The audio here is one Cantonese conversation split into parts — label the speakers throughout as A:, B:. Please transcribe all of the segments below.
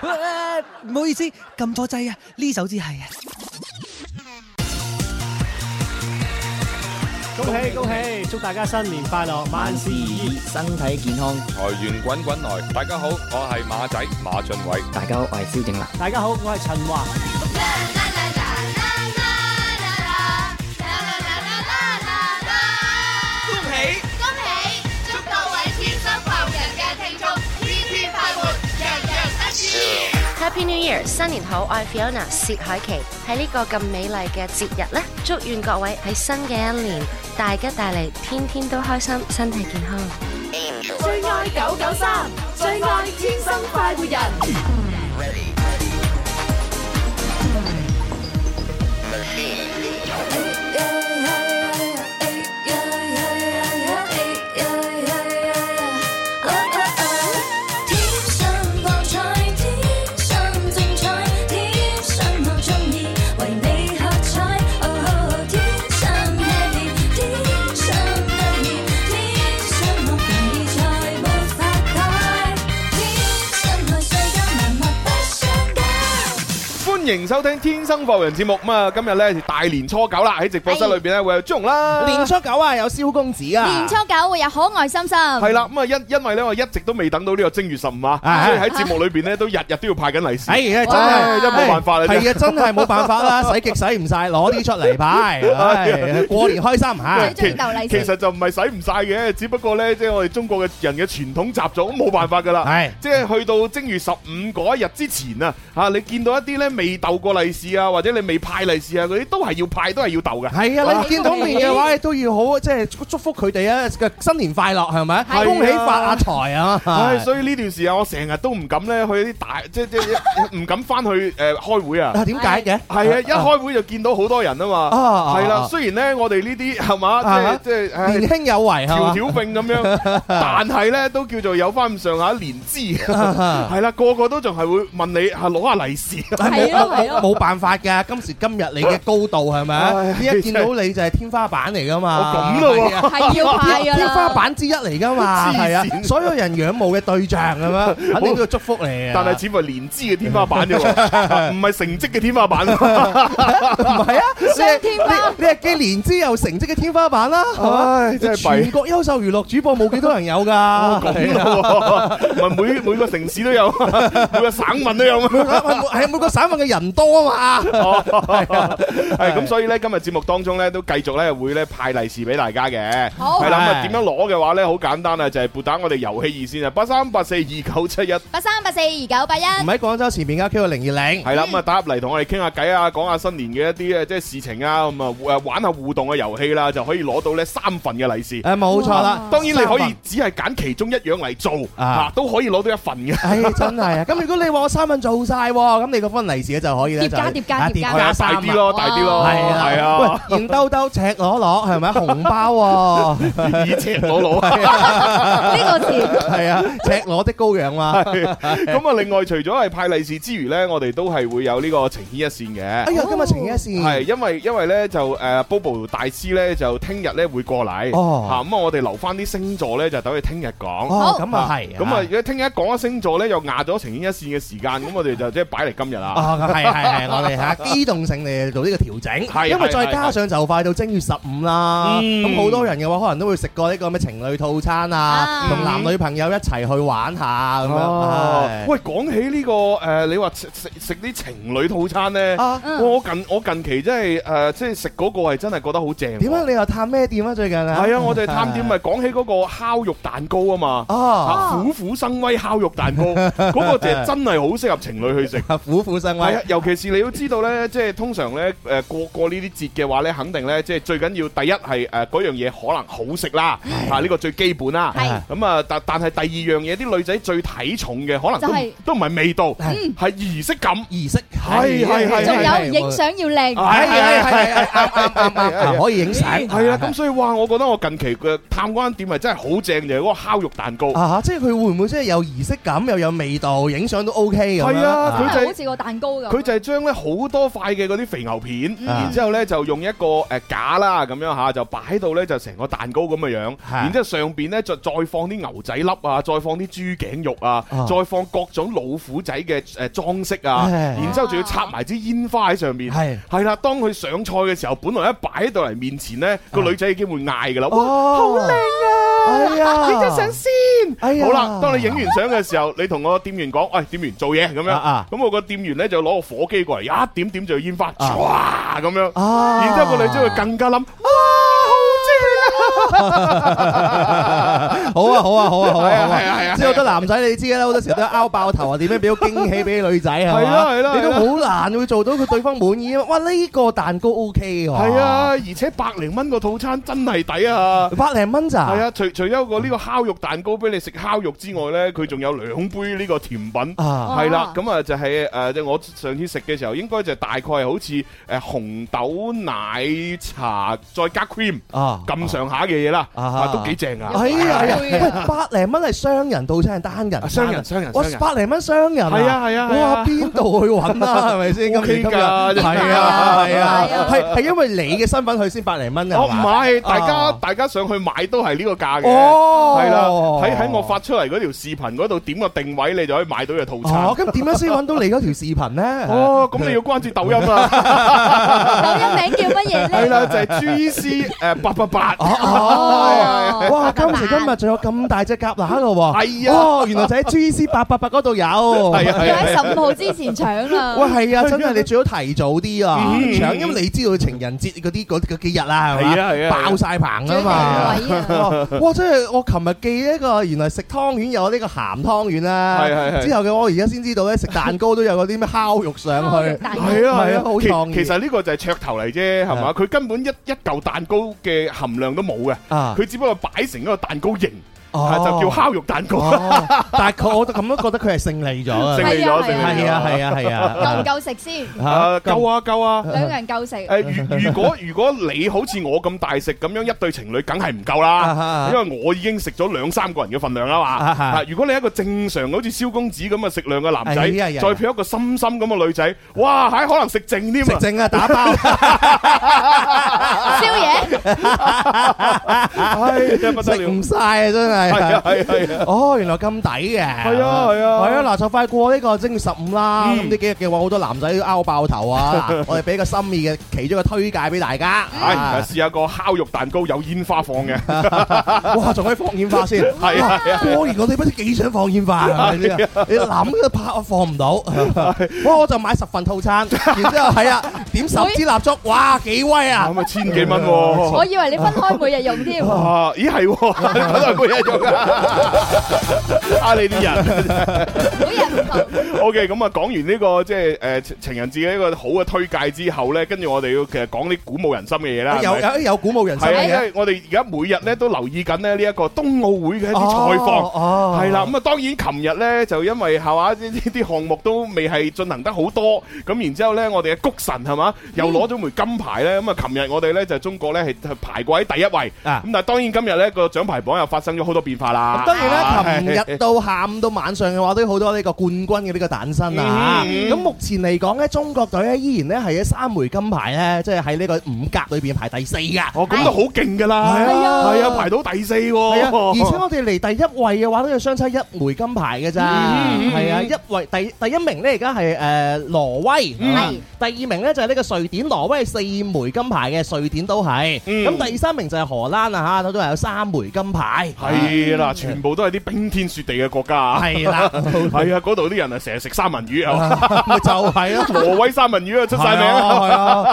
A: 呃
B: 唔好意思，撳錯掣啊！呢首至係啊。
C: 恭喜恭喜，祝大家新年快樂，萬事如意。
D: 身體健康。
E: 財源滾滾來，大家好，我係馬仔馬俊偉。
D: 大家好，我係蕭正楠。
C: 大家好，我係陳華。
F: 恭喜恭喜，祝各位天生快活人嘅聽眾天天快活，樣樣得意。
G: Happy New Year，新年好！我係 Fiona 薛凱琪。喺呢個咁美麗嘅節日呢，祝願各位喺新嘅一年大吉大利，天天都開心，身體健康。
H: 最愛九九三，最愛天生快活人。
A: 天生博彩，天生精彩，天生我中意，為你喝彩。天生 happy，天生得意，天生我願意再沒法改。天生愛世間萬物不相及。
E: 歡迎收聽《天生浮人》節目。咁啊，今日咧就大年初九啦，喺直播室裏邊咧會有朱紅啦。
I: 年初九啊，有蕭公子啊。
J: 年初九會有可愛心心，
E: 系啦，咁啊因因為咧我一直都未等到呢個正月十五啊，
I: 啊
E: 所以喺節目裏邊咧都日日都要派緊利是。
I: 哎，真
E: 唉
I: 係
E: 真係冇辦法啦，
I: 係啊，真係冇辦法 啦，使極使唔晒，攞啲出嚟派，唉過年開心嚇。
J: 最中意鬥利
E: 其
J: 是。
E: 實就唔係使唔晒嘅，只不過呢，即係我哋中國嘅人嘅傳統習俗，咁冇辦法噶啦。
I: 係
E: 即係去到正月十五嗰一日之前啊，嚇你見到一啲呢未鬥過利是啊，或者你未派利是啊嗰啲，都係要派，都係要鬥嘅。
I: 係啊，你見到面嘅話，你都要好即係祝福佢哋啊！嘅新年快樂係咪？
E: 係啊
I: 恭喜發下財啊！
E: 唉，所以呢段時間我成日都唔敢呢去啲大，即即即 唔敢翻去誒開 會啊。
I: 啊點解嘅？
E: 係啊，一開會就見到好多人啊嘛。
I: 啊
E: 係
I: 啊
E: 啦，
I: 啊
E: 雖然呢，我哋呢啲係嘛，即
I: 啊
E: 係即係唉
I: 年輕有為係
E: 條
I: 嘛？
E: 條揈咁 樣，但係咧都叫做有翻咁上下年資，
I: 啊
E: 係啦，個個都仲係會問你係攞下 利是，
J: 係咯係咯
I: 冇辦法㗎，今時今日你嘅高度係咪？
E: 唉
I: 一見到你就係天花板嚟㗎嘛。
E: 哦咁咯喎
I: 係啊
J: 係要派㗎啦
I: 天花板之一嚟㗎嘛，
E: 黐線
I: 係啊，所有人仰慕嘅對象咁樣，肯定都要祝福你啊嘅。
E: 但係似乎係年資嘅天花板 啫喎，啊唔係成績嘅天花板。
I: 唔係啊，
J: 雙天花
I: 你你係既年資又成績嘅天花板啦，係嘛
E: 啊 唉真係弊哦
I: 全國優秀娛樂主播冇幾多人有㗎。
E: 咁咯 喎，唔係每每個城市都有， 每個省份都有嘛。
I: 係每個省份嘅人多啊嘛。
E: 哦，係咁，所以咧今日節目當中咧都繼續咧會咧派利是俾大家嘅，
J: 好
E: 係啦咁啊
I: 係
E: 點樣攞嘅話咧好簡單啊，就係撥打我哋遊戲熱線啊，八三八四二九七一。
J: 八三八四二九八一，
I: 唔喺廣州前面嘅 Q 零二零
E: 系。啦，咁啊打入嚟同我哋傾下偈啊，講下新年嘅一啲誒即係事情啊，咁啊誒玩下互動嘅遊戲啦，就可以攞到呢三份嘅利是。
I: 誒冇錯啦，
E: 當然你可以
I: 三
E: 只係揀其中一樣嚟做
I: 啊
E: 啊，都可以攞到 一份嘅。
I: 份。唉，真 係啊！咁如果你話我三份做晒喎，咁你個分利是咧就可以咧
J: 疊加
I: 就
J: 疊加
I: 啊
J: 疊加
E: 係啊，
I: 三
E: 大
I: 啊
E: 啲咯，大啲咯，
I: 係啊，
E: 係啊，
I: 喂，現兜兜、赤裸裸係咪紅包喎？
E: 以赤裸裸。
J: 呢個字
I: 係啊，赤裸的羔羊嘛。
E: 咁啊，另外除咗係派利是之餘呢，我哋都係會有呢個情牽一線
I: 哎
E: 嘅。
I: 呀，今日情一線。
E: 係，因為因為咧就誒 Bobo 大師呢，就聽日呢會過嚟，嚇
I: 哦
E: 咁啊我哋留翻啲星座呢，就等佢聽日講。
I: 哦，
J: 好
I: 咁啊係。
E: 咁啊，如果聽日講咗星座咧，又壓咗情牽一線嘅時間，咁我哋
I: 啊
E: 就即係擺嚟今日啦。
I: 哦，係係係，我哋嚇機動性嚟做呢個調整，
E: 係
I: 因為
E: 係
I: 再
E: 係
I: 加上就快到正月十五啦，
E: 嗯
I: 咁好多人嘅話，可能都會食過呢個咩情侶套餐啊，
J: 啊
I: 同男女朋友一齊去玩下咁樣。
E: 哦喂，講起呢個誒，你話食食食啲情侶套餐咧
I: 係，啊，
J: 嗯
E: 我近我近期真係誒，即係食嗰個係真係覺得好正喎。
I: 點啊？你又探咩店啊？最近啊？
E: 係啊，我 哋探店咪講起嗰個烤肉蛋糕啊嘛。
I: 啊，
E: 啊虎虎生威烤肉蛋糕，嗰個就真係好適合情侶 去食。
I: 苦苦生
E: 係啊
I: 威，，
E: 尤其是你要知道咧，即係通常咧，誒過過呢啲節嘅話咧，肯定咧，即係最緊要第一係誒嗰樣嘢可能好食啦，啊呢個最基本啦。
J: 係
E: 咁啊，但但係第二樣嘢，啲女仔最睇重嘅可能
J: 就係
E: 都都唔係味道，
I: 嗯
E: 係儀式感。
I: 儀式
E: 係係係
J: 仲有
I: 係
J: 影相要靚，
E: 係
I: 係
E: 係
I: 係係啱啱啱啱啊，可以影相
E: 係啦，咁所以哇，我覺得我近期嘅探關店係真係好正嘅，嗰個烤肉蛋糕。
I: 啊，即係佢會唔會即係有儀式感又有味道，影相都 OK 咁樣？
E: 係啊，佢就係
J: 好似個蛋糕咁。
E: 佢就係將咧好多塊嘅嗰啲肥牛片，
I: 嗯
E: 然之後咧就用一個呃誒架啦咁樣嚇，就擺到咧就成個蛋糕咁嘅樣，
I: 係
E: 然之後上邊咧就再放啲牛仔粒啊，再放啲豬頸肉啊，
I: 啊
E: 再放各種老虎仔嘅誒裝飾啊，
I: 唉
E: 然之後仲要插埋支煙花喺上面。
I: 係
E: 係啦，當佢上菜嘅時候，本來一擺喺度嚟面前呢，個女仔已經會嗌㗎啦。哇
I: 啊哦，好靚啊！
E: 影張相先。
I: 哎呀
E: 好啦，當你影完相嘅時候，你同個店員講：，喂，店員做嘢咁
I: 啊
E: 樣
I: 啊。
E: 咁我個店員咧就攞個火機過嚟，一點點就煙花，唰咁樣。
I: 啊
E: 然之後個女仔會更加諗：，哇，
I: 好啊好啊好啊好
E: 係啊
I: 啊！
E: 係啊係啊
I: 即係好多男仔你知啦，好多時都拗爆頭啊，點樣俾到驚喜俾女仔係嘛
E: 係啦係啦
I: 你都
E: 係
I: 好難會做到佢對方滿意啊！哇，呢個蛋糕 OK 喎，
E: 係啊，，而且百零蚊個套餐真係抵啊！
I: 百零蚊咋？
E: 係啊，除除咗個呢個烤肉蛋糕俾你食烤肉之外咧，佢仲有兩杯呢個甜品。
I: 啊
E: 係啦
J: 哦，
E: 咁啊就係誒，即係我上次食嘅時候，應該就大概係好似誒紅豆奶茶再加 cream。
I: 啊
E: 咁上下嘅嘢啦，
I: 啊
E: 啊都幾正啊！
I: 哎呀哎呀，
J: 有
I: 喂，百零蚊係雙人套餐定單人
E: 啊，？商人商人
I: 哇
E: 商！人，
I: 百零蚊雙人
E: 係啊係啊係啊
I: 哇邊度去揾啊？係咪先？今
E: OK
I: 時今日
E: 㗎真係
I: 係啊係啊
J: 係啊，
I: 係係因為你嘅身份去先百零蚊啊？
E: 我
I: 係
E: 唔
I: 嘛
E: 係，大家
I: 啊
E: 大家上去買都係呢個價嘅，
I: 哦
E: 係啦，喺喺我發出嚟嗰條視頻嗰度點個定位，你就可以買到嘅套
I: 哦，
E: 餐。
I: 咁點樣先揾到你嗰條視頻咧？
E: 哦，咁你 要關注抖音啦，
J: 抖音名叫乜嘢呢？
E: 係啦，就係 G E C 誒八 八八，
J: Ờ.
I: 哦
J: 哦
I: 哇！今時今日仲有咁大隻夾乸咯喎，
E: 係啊
I: 哦，原來就喺 G C 八八八嗰度有，
E: 係
I: 係
E: 啊係啊
J: 要喺15號之前搶啦。
I: 喂，係啊，真係你最好提早啲啊
E: 嗯，
I: 搶，因為你知道情人節嗰啲嗰嗰幾日啦，係
E: 係啊係啊
I: 咪？
E: 係啊
I: 爆晒棚啊嘛！
J: 最定位啊。
I: 哇！哇真係我琴日記一個，原來食湯圓有呢個鹹湯圓
E: 係係
I: 啦，
E: 係
I: 之後嘅我而家先知道咧，食蛋糕都有嗰啲咩烤肉上 去，
J: 烤肉蛋糕
E: 係啊
I: 係啊好創
E: 其
I: 意
E: 其實呢個就係噱頭嚟啫，係嘛？佢根本一一嚿蛋糕嘅含量都冇嘅，
I: 啊，
E: 佢只不過擺成一個蛋糕形，
I: 哦
E: 啊就叫烤肉蛋糕，
I: 哦，但係佢我都咁樣覺得佢係勝利咗啊
E: 勝！利咗，
J: 係啊
E: 勝利咗
I: 係啊係啊 係啊！
J: 夠唔夠食先？兩個人夠食。
E: 啊，夠啊夠啊！誒，如如果如果你好似我咁大食咁樣一對情侶，梗係唔夠
I: 啊哈
E: 啦
I: 啊，
E: 因為我已經食咗兩三個人嘅份量啦嘛。
I: 啊哈
E: 啊，如果你一個正常好似蕭公子咁啊食量嘅男
I: 哎呀
E: 仔，
I: 呀
E: 再配一個心心咁嘅女仔，哇，係可能食剩添
I: 食
E: 啊！
I: 正啊，打包
J: 宵夜？
E: 唉，真係不得
I: 食
E: 了，
I: 唔晒啊，真
E: 係
I: 係。
E: 啊係啊係啊，
I: 哦，原來咁抵嘅，係
E: 啊係啊
I: 係啊！嗱，就快過呢個正月十五啦，咁呢幾日嘅話，好多男仔都拗爆頭 啊！嗱，我哋俾個心意嘅其中嘅推介俾大家，
E: 唉，試下個烤肉蛋糕有煙花放嘅，
I: 啊哇，仲可以放煙花先，
E: 係啊係啊
I: 哇過年我哋不知幾想放煙 花，係咪先你諗都怕我放唔到，哇！我就買十份套 餐，然之後係啊，點十支蠟燭，哇，幾威啊！
E: 咁啊千幾蚊喎。
J: 我以為你分開每日用添。
E: 啊！咦係喎， 嗰度冇嘢用 啊！啊你啲人。
J: dạ. 每日唔同。
E: O K，咁啊，講完呢個即係誒情人節嘅一個好嘅推介之後咧，跟住我哋要其實講啲鼓舞人心嘅嘢啦。
I: 有有有鼓舞人心
E: 係啊，因
I: 嘅。
E: 為我哋而家每日咧都留意緊咧呢一個冬奧會嘅一啲賽況。
I: 哦，
E: 係啦，咁啊當然琴日咧就因為係嘛，呢呢啲項目都未係進行得好多，咁然之後咧我哋嘅谷神係嘛又攞咗枚金牌咧，咁啊琴日我哋咧就中國咧係排過喺第一位，咁
I: 啊
E: 但係當然今日咧個獎牌榜又發生咗好多變化啦。
I: 當然啦，琴日到下午到晚上嘅話，都有好多呢個冠軍嘅呢個誕生啦。
E: 嗯
I: 咁目前嚟講咧，中國隊咧依然咧係喺三枚金牌咧，即係喺呢個五甲裏邊排第四噶。
E: 哦，咁都好勁㗎啦，
I: 係啊
E: 係啊，排到第四
I: 係啊，
E: 喎，
I: 而且我哋嚟第一位嘅話，都要相差一枚金牌嘅咋。
E: 嗯
I: 係啊，一位第第一名咧，而家係誒挪威，
E: 嗯
I: 啊第二名咧就係呢個瑞典，挪威係四枚金牌嘅，瑞典都係。
E: 嗯
I: 咁第三名就係荷蘭啊嚇，都都係有三枚金牌。
E: 係啦，全部都係啲冰天雪地嘅國家啊！
I: 係啦，
E: 係啊，嗰度啲人啊，成日食三文魚啊，
I: 咪就係咯。
E: 挪威三文魚啊，出晒名啊！
I: 係啊，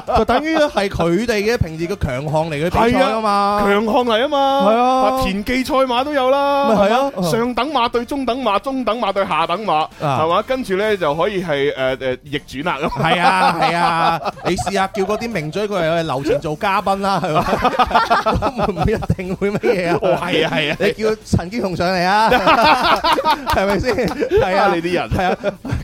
I: 係啊就等於係佢哋嘅平時嘅強項嚟嘅比賽啊嘛。
E: 強項嚟啊嘛，
I: 係啊
E: 田忌賽馬都有啦，
I: 咪係啊
E: 嘛上等馬對中等馬，中等馬對下等馬，係嘛？跟住咧就可以係誒誒逆轉啦咁。
I: 係啊啊係啊，你試下叫嗰啲名嘴佢嚟留前做嘉賓啦，係嘛？唔一定會乜嘢啊？
E: 哦，係啊係啊，
I: 你叫陳堅雄上嚟啊，係咪先？係啊，
E: 你啲人
I: 係啊，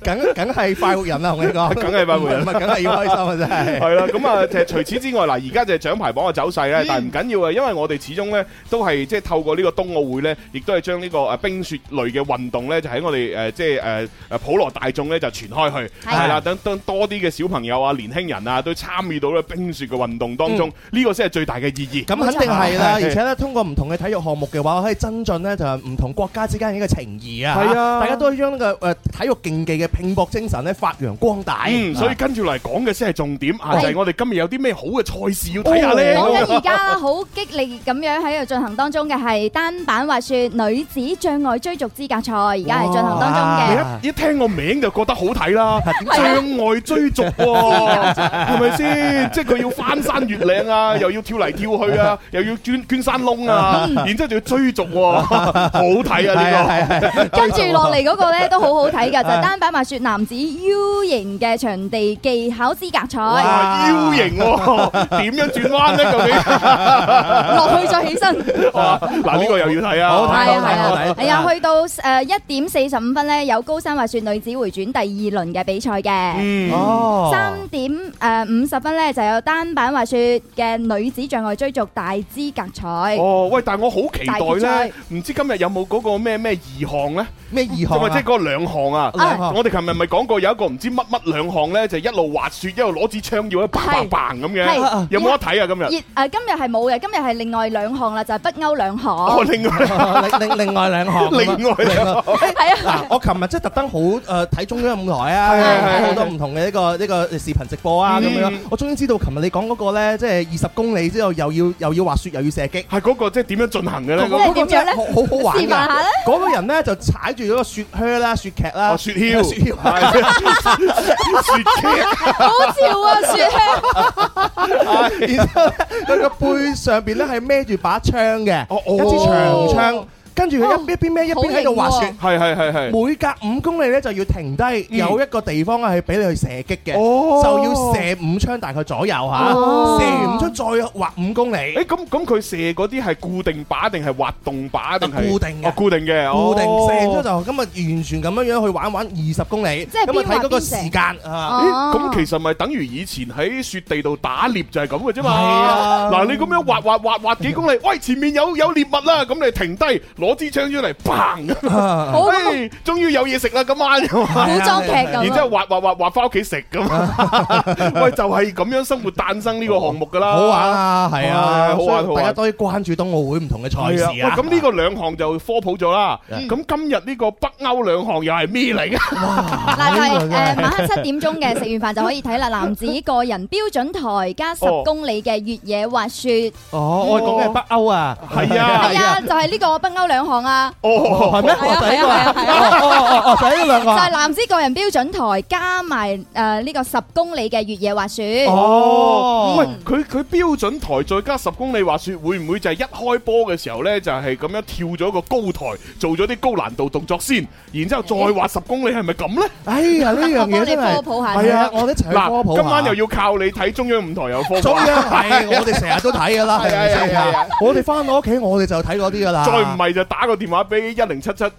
I: 梗-梗係快活人啦，同你講。
E: 梗係快活人。
I: 唔係，梗係要開心啊，真係。
E: 系啦，咁啊， 就係除此之外，嗱，而家就係獎牌榜嘅走勢咧，但係唔緊要啊，因為我哋始終咧都係即係透過呢個冬奧會咧，亦都係將呢個誒冰雪類嘅運動咧，就喺我哋誒即係誒誒普羅大眾咧就傳開去，係啦，等等多啲嘅小朋友啊、年輕人啊都參與到咧冰雪嘅運動當中，呢個先係最大嘅意義。
I: 咁肯定係啦，
E: 冇錯。
I: 而且呢，通過唔同嘅體育項目嘅話，可以增進呢，就係唔同國家之間嘅一個情誼啊。
E: 係啊。
I: 大家都將呢個，呃，體育競技嘅拼搏精神呢，發揚光大。
E: 嗯，所以跟住嚟講嘅先係重點啊，就係我哋今日有啲咩好嘅賽事要睇下咧。
J: 講緊啊而家哦好激烈咁樣喺度進行當中嘅係單板滑雪女子障礙追逐資格賽，而家係進行當中嘅。
I: 啊
E: 你一一聽個名就覺得好 睇啦，障礙追逐喎，係咪先？即係佢要翻山越嶺啊，又要跳嚟跳 去啊，又要捐捐山窿啊，然之後仲要追逐喎， 好睇啊呢
I: 嗯係啊，係啊，係啊。
J: 跟住落嚟嗰個咧都好好睇㗎，就係單板滑雪男子 U 型嘅場地技巧資格
E: 個，
J: 賽，
E: 哇腰型啊喎，點樣轉彎咧究竟？
J: 落去再起身，
E: 哇嗱呢個又要睇啊，
I: 好睇
J: 係啊係
I: 好
J: 啊
I: 睇，
J: 係啊，去到誒一點四十五分咧，有高山滑雪女子回轉第二輪嘅比賽嘅。
E: 嗯。
I: 哦。
J: 三點誒五十分咧就有單板滑雪嘅女子障礙追逐大資格賽，
E: 哦，喂！但係我好期待
J: 大
E: 咧
J: 決，
E: 唔知今日有冇嗰個咩咩二項咧，即
I: 咩二項啊？
E: 係即係嗰兩項啊？
I: 兩項。
E: 我哋琴日咪講過有一個唔知乜乜兩項咧，就一路滑雪一路攞支槍要一砰砰
J: 係
E: 砰咁嘅
J: 係，
E: 有冇得睇啊？今日
J: 熱誒今日係冇嘅，今日係另外兩項啦，就係北歐兩
E: 哦，
J: 項，
E: 另外
I: 哦，另-另-另外兩項。
E: 啊另外兩項
J: 係啊。
I: 嗱，我琴日真係特登好誒睇中央五台
E: 係係
I: 啊，
E: 係
I: 睇好多唔同嘅呢個呢個視頻直播啊咁樣
E: 嗯。
I: 我終於知道琴日你講嗰個咧，即係二十公里之後又要又要滑雪又要射擊。
E: 係嗰個即係點樣進行嘅咧？
J: 嗰
E: 嗰
J: 個即係點樣呢
I: 嗰個真係好好好玩
J: 示範
I: 㗎
J: 下呢！
I: 嗰個人咧就踩住嗰個雪靴啦、雪屐啦、
E: 哦雪橇
I: 雪橇
E: 係雪
J: 好笑啊！雪靴
I: 然之後呢佢個背上邊咧係孭住把槍嘅，
E: 哦哦
I: 一支長槍，跟住佢一一邊孭一邊喺度滑
J: 哦好
I: 雪
J: 型。
E: 係係係係。
I: 每隔五公里咧就要停低，
E: 嗯
I: 有一個地方係俾你去射擊嘅，
E: 哦
I: 就要射五槍大概左右嚇，
J: 哦
I: 射完五槍再滑五公
E: 誒
I: 里，
E: 咁咁佢射嗰啲係固定靶定係滑動靶定係
I: 啊固定嘅
E: 哦固定嘅
I: 固定
E: 哦
I: 射咗就咁啊，完全咁樣樣去玩玩二十公里，
J: 即係邊
I: 咁啊睇嗰個
J: 滑邊射
I: 時間啊。
E: 咦
J: 哦
E: 咁其實咪等於以前喺雪地度打獵就係咁嘅啫
I: 係
E: 嘛
I: 啊。
E: 嗱，你咁樣滑滑滑滑幾公里，喂前面有有獵物啦，咁你停低攞支槍出嚟，砰！
J: 好
E: 哎終於有嘢食啦，今 晚咁啊
J: 古裝劇咁啊，
E: 然之後滑滑滑滑翻屋企食咁啊， 喂就係咁樣生活誕生呢個項目噶啦，
I: 好玩啊，係啊，
E: 係好玩好
I: 所以大
E: 玩
I: 家多啲關注冬奧會唔同嘅賽
E: 係啊！
I: 事啊。
E: 喂，咁呢個兩項就科普咗啦。
I: 嗯
E: 咁今日呢個北歐兩項又係咩 嚟嘅？
I: 呢個真係
J: 嗱就係誒晚黑七點鐘嘅食完飯就可以睇啦，男子個人標準台加十
E: 哦
J: 公里嘅越野滑雪，
I: 哦，我哋講嘅係北歐啊，
E: 係啊
J: 係啊，就係呢個北歐兩項啊，
E: 哦，
I: 係咩？
J: 係啊
I: 我就呢個啊
J: 係啊係
I: 哦哦哦哦，就係呢兩個
J: 就
I: 啊。
J: 係男子個人標準台加埋誒呢個十公里嘅越野滑雪，
I: 哦
E: 喂，佢佢標準台再加十公里滑雪，會唔會就係一開波嘅時候呢？就係咁樣跳咗個高台，做咗啲高難度動作先，然之後再滑十公里，係咪咁呢？
I: 哎呀，呢樣嘢真
J: 我幫你
I: 係
J: 科普下
I: 係啊，我哋一齊去科普
E: 嗱，
I: 下
E: 今晚又要靠你睇中央五台有科普啊
I: 中， 央係我哋成日都睇噶啦，係咪
E: 係啊係啊係啊
I: 先？我哋翻到屋企我哋就睇嗰啲噶啦，
E: 再唔係就打個電話俾一零七七誒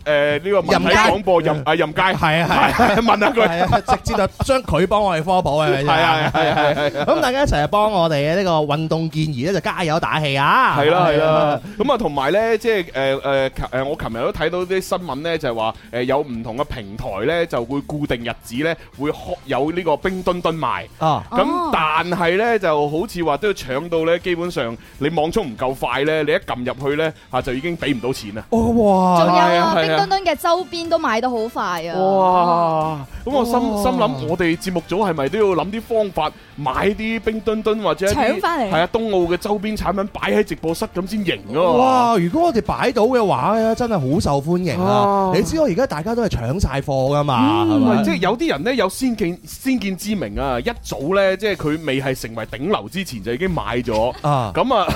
E: 呢個文體
I: 任佳
E: 廣播任啊任
I: 係
E: 佳，
I: 啊係啊
E: 係 問下佢，
I: 係啊，直接就將佢幫我哋科普係咪先？
E: 係啊係啊係啊係啊。
I: 咁大家一齊幫我哋嘅呢個運動建議咧，就加油打氣啊！
E: 係啦係啦，咁啊同埋咧，即係誒誒誒，我琴日都睇到啲新聞咧，就係話誒有唔同嘅平台咧，就會固定日子咧，會開有呢個冰墩墩賣。
I: 啊！
E: 咁
J: 哦
E: 但係咧就好似話都要搶到咧，基本上你網速唔夠快咧，你一撳入去咧啊就已經俾唔到錢啦。
I: 哦
J: 仲
I: 哇！
J: 有
E: 係啊
J: 啊
E: 係啊
J: 冰墩墩嘅周邊都買得好快啊，
E: 哇！咁我心
I: 哇
J: 哦
E: 心諗，我哋節目組係咪都要諗啲方法買啲冰墩墩或者一啲
J: 搶返嚟
E: 係啊，冬奧嘅周邊產品擺喺直播室咁先型啊！
I: 哇！如果我哋擺到嘅話咧，真係好受歡迎
E: 啊
I: 啊！你知我而家大家都係搶晒貨噶嘛，啊係
E: 嗯，
I: 咪？
E: 即係有啲人咧有先見先見之明啊！一早咧，即係佢未係成為頂流之前就已經買咗。
I: 啊，
E: 咁啊，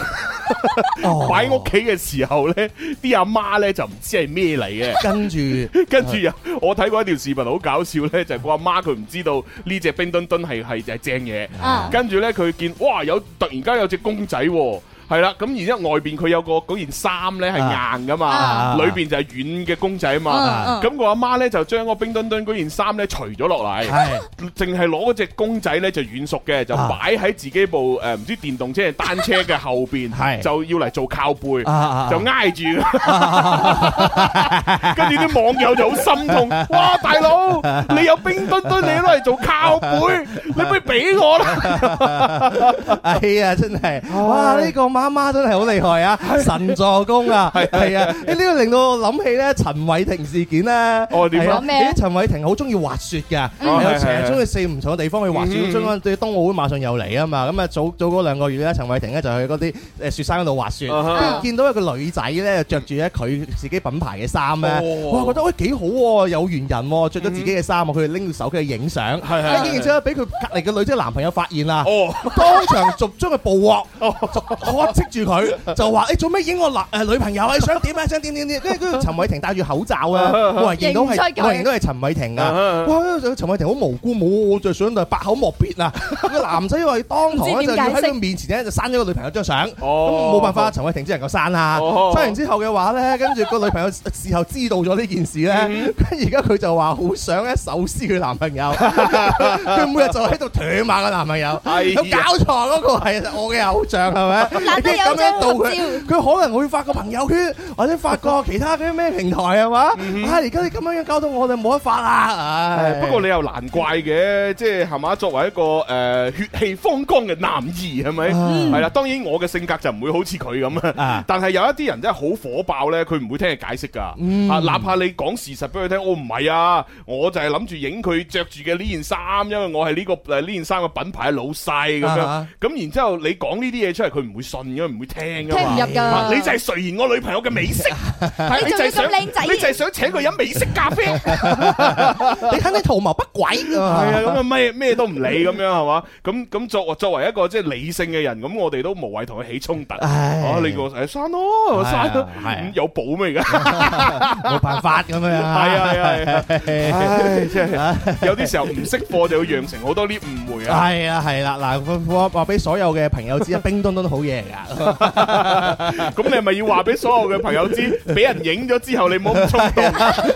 I: 哦
E: 擺喺屋企嘅時候咧，啲阿媽咧就唔知係咩嚟嘅。
I: 哦跟住
E: 跟住又，啊我睇過一條視頻好搞笑咧，就係個阿媽佢唔知道呢只冰墩墩係係係正嘢，
J: 啊
E: 跟住咧佢見哇有突然間有隻公仔喎。係啦，咁然之後外邊佢有個嗰件衫咧係硬噶嘛，
I: 啊
E: 裏邊就係軟嘅公仔啊嘛。
J: 嗯嗯
E: 咁我阿媽咧就將個冰墩墩嗰件衫咧除咗落嚟，淨係攞嗰只公仔咧就軟熟嘅，就
I: 啊
E: 擺喺自己部誒唔知電動車定單車嘅後 邊，
I: 係
E: 就要嚟做靠背，
I: 啊啊啊
E: 就 挨住。跟住啲網友就好心痛，哇！大佬，你有冰墩墩，你攞嚟做 靠背，你不如俾我啦。 哦
I: 哎呀，真係，哇，呢個媽媽真係好厲害啊， 神助攻啊，
E: 係，
I: 係啊，呢個令到我諗起呢，陳偉霆事件呢，
E: 哦，點啊？
I: 係啊，
J: 講咩啊？
I: 因為陳偉霆好鍾意滑雪㗎，
E: 嗯。
I: 係啊，
E: 係，係，
I: 成日鍾意四唔同嘅地方去滑雪，
E: 嗯。
I: 所以嗰陣對東奧會馬上又嚟啊嘛，咁啊，早-呃早嗰兩個月呢，陳偉霆呢，就去嗰啲，誒，雪山嗰度滑雪，
E: 啊哈。
I: 見到一個女仔呢，着住呢佢自己品牌嘅衫呢，
E: 哦。
I: 哎
E: 嗯
I: 哇，覺得，喂，幾好喎，有緣人喎，着咗自己嘅衫喎，佢就拎住手機去影相，
E: 係，係，係，
I: 一影完之後，俾佢隔離嘅女仔男朋友發現啦，
E: 哦，
I: 當場逐將佢捕獲，我斥住 佢就話：你哎做咩影我男誒女朋友啊？你想點啊？想 點點點？跟 住跟住陳偉霆戴住口罩啊，我係見到
J: 認出
I: 係
J: 佢
I: 我認到係陳偉霆 啊！哇！陳偉霆好無辜，冇我就想就百口莫辯 啊！個男仔因為當堂啊咧就要喺佢面前咧就刪咗個女朋友張相。咁
E: 哦
I: 冇辦法，陳偉霆只能夠刪啦。
E: 哦
I: 刪完之後嘅話咧，跟住個女朋友事後知道咗呢件事咧，
E: 嗯
I: 跟住而家佢就話好想咧手撕佢男朋 友，佢每日就喺度唾罵個男朋友，
E: 哎呀
I: 有搞錯嗰個係我嘅偶像係咪？
J: 難得
I: 跟住咁樣
J: 有張
I: 到佢
J: 合照，
I: 佢可能會發個朋友圈，或者發個其他嗰啲咩平台係嘛？啊！而家你咁樣樣搞到我哋冇得發啦，唉
E: 嗯不過你又難怪嘅，即係係嘛？作為一個誒血氣方剛嘅男兒，係咪？係啦，當然我嘅性格就唔會好似佢咁啊
I: 啊。
E: 但係有一啲人真係好火爆咧，佢唔會聽你解釋㗎。
J: 嗯
E: 啊，哪怕你講事實俾佢聽，我唔係啊，我就係諗住影佢着住嘅呢件衫，因為我係呢個誒呢件衫嘅品牌老細咁樣
I: 啊。
E: 咁然之後你講呢啲嘢出嚟，佢唔會信嘅，唔會聽㗎
J: 聽唔
E: 嘛。
J: 入㗎
E: 啊你就係垂涎我女朋友嘅美式，係
J: 你仲要
E: 係想
J: 咁靚仔
E: 你就係想請佢飲美式咖啡。
I: 你肯定圖謀不軌
E: 系
I: 啊
E: 啊，！咁啊咩咩都唔理咁樣係嘛？咁咁作作為一個即係理性嘅人，咁我哋都無謂同佢起衝突。
I: 唉
E: 哦，你個誒刪
I: 係
E: 咯，
I: 啊
E: 刪咯，
I: 係啊
E: 咁有保 咩而家？係
I: 冇辦法咁樣啊！
E: 啊係啊係啊！唉，真
I: 唉
E: 係有啲時候唔識貨就會釀成好多啲誤會啊！
I: 係啊，係啦，嗱，我話俾所有嘅朋友知啊，冰墩墩好嘢嚟噶，
E: 咁你係咪要話俾所有嘅朋友知，俾人影咗之後你唔好咁 衝動？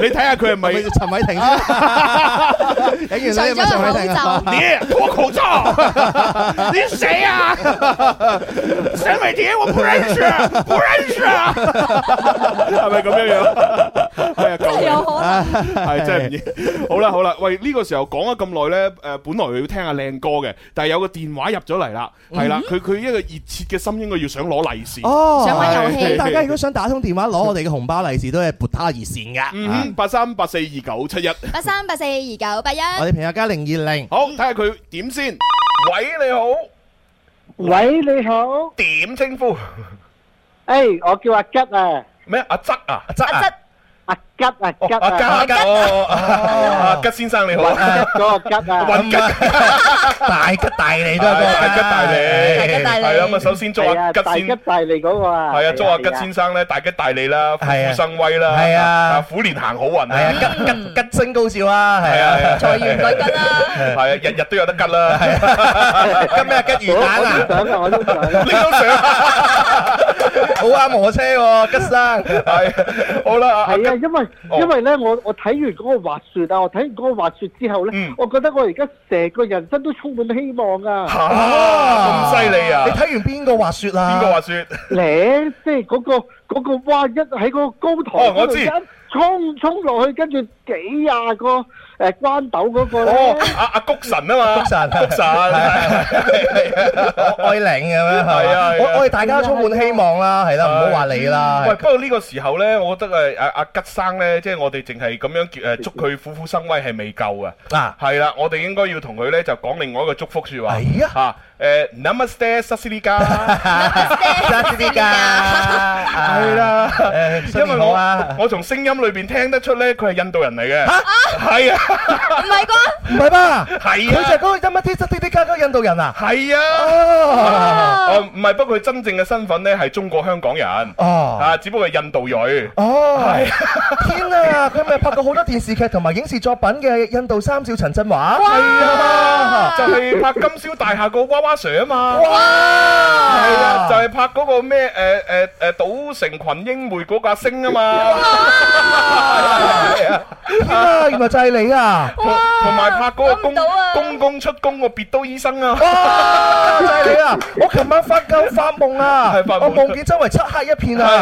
E: 你睇下佢係咪
I: 咪 陳偉霆 先，影
J: 除
I: 完你咪陳偉
J: 咗
I: 霆
J: 個
I: 啊
J: 口罩，
E: 你脱口 罩，你是谁啊？沈伟霆，我不认 识，不认识啊！係咪咁樣樣？ 係啊，救命！
J: 有可能
E: 係真係唔易。好啦好啦，喂，呢個時候講咗啊咁耐咧，誒，本來要聽下靚歌嘅，但係有個電話入咗嚟啦，係啦，佢佢一個熱切嘅心應該要想攞利是。
I: 哦，
J: 想玩遊戲
I: 咁大家如果想打通電話攞我哋嘅紅包利是，都係撥打熱線
E: 嗯
I: 噶
E: 哼，。八三八四二九七一，
J: 八三八四二九八一，
I: 我哋朋友加零二零，
E: 好睇下佢點先。喂，你好，
C: 喂，你好，
E: 點稱呼？
C: 诶，我叫阿吉啊，
E: 咩？阿則啊，阿則啊。
C: 阿吉阿吉
E: 哦阿吉
C: 啊，
E: 阿吉哦，阿吉先生你好，
C: 吉咗個吉啊，
E: 運吉
I: 大吉大利都係
E: 大吉大利，
J: 大吉大利
E: 係啦咁啊，首先祝
C: 係
E: 阿
C: 啊，
E: 吉
C: 大吉
E: 先。
C: 大利嗰個啊，
E: 係啊，祝阿吉
C: 係啊
E: 先生咧大吉大利啦，虎
I: 係啊
E: 虎生威啦，
I: 係啊
E: 虎年行好運
I: 係啊，
E: 啊，
I: 吉吉吉星高照啊，係
E: 係啊，
I: 啊，
E: 係啊
J: 財源滾 滾啦！
E: 係啊，日日都有得吉啦，
I: 吉咩啊吉魚蛋
C: 我都
I: 啊，
C: 想啊，我 都想啊。
E: 你都想
I: 好啱我車喎，吉生。
E: 係好啦，阿吉
C: 係啊，因為
E: 哦
C: 因為咧，我我睇完嗰個滑雪啊，我睇完嗰個滑雪之後咧
E: 嗯，
C: 我覺得我而家成個人生都充滿希望啊！
E: 嚇咁犀利啊
I: 你！睇完邊個滑雪啊？
E: 邊個話説？
C: 咧，即係嗰個嗰個哇，一喺嗰個高
E: 哦
C: 台
E: 我
C: 嗰度
E: 知
C: 一衝衝落去，跟住幾廿個誒關斗嗰個
E: 哦
C: 咧，，
E: 阿阿谷神啊嘛，
I: 谷神
E: 谷神，
I: 我愛玲咁樣，係
E: 係啊
I: 啊
E: 係啊，
I: 我我哋大家充滿希望啦，係啦， 唔好話你啦
E: 喂，。不過呢個時候咧，我覺得誒阿阿吉生咧，即係我哋淨係咁樣叫誒祝佢虎虎生威係未夠嘅。
I: 嗱，
E: 係啦，我哋應該要同佢咧就講另外一個祝福説話。
I: 係
E: 啊，誒 Namaste s a s i l i k a
I: 揸住啲㗎，係
E: 係，啦，
I: 誒
E: 因
I: 新
E: 為
I: 年好啊
E: 我我從聲音裏邊聽得出咧，佢係印度人嚟嘅。係啊，係啊。
I: à?
E: 係啊。
I: Ờ.
E: 哦哦，唔係，不過佢真正嘅身份呢，係中國香港人。
I: Ờ.
E: 啊，只不過係印度裔。係啊，就係拍《金宵大廈》個娃娃Sir啊嘛。係啊，就係拍嗰個咩，誒，誒，誒，賭城群英妹嗰架星啊嘛。啊
I: à.
E: 同-同埋拍嗰個公-公公出公個別刀醫生啊。
I: Ờ, à.
E: 係，發夢。
I: à.
E: 係。黐線啊。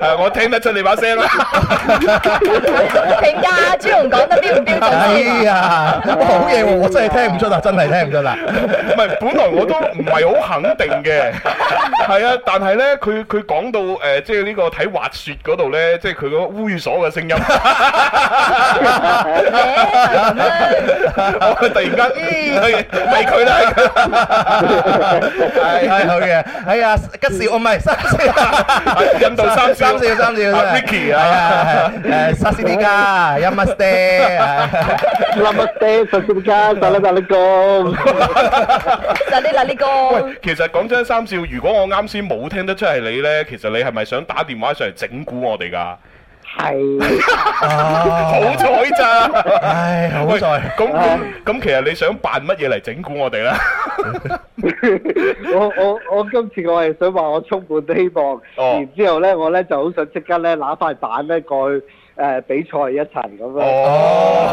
E: 係，我聽得出你把聲啦。
I: à.
E: 唔係，本來我都唔係好肯定嘅。係啊，但係呢，佢-佢講到，呃，即係呢個睇滑雪嗰度呢，即係佢嗰個猥瑣嘅聲音。我突然間，嗯，係，係佢啦，係佢啦。係，係，係，印度三少。啊，Ricky啊。
I: Ờ,
C: Namaste, Sasirika, Assalamualaikum.
E: 喂，其實講真，三少，如果我啱先冇聽得出係你呢，其實你係咪想打電話上嚟整蠱我哋㗎？
I: Ờ.
E: 好彩咋。
I: 唉，好在。
E: 喂，咁-咁-咁其實你想扮乜嘢嚟整蠱我哋呢？
C: 我-我-我今次我係想話我充滿希望，à,
E: 哦。
C: 然之後呢，我呢就好想即刻呢，揦塊板呢，過去，呃，比賽一層咁樣。
E: Ờ.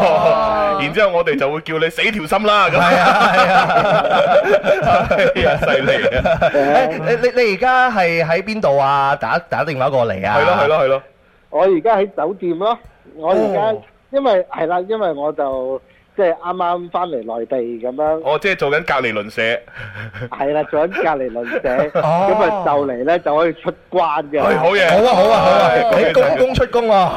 E: 哦，然之後我哋就會叫你死條心啦，咁
I: 係 啊係啊
E: 係啊，犀利 啊，
I: 誒你你你而家係喺邊度啊？打打電話過嚟啊！
E: 係咯係咯係咯，
C: 我而家喺酒店咯，我而家-
I: 哦。
C: 因為-係啦，因為我就即係啱啱返嚟內地咁樣，
E: 我即係做緊隔離鄰舍，
C: 係啦，做緊隔離鄰舍，
I: 哦。
C: 咁啊，就嚟呢，就可以出關嘅。
E: 係哎好嘢，
I: 好啊好啊好啊！
E: 係
I: 你公公出工喎，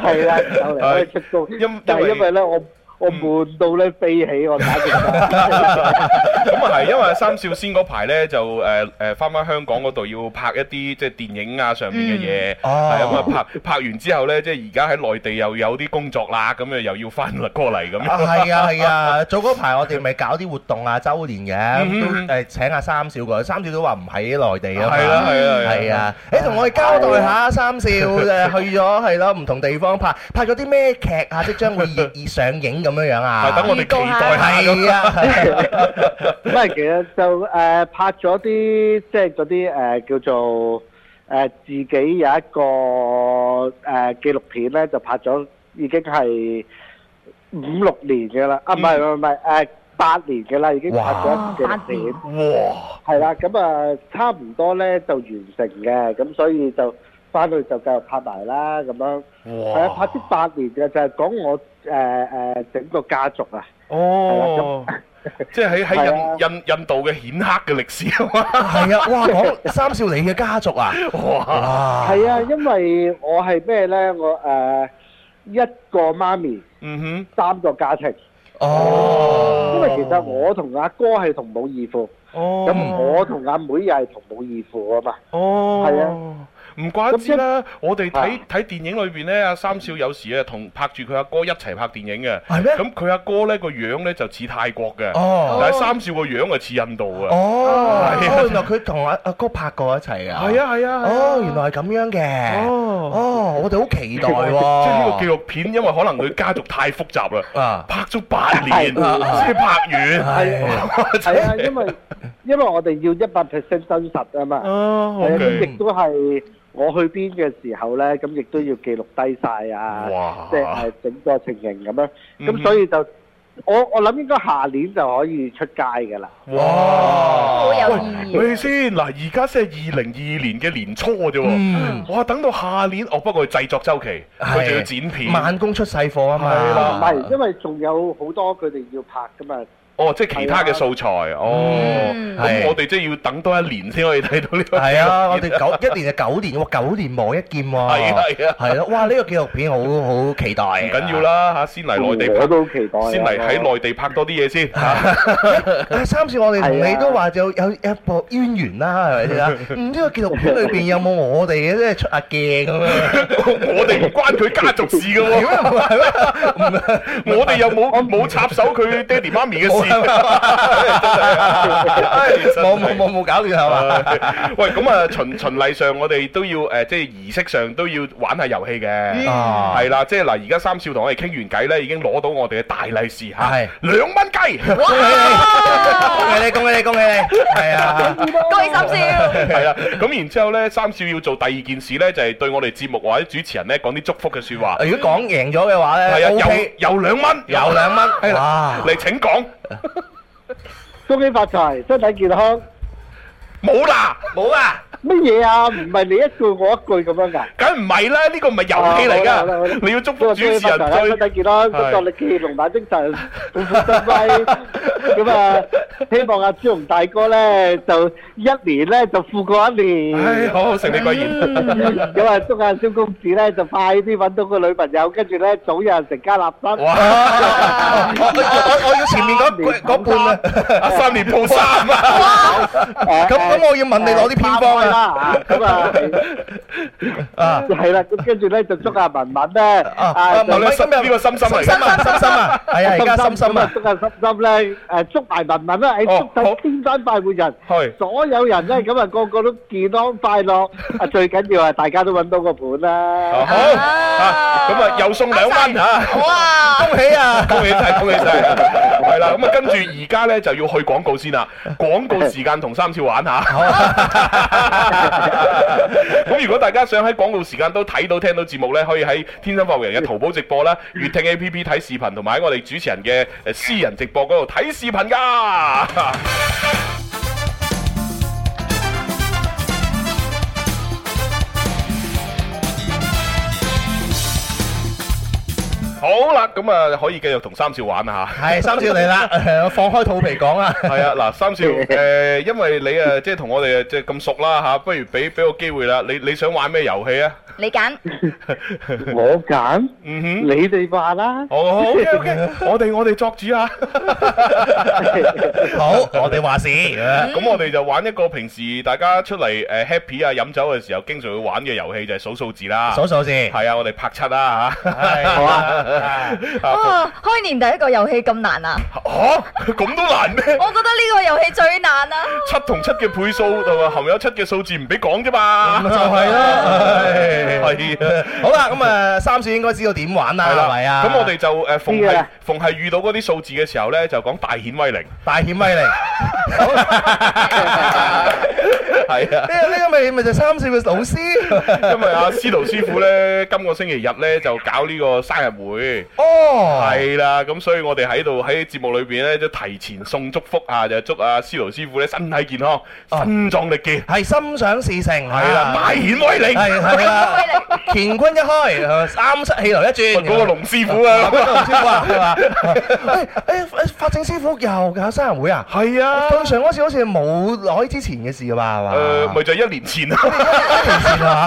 C: 係啦，就嚟可以出工。
E: 哎因-因為-嗯
C: 但係因為呢，我- 我悶到呢，飛起，我打電話。
E: 咁啊係，因為三少先嗰排咧就呃誒誒翻翻香港嗰度要拍一啲即係電影啊上面嘅嘢，係
I: 哦
E: 咁啊拍拍完之後咧，即係而家喺內地又有啲工作啦，咁啊又要翻嚟過嚟咁
I: 啊
E: 樣，
I: 係啊係啊！早嗰排我哋咪搞啲活動啊周年嘅，
E: 嗯
I: 都誒請阿三少過去，三少都話唔喺內地啊嘛。
E: 係啦係啦
I: 係啊！誒同我哋交代下，三 少誒去咗係咯唔同地方拍，拍咗啲咩劇啊？即將會熱熱上映咁樣樣啊？
E: 係等我哋期待下咁
I: 係啊！
C: 咁啊，其實就誒、呃拍咗啲即係嗰啲誒呃叫做誒、呃自己有一個誒、紀錄片咧，就拍咗已經係五六年嘅啦，啊唔係
E: 嗯
C: 唔係唔係誒八年嘅啦，已經拍咗紀錄片，
E: 哇！
C: 係啦，咁啊差唔多咧就完成嘅，咁所以就翻去就繼續拍埋啦，咁樣係啊，拍咗八年嘅就係講我誒誒、整個家族啊。
E: 哦，即係喺喺
C: 係
E: 印
I: 啊
E: 印印度嘅顯赫嘅歷史啊嘛，
I: 係啊！哇！講三少你嘅家族啊！
E: 哇！
I: 哇！
C: 係啊，因為我係咩咧？我誒、呃一個媽咪，
E: 嗯
C: 三個家庭。啊
I: 哦，
C: 因為其實我同阿哥係同母異父，
E: 哼，哦
C: 咁、我同阿妹又係同母異父啊嘛。
E: 哦，
C: 係
E: 啊。唔怪之啦，我哋睇睇電影裏邊咧，阿三少有時啊同拍住佢阿哥一齊拍電影嘅，
I: 係咩
E: 咁佢阿哥咧個樣咧就似泰國嘅，
I: 哦
E: 但係三少個樣啊似印度啊，
I: 哦，哦，原來佢同阿阿哥拍過一齊啊！
E: 係，啊係啊，
I: 哦，原來係咁樣嘅，
E: 哦
I: 哦，我哋好期待
E: 即係呢個紀
I: 喎，
E: 錄片，因為可能佢家族太複雜啦，
I: 啊，
E: 拍咗八年先
C: 係啊
E: 拍完，
I: 係啊
E: 哇 真
C: 係啊，因為因為我哋要一百 percent 真實啊嘛。
E: 哦
C: 係啊，
E: ，OK
C: 咁亦都係我去邊嘅時候咧，咁亦都要記錄低晒啊，
E: 哇
C: 即係誒整個情形咁樣。
E: 嗯
C: 咁所以就我我諗應該下年就可以出街㗎啦。
E: 哇！
H: 有
E: 喂，喂先嗱，而家先係二零二二年嘅年初
I: ừ.
E: 嘅啫
I: 嗯
E: 喎，哇！等到下年，哦，不過佢製作周期，佢仲要剪片，
I: 慢工出細貨啊
E: 係
C: 唔
E: 啦
I: 嘛，
C: 係，因為仲有好多佢哋要拍㗎嘛。
E: 哦，即係其他嘅素材，哦， 咁我哋即係要等多一年先可以睇到呢個。
I: 係啊，我哋九一年就九年喎，九年磨一劍喎。
E: 係啊係啊
I: 係咯，哇！呢個紀錄片好好期待。
E: 唔緊要啦嚇，先嚟內地拍，
I: 我
E: 都
C: 期待
E: 先嚟喺內地拍多啲 嘢先。
I: 啊，三少，我哋同你都話有有一部淵源啦，係咪先啊？唔知個紀錄片裏邊有冇我哋嘅，即係出下鏡咁樣。
E: 我哋唔關佢家族事噶喎，我哋又冇冇插手佢爹哋媽咪嘅事。
I: 冇冇冇冇搞亂係嘛？
E: 喂，咁啊，循循例上，我哋都要誒，即係儀式上都要玩下遊戲嘅，
I: 啊
E: 係啦，即係嗱，而家三少同我哋傾完偈咧，已經攞到我哋嘅大利是嚇，
I: 係
E: 兩蚊雞，
I: 恭喜你，恭喜你，恭喜你，恭喜你，係啊！
E: 恭喜三少， 係啦，咁然之後咧，三少要做第二件事咧，就係對我哋節目或者主持人咧講啲祝福嘅説話。
I: 如果講贏咗嘅話
E: 係
I: 咧
E: 啊，
I: ，OK，
E: 又又兩蚊，
I: 有兩蚊
E: 係啦，
I: 哇
E: 嚟請講。
C: 恭喜發財，身體健康。
E: 冇啦，冇啊！
C: 乜嘢啊？唔係你一句我一句咁樣㗎？
E: 梗唔係啦，呢個唔係遊戲嚟
C: 啊好啦好啦
E: 㗎，你要祝福主持人
C: 祝大家
E: 最
C: 身體健康，工作力健，龍馬精 神，共赴盛輝。咁啊，希望阿朱紅大哥咧就一年咧就富過一年。
E: 唉好承你貴言
C: 咁啊，祝阿蕭公子咧就快啲揾到個女朋友，跟住咧早日成家立室。
I: 我 我我要前面嗰嗰半啊，
E: 三年抱三
I: 啊！咁咁，我要問你攞啲偏方啊！
C: 咁啊，
I: À.
C: 啊，係啦，咁跟住咧就祝阿文文咧，啊，
E: 文文今日呢個心心嚟㗎
I: 心心啊心心啊係啊而
C: Dạ,
I: 家心心啊
C: 祝阿心心咧，誒，祝埋文文啦，誒，祝晒天生快活人，所有人咧，咁啊，個個都健康快樂，啊，最緊要啊，大家都揾到個伴啦，
E: 好啊，咁啊又送兩蚊嚇，
I: 哇！恭喜啊！
E: 恭喜晒，恭喜晒，係啦，咁啊跟住而家咧就要去廣告先啦，廣告時間同三少玩下。咁如果大家想喺廣告時間都睇到聽到節目咧，可以喺天生發圍人嘅淘寶直播啦、粵聽 A P P 睇視頻，同埋喺我哋主持人嘅誒私人直播嗰度睇視頻㗎。好啦，咁啊可以繼續同三少玩啦嚇。
I: 係三少嚟啦，誒我 放開肚皮講啊！
E: 係啊，嗱，三少，誒，因為你啊，即係同我哋啊，即係咁熟啦嚇，不如俾俾個機會啦，你你想玩咩遊戲啊？嗯
J: 你揀
C: 我揀，
E: Ừ.
C: 你哋話啦，
E: 哦，OK OK，我哋我哋作主啊！
I: 好，我哋話事。
E: 咁我哋就玩一個平時大家出嚟誒 happy 啊飲酒嘅時候經常會玩嘅遊戲，就係數數字啦。
I: 數數字
E: 係啊，我哋拍七啦嚇。好啊。
J: 哇！開年第一個遊戲咁難啊！
E: 嚇，咁都難咩？
J: 我覺得呢個遊戲最難啊！
E: 七同七嘅倍數同埋含有七嘅數字唔俾講啫嘛。
I: 就 係啦
E: 係啊。
I: 好啦，咁啊，三少應該知道點玩啦，
E: 係
I: 係
E: 啦
I: 咪，啊？
E: 咁我哋就誒逢
I: 知㗎
E: 係
I: 啦
E: 逢係遇到嗰啲數字嘅時候咧，就講大顯威靈，
I: 大顯威 靈，
E: 係啊
I: 呢。個呢個咪咪就係三少嘅老 師，
E: 因為阿司徒師傅咧，今個星期日咧就搞呢個生日會，
I: 哦，
E: 係啦，咁所以我哋喺度喺節目裏邊咧，就提前送祝福啊，就祝阿司徒師傅咧身體健康，身壯力健，
I: 係心想事成，係
E: 啦大顯威靈
I: 係係 啦，乾坤一開，三十氣流一轉，
E: 嗰個龍師傅啊
I: 嗰個龍師傅啊，係 嘛？誒誒，法正師傅又搞生日會啊？
E: 係啊，
I: 對上嗰次好似係冇耐之前嘅事㗎嘛，係嘛？
E: 誒，咪就係一年前啊。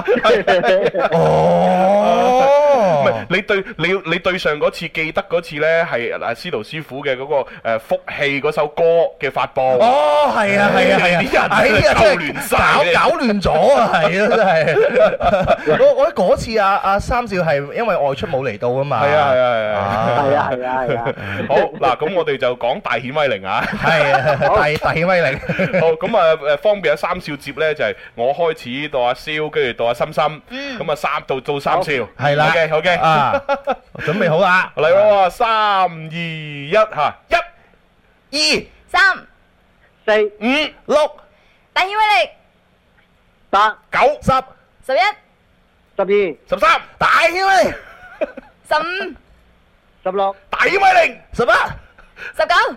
E: 唔係你對你你對上嗰次記得嗰次咧係嗱司徒師傅嘅嗰個誒福氣嗰首歌嘅發布。
I: 哦，係啊，係啊，係啊，
E: 啲人
I: 哎呀
E: 搞亂晒，
I: 搞搞亂咗啊，係啊，真係。我我覺得嗰次啊啊三少係因為外出冇嚟到啊嘛。
E: 係啊係啊 係啊
C: 係啊係啊係啊。
E: 好嗱，咁我哋就講大顯威靈啊。
I: 係啊，大大顯威靈。
E: 好咁啊誒，方便阿三少接咧，就係我開始到阿蕭，跟住到阿心心，咁啊三到到三少，
I: 係啦
E: OK OK ờ,
I: 啊，準備好啦，
E: 嚟咯，三二一嚇，
I: 一、
J: 三、
C: 四、
E: 五、
I: 六、
J: 大顯威力
C: 八、
E: 九、
I: 十、
J: 十一、
C: 十二、
E: 十三、
I: 大顯威靈、
J: 十五、
C: 十六、
E: 大顯威靈、
I: 十八、
J: 十九、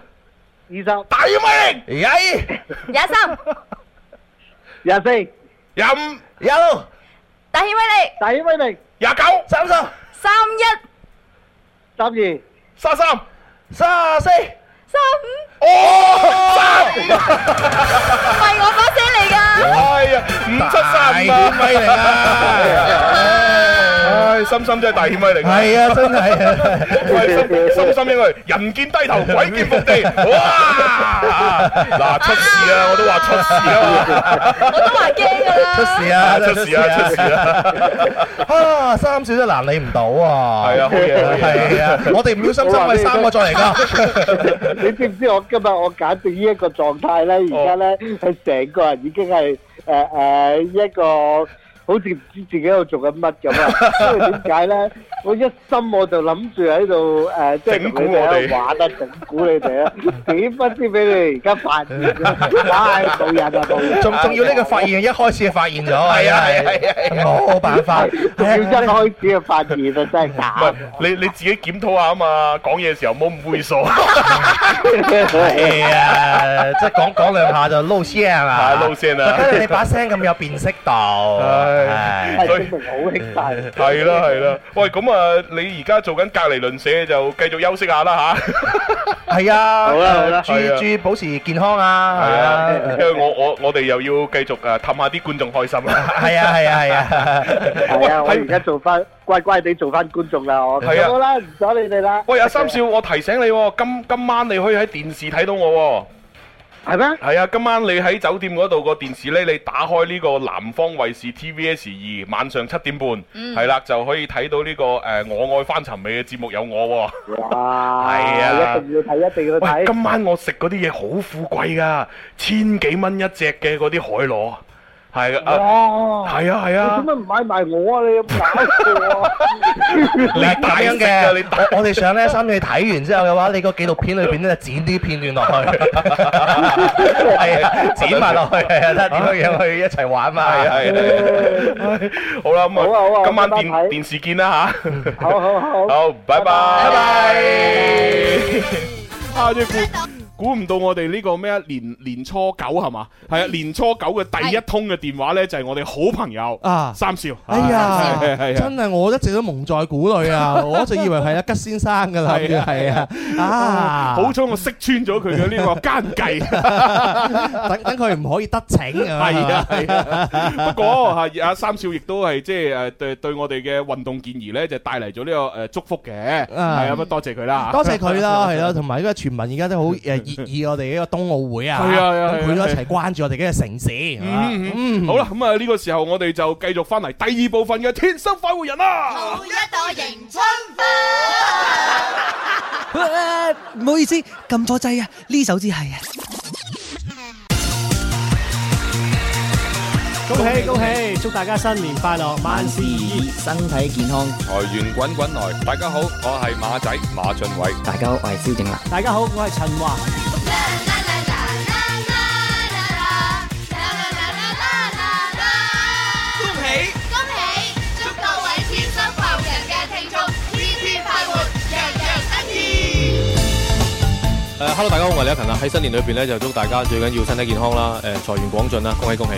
C: 二十、
E: 大顯威靈、
I: 廿二、
J: 廿三、
C: 廿四、
E: 廿五、
I: 廿六、
J: 大顯威力
C: 大顯威力、
E: 廿九、
I: 三十、
J: 三一、
C: 三二、
E: 三三、
I: 三四、
E: 哎呀，五七三五啊。唉，心心真係大顯威嚟㗎。
I: 啊
E: 喂，心-心心應該人見低頭，鬼見伏地。哇！嗱，出事啊，我都話出事啊嘛。
I: 出事啊，
E: 出事啊，
I: 出事啊。
E: 出事啊。
I: 啊，三小都難你唔到啊！
E: 係啊好嘢好嘢
I: 係啊，我哋唔要心心係三個 再嚟㗎。
C: 你知唔知我今日我簡直呢一個狀態咧？
I: 哦
C: 而家咧係成個人已經係誒誒一個好似唔知自己喺度做緊乜咁 啊！因為點解咧？我一心我就諗住喺度誒，即係同你哋喺度玩啊，整蠱 你哋啊！點不知俾你哋而家發現咗，唉冇人啊冇人！
I: 仲仲要呢個發現，一開始就發現咗，係啊係啊，冇辦 法，
C: 要
I: 啊
C: 一開始就發現啊，真 係假！
E: 唔係，你-你自己檢討下啊嘛，講嘢嘅時候唔好咁猥瑣。
I: 係啊，哎即係講講兩下就撈聲啦，
E: 係撈聲啦
I: 睇嚟你把聲咁有辨識度，
E: 唉所以係啦係啦，喂，咁啊，你而家做緊隔離鄰舍就繼續休息下啦吓。
I: 係啊，
E: 好啦好啦
I: 注
E: 係啊
I: 注意保持健康啊，
E: 係
I: 係
E: 啊
I: 啊，，
E: 因為我我我哋又要繼續誒氹下啲觀眾開心啦。
I: 係啊係啊係啊，
C: 係啊，我而家做翻乖乖地做翻觀眾啦，我
E: 係啊
C: 好啦，唔阻你哋啦。
E: 喂，阿三少，我提醒你喎，今今晚你可以喺電視睇到我
C: 喎。係咩？
E: 係啊，今晚你喺酒店嗰度個電視呢，你打開呢個南方衛視 TVS 二，晚上七點半，
C: 嗯
E: 係啦，就可以睇到呢個誒我愛翻尋味嘅節目 有我
C: 喎。哇
E: 係啊
C: 一。定要睇，一定要
E: 喂，
C: 睇。
E: 今晚我食嗰啲嘢好富貴噶，千幾蚊一隻嘅嗰啲海螺，係
C: 哇！
E: 啊，係啊係啊
C: 你，做乜唔買埋我啊？你有冇搞錯 啊？
I: 你咁樣
E: 啊
I: 嘅，我我哋想咧，三你睇完之後嘅話，你個紀錄片裏邊咧剪啲片段落 去，係啊，剪埋落去，係啊，睇下點樣樣去一齊玩嘛，
E: 係啊係啊，好啦咁啊，今晚電電視見啦吓，
C: 好好好，
E: 好，拜拜拜拜。啊！即係估估唔到我哋呢個咩啊，年 À, 年初九係嘛？係啊，年初九嘅第一通嘅電話咧，就係我哋好朋友
K: 啊
E: 三少。
K: 哎
I: 啊
K: 呀
E: 係係係，
K: 真係我一直都蒙在鼓裏啊！我一直以為係阿吉先生噶啦，
E: 係啊
K: 係啊，啊，
E: 好彩我識穿咗佢嘅呢個奸 計。
K: 啊等等佢唔可以得逞啊！
E: 係啊係啊，不過嚇阿三少亦都係即係誒對對我哋嘅運動建議咧，就帶嚟咗呢個誒祝福嘅，係啊，咁啊多謝佢啦，
K: 多 謝佢啦，係啦，同埋呢個傳聞而家都好誒熱議我哋呢個冬奧會啊，
E: 係啊係啊
K: 咁
E: 係啊
K: 佢都一
E: 係
K: 齊關注我哋嘅城市，
I: 啊
K: 係嘛
E: 嗯。嗯，好啦，咁啊呢個時候我哋就繼續翻嚟第二部分嘅天生快活人啦。
A: 啊唔好意思，撳錯掣啊！呢首至係啊。
L: 恭喜恭喜，祝大家新年快樂，萬事如意，
M: 身體健康。
N: 財源哦滾滾來。大家好，我係馬仔馬俊偉。
M: 大家好，我係蕭正立。
L: 大家好，我係陳華。
F: 恭喜恭喜，祝各位天生快活人嘅聽眾天天快活，人人得意。
O: 誒，hello，大家好，我係李克勤啊啦。喺新年裏邊咧，就祝大家最緊要身體健康啦，誒，財源廣進啦，恭喜恭喜！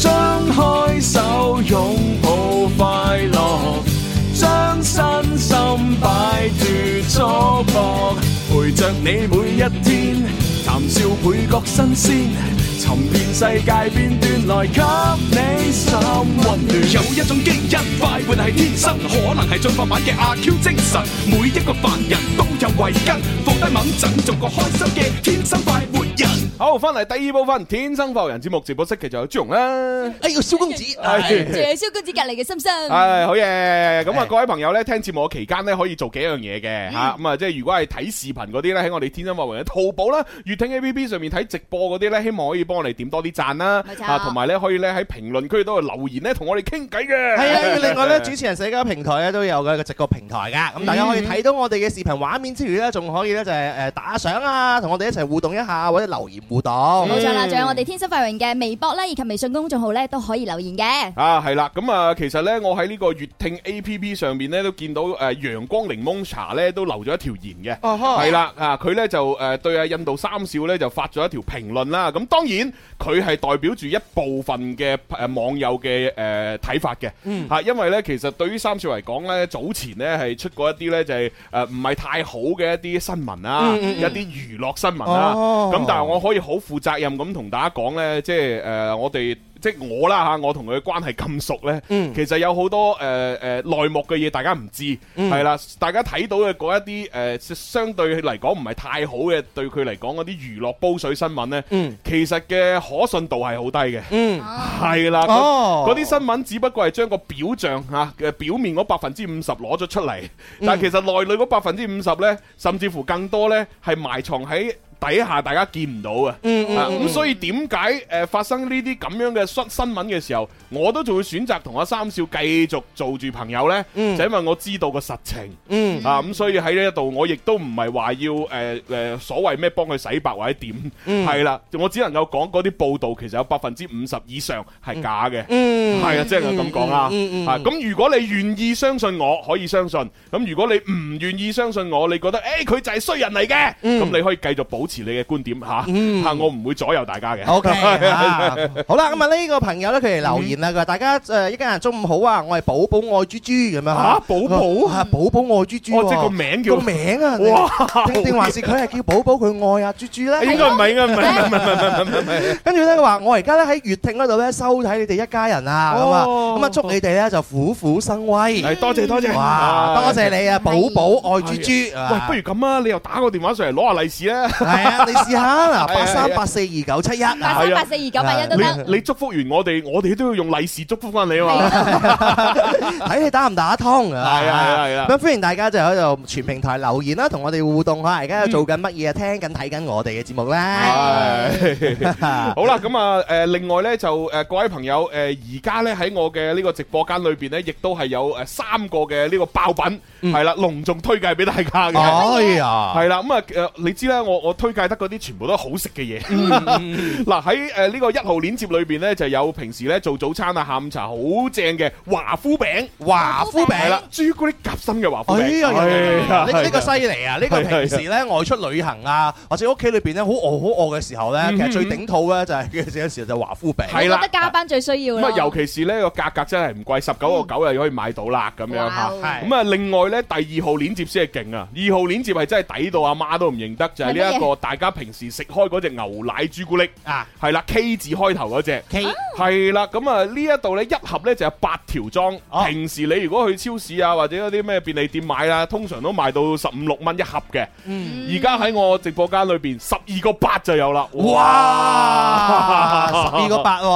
P: 張開手擁抱快樂，將身心擺住束縛，陪着你每一天，談笑倍覺新鮮，尋遍世界片段來給你心温暖。
Q: 有一種基因快活係天生，可能係進化版嘅阿 Q 精神。每一個凡人都有慧根，放低猛陣，做個開心嘅天生快活人。
R: 好，翻嚟第二部分《天生浮人》節目直播室，其實有朱容啦，
K: 哎呀，蕭公子，
A: 啊
R: 係。
J: 仲有蕭公子隔離嘅心心。
E: À.
R: 唉，好嘢！咁啊，各位朋友咧，聽節目嘅期間咧，可以做幾樣嘢
K: 嗯
R: 嘅吓，咁啊，即係如果係睇視頻嗰啲咧，喺我哋天生發圍嘅淘寶啦、粵聽 A P P 上面睇直播嗰啲咧，希望可以幫我哋點多啲讚啦
K: 冇，錯
R: 啊，同埋咧可以咧喺評論區度留言咧，同我哋傾偈嘅。
K: 係啊，另外咧，主持人社交平台咧都有嘅一個直播平台噶，咁大家
E: 嗯
K: 可以睇到我哋嘅視頻畫面之餘咧，仲可以咧就係誒打賞啊，同我哋一齊互動一下，或者留言
I: 互動。
E: 嗯
J: 冇錯啦，仲有我哋天生快活人嘅微博啦，以及微信公眾號咧都可以留言嘅。
E: 啊，係啦，咁啊，其實呢，我喺呢個粵聽 A P P 上面呢，都見到誒陽光檸檬茶呢，都留咗一條言
S: 哦
E: 嘅，
I: 哈
E: 係啦，啊，佢呢就誒對啊印度三少呢，就發咗一條評論啦。咁當然佢係代表住一部分嘅誒網友嘅誒睇法嘅，
S: 嗯
E: 嚇，因為呢，其實對於三少嚟講呢，早前呢係出過一啲呢，就係誒唔係太好嘅一啲新聞啊，
S: 嗯嗯嗯
E: 一啲娛樂新聞啦。
S: 哦
E: 咁但係我可以好負責任咁同大家講呢，即係誒、呃我哋。即係我啦嚇，我同佢嘅關係咁熟呢，其實有好多誒誒內幕嘅嘢大家唔知，
S: 嗯
E: 係啦、大家睇到嘅嗰一啲誒、呃相對嚟講唔係太好嘅，對佢嚟講嗰啲娛樂煲水新聞呢，
S: 嗯
E: 其實嘅可信度係好低嘅，係啦、
S: 哦
E: 嗰嗰啲新聞只不過係將個表象嚇嘅表面嗰百分之五十攞咗出嚟，
S: 嗯
E: 但係其實內裏嗰百分之五十呢，甚至乎更多呢，係埋藏喺底下，大家見唔到嘅。
S: 嗯嗯
E: 啊
S: 嗯
E: 咁、所以點解誒發生呢啲咁樣嘅新新聞嘅時候，我都仲會選擇同阿三少繼續做住朋友呢？
S: 嗯
E: 就因為我知道個實情。
I: 嗯
E: 啊咁，所以喺呢一度我亦都唔係話要誒誒、呃所謂咩幫佢洗白或者點，
I: 嗯
E: 係啦、我只能夠講嗰啲報道其實有百分之五十以上係假嘅。
I: 嗯
E: 係啊，即係咁講啦。
I: 嗯嗯嗯
E: 啊，咁如果你願意相信我，可以相信；咁如果你唔願意相信我，你覺得誒佢就係衰人嚟嘅，
I: 嗯
E: 咁你可以繼續保持你嘅觀點吓吓，我唔會左右大家嘅。哦
I: O K 好啦，咁啊呢個朋友咧，佢哋留言啦，佢話大家誒一家人中午好啊，我係寶寶愛豬豬咁樣嚇，
E: 寶寶
I: 啊寶寶愛豬豬喎，
E: 哦即係個名叫
I: 個名啊，
E: 哇
I: 定定還是佢係叫寶寶佢愛啊豬豬咧？
E: 應該唔係，應該唔係，唔係，唔係，唔係，唔係，唔係。
I: 跟住咧，佢話我而家咧喺粵聽嗰度咧收睇你哋一家人啊，咁啊，
E: 哦
I: 咁啊祝你哋咧就虎虎生威。
E: 係多謝多謝，
I: 哇，多謝你啊，寶寶愛豬豬。
E: 喂，不如咁啊，你又打個電話上嚟攞下利是啦。
I: 係啊，你試下 嗱，八三八四二九七一，
E: 係啊
J: 83842981都得
E: 你你祝福完我哋，我哋都要用利是祝福翻你啊嘛。
I: 睇你打唔打得通啊！
E: 係啊係啊係啊
I: 咁歡迎大家就喺度全平台留言啦，同我哋互動下，而家做緊乜嘢啊？聽緊睇緊我哋嘅節目啦。
E: 好啦，咁啊，誒，另外呢，就誒，各位朋友，誒，而家呢，喺我嘅呢個直播間裏邊呢，亦都係有誒三個嘅呢個爆品，係啦，隆重推介俾大家嘅。
I: 哎呀
E: 係啦，咁啊，誒，你知啦，我我推介得嗰啲全部都係好食嘅嘢。 嗱喺誒呢個一號鏈接裏邊呢，就有平時呢做早餐啊、下午茶好正嘅華夫餅，
I: 華夫餅
E: 係啦，朱古力夾心嘅華夫
I: 哎
E: 餅。
I: 呀，
E: 係啊
I: 呢呢個犀利啊！呢個
E: 係啊
I: 平時
E: 係啊
I: 咧外出旅行啊，或者屋企裏邊咧好餓好餓嘅時候咧，
E: 嗯
I: 其實最頂肚咧就係有時候就華夫餅。
E: 係
J: 我覺
E: 啦
J: 得加班最需要
E: 咁
J: 啦
E: 啊，。尤其是呢個價格真係唔貴，十九個九又可以買到啦，咁樣嚇。
J: 哇
E: 咁啊，另外呢，第二號鏈接先係勁啊！二號鏈接係真係抵到阿媽都唔認得，就係呢一
I: 係乜
E: 個大家平時食開嗰只牛奶朱古力
I: 啊，
E: 係啦 K 字開頭嗰只
I: K
E: 係啦。咁啊，呢一度呢，一盒呢就有八條裝。
I: 哦
E: 平時你如果去超市啊，或者嗰啲咩便利店買啦，通常都賣到十五六蚊一盒嘅。
I: 嗯
E: 而家喺我直播間裏邊，十二個八就有啦。
I: 哇12個八喎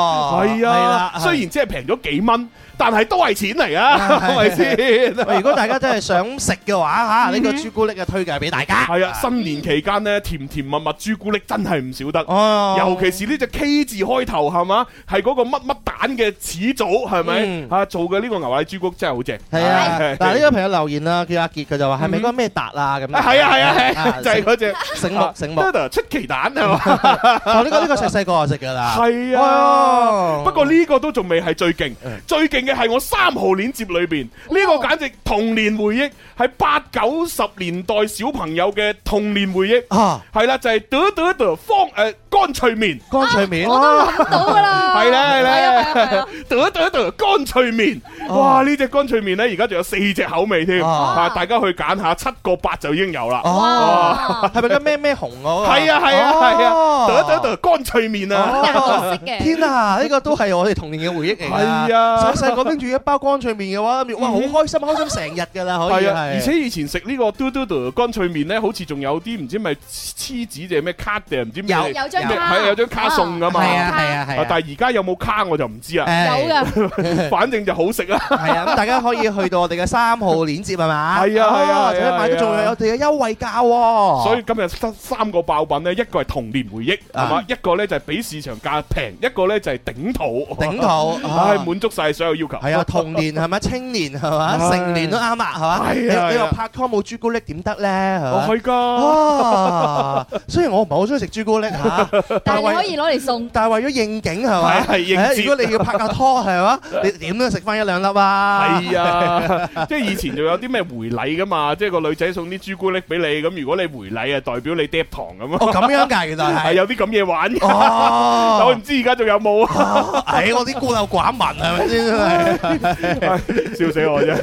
E: 係
I: 係
E: 啊
I: 啦，
E: 雖然只係平咗幾蚊，但係都係錢嚟啊，係咪先？
I: 喂，如果大家真係想食嘅話嚇，呢個朱古力嘅推介俾大家。
E: 係啊，新年期間咧，甜甜蜜蜜朱古力真係唔少得，
I: 哦
E: 尤其是呢只 K 字開頭係嘛，係嗰個乜乜蛋嘅始祖係咪
I: 嗯？
E: 啊，做嘅呢個牛奶朱古力真係好正，
I: 係啊，嗱呢
E: 係
I: 個朋友留言啦，叫阿傑，佢就話係咪嗰個咩達啊咁樣？
E: 啊 係啊係啊， 就係嗰隻啊
I: 醒目醒目
E: 出奇蛋係嘛。
I: 哦，呢個呢個細細個就食㗎啦。
E: 係
I: 哦
E: 啊，不過呢個都仲未係最勁，
I: 嗯
E: 最勁嘅係我三號鏈接裏邊呢個簡直童年回憶，係八九十年代小朋友嘅童年回憶。
I: 啊，
E: 係啦，就係嘟嘟嘟方誒乾脆麵，
I: 乾脆麵，
E: 我
I: 都
E: 諗到
J: 㗎啦
E: 係啦係 啦，嘟嘟嘟乾脆麵，
I: 哦
E: 哇！呢只乾脆麵咧，而家仲有四隻口味添，啊大家去揀下，七個八就已經有啦。
I: 哦，係咪個咩咩紅嗰個？
E: 係啊係啊係啊，
I: 哦
E: 嘟嘟嘟乾脆麵啊！
I: 天啊！呢個都係我哋童年嘅回憶嚟㗎。
E: 係啊
I: 細細個拎住一包乾脆麵嘅話，哇，好開心，開心成日㗎啦，哦可以
E: 係
I: 係。
E: 啊，而且以前食呢個嘟嘟嘟乾脆麵咧，好似仲有啲唔知咪黐紙定係咩卡定係唔知咩
I: 有有張
E: 咩
I: 卡
E: 係啊有張卡
J: À.
E: 送噶嘛？
I: 係啊係啊係啊
E: 但係而家有冇卡我就唔 知啊。
I: 誒有
J: à.
I: 㗎
E: 反正就好食啦。
I: 係啊，咁大家可以去到我哋嘅三號鏈接係嘛？
E: 係啊係啊
I: 或者買到仲有我哋嘅優惠價喎。
E: 所以今日得三個爆品咧，一個係童年回憶，係
I: 啊
E: 嘛？一個咧就係比市場價平，一個咧就係頂肚，
I: 頂肚
E: 唉
I: 啊，
E: 滿足晒所有要求。
I: 係啊，童年係咪？青年係
E: 係
I: 嘛？成年都啱啦，係嘛？
E: 係啊
I: 你你話
E: 係啊
I: 拍拖冇朱古力點得咧？係啊嘛
E: 哦係㗎
I: 啊，雖然我唔係好中意食朱古力 嚇，
J: 但係你
I: 為
J: 可以攞嚟送。
I: 但係為咗應景係嘛？
E: 係係應節
I: 誒如果你要拍下拖 係嘛，你點都要食翻一兩粒啊！
E: 係啊， 即係以前仲有啲咩回禮噶嘛，即係個女仔送啲朱古力俾你，咁如果你回禮啊，代表你嗒糖咁啊。
I: 哦咁樣㗎原來係
E: 係有啲咁嘢玩。
I: 哦
E: 但我唔知而家 仲有冇 啊。
I: 唉，我啲孤陋寡聞係咪先？
E: 笑死我真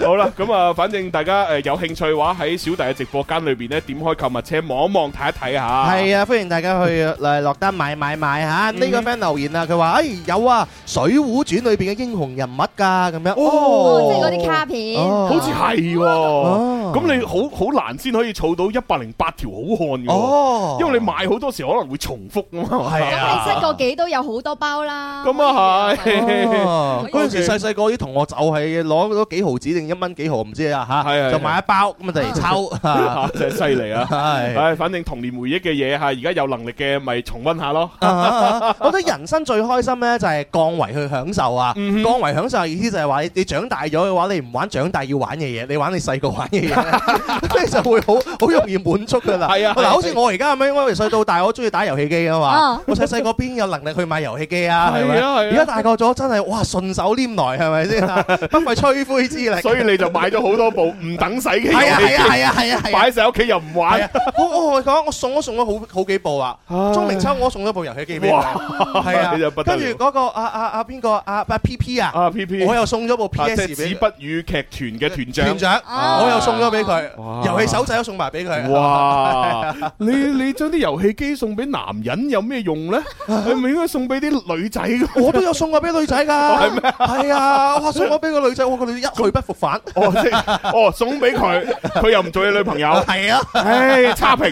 E: 係。好啦，咁啊，反正大家誒有興趣嘅話，喺小弟嘅直播間裏邊咧，點開購物車望一望睇一睇下。
I: 係啊，歡迎大家去誒落單買買買嚇。呢個 friend 留言啊，佢話：誒有啊，《水滸傳》裏邊嘅英雄人物㗎咁樣。
J: 哦，
I: 哦
J: 即係嗰啲卡片。
E: 好似係喎，咁你好好難先可以儲到一百零八條好漢嘅
I: 哦
E: 喎，因為你買好多時可能會重複㗎嘛。
I: 係啊
J: 七個幾都有好多包啦。
E: 咁啊
I: 哦
E: 係，
I: 嗰陣時細細個啲同學就係攞咗幾毫子定一蚊幾毫唔知啊嚇，就買一包咁啊就嚟抽
E: 啊真係犀利啊！
I: 係
E: 唉，反正童年回憶嘅嘢嚇，而家有能力嘅咪重温下咯。
I: 啊我覺得人生最開心咧就係降維去享受啊！
E: 嗯
I: 降維享受嘅意思就係話你你長大咗嘅話，你唔玩長大要玩嘅嘢，你玩你細個玩嘅 嘢，你就會好好容易滿足噶啦。
E: 係啊
I: 嗱，好似我而家咁樣，我由細到大我中意打遊戲機啊
J: 啊
I: 嘛。我細細個邊有能力去買遊戲機 啊？係咪？
E: 係啊係啊
I: 而家大個咗真係哇，順手拈來係咪先啊？ 不費吹灰之力。
E: 所以你就買咗好多部 唔等使嘅遊戲機，
I: 係啊係啊係啊係啊啊係啊
E: 擺晒屋企又唔玩。
I: 我我同你講，我送我送咗好好幾部啊！鐘明秋我送咗部遊戲機俾佢，
E: 哇
I: 係啊
E: 你就不，得
I: 跟
E: 了
I: 住嗰個啊啊啊邊個啊啊 P P 啊，
E: 啊 P P，
I: 我又送咗部 P
E: 啊即
I: S
E: 係
I: 俾
E: 子不語劇團嘅團長。
I: 團長，我又送咗俾佢
E: 哇，
I: 遊戲手仔都送埋俾佢。
E: 哇！ 你你將啲遊戲機送俾男人有咩 用咧？係咪應該送俾啲女仔㗎？
I: 我都有送過俾女仔㗎，
E: 哦
I: 係咩？係啊，哇！送我俾個女仔，我個女一去不復返。
E: 哦，即係哦，送俾佢，佢又唔做你 女朋友。
I: 係啊，
E: 唉，差評。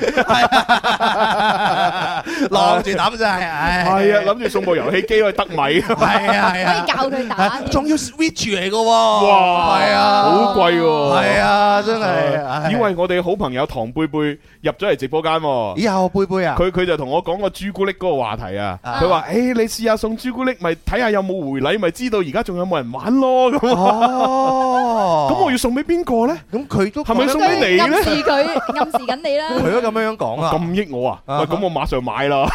I: 晾住膽真係，唉
E: 係啊，諗住送部遊戲機去得米。
I: 係啊係啊，
J: 教佢打。
I: 仲要 Switch 嚟㗎喎，
E: 哇，
I: 係啊，
E: 好貴喎。
I: 係啊，真係，唉
E: 因為我哋好朋友唐貝貝入咗嚟直播間喎。
I: 以後貝貝啊，
E: 佢佢就同我講個朱古力嗰個話題啊，
I: 啊
E: 佢話：，誒你試下送朱古力，咪睇下有冇回禮，咪知道而家仲有冇人玩咯咁啊。
I: 哦，
E: 咁我要送俾邊個咧？
I: 咁佢都
E: 係咪送俾你
J: 暗示
E: 咧？
J: 佢，暗示緊你啦。
I: 佢都咁樣樣講啊，
E: 咁益我啊！喂，咁我馬上買啦。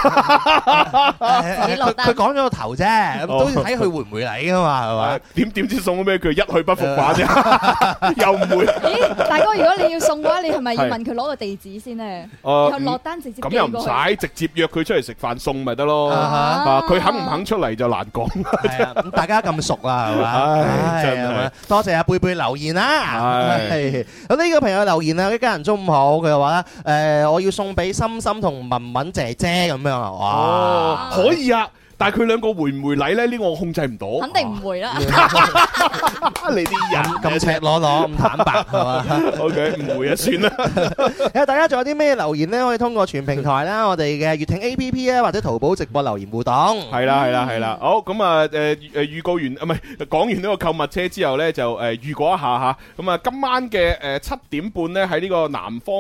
I: Ờ,
J: 自己落
I: 佢
J: 單
I: 佢講咗個頭啫，咁
E: 哦
I: 都要睇佢回唔回禮噶嘛，係嘛？ 啊
E: 點點知送咗俾佢，一去不復返啫， 又唔 會。
J: 咦，大哥，如果你要送嘅話，你係咪要
E: 係
J: 問佢攞個地址先咧？
E: 哦
J: 然後落單直接
E: 咁
J: 寄
E: 又
J: 過
E: 唔
J: 去。
E: 使直接約佢出嚟食飯送咪得咯。啊
I: 啊
E: 佢肯唔肯出嚟就難講。
I: 咁大家咁熟啦，係嘛？
E: 唉真係
I: 係嘛多謝阿貝貝留言啦。係咁呢個朋友留言啊，一家人中午好，佢話咧誒，我要送俾心心同文文姐姐咁樣啊，哇！
E: 哦，可以啊，但係佢兩個回唔回禮咧？呢個我控制唔到。
J: 肯定唔會啦。
E: 你啲人
I: 咁赤裸裸咁坦白係嘛？
E: OK，唔回啊，算啦。
I: 誒，啊大家仲有啲咩留言咧？可以通過全平台啦，我哋嘅粵聽 A P P 啊，或者淘寶直播留言互動。
E: 係啦，係啦，係啦。好咁啊，誒誒預告完啊，唔係講完呢個購物車之後咧，就誒預告一下嚇。咁啊，今晚嘅誒七點半咧，喺呢個南方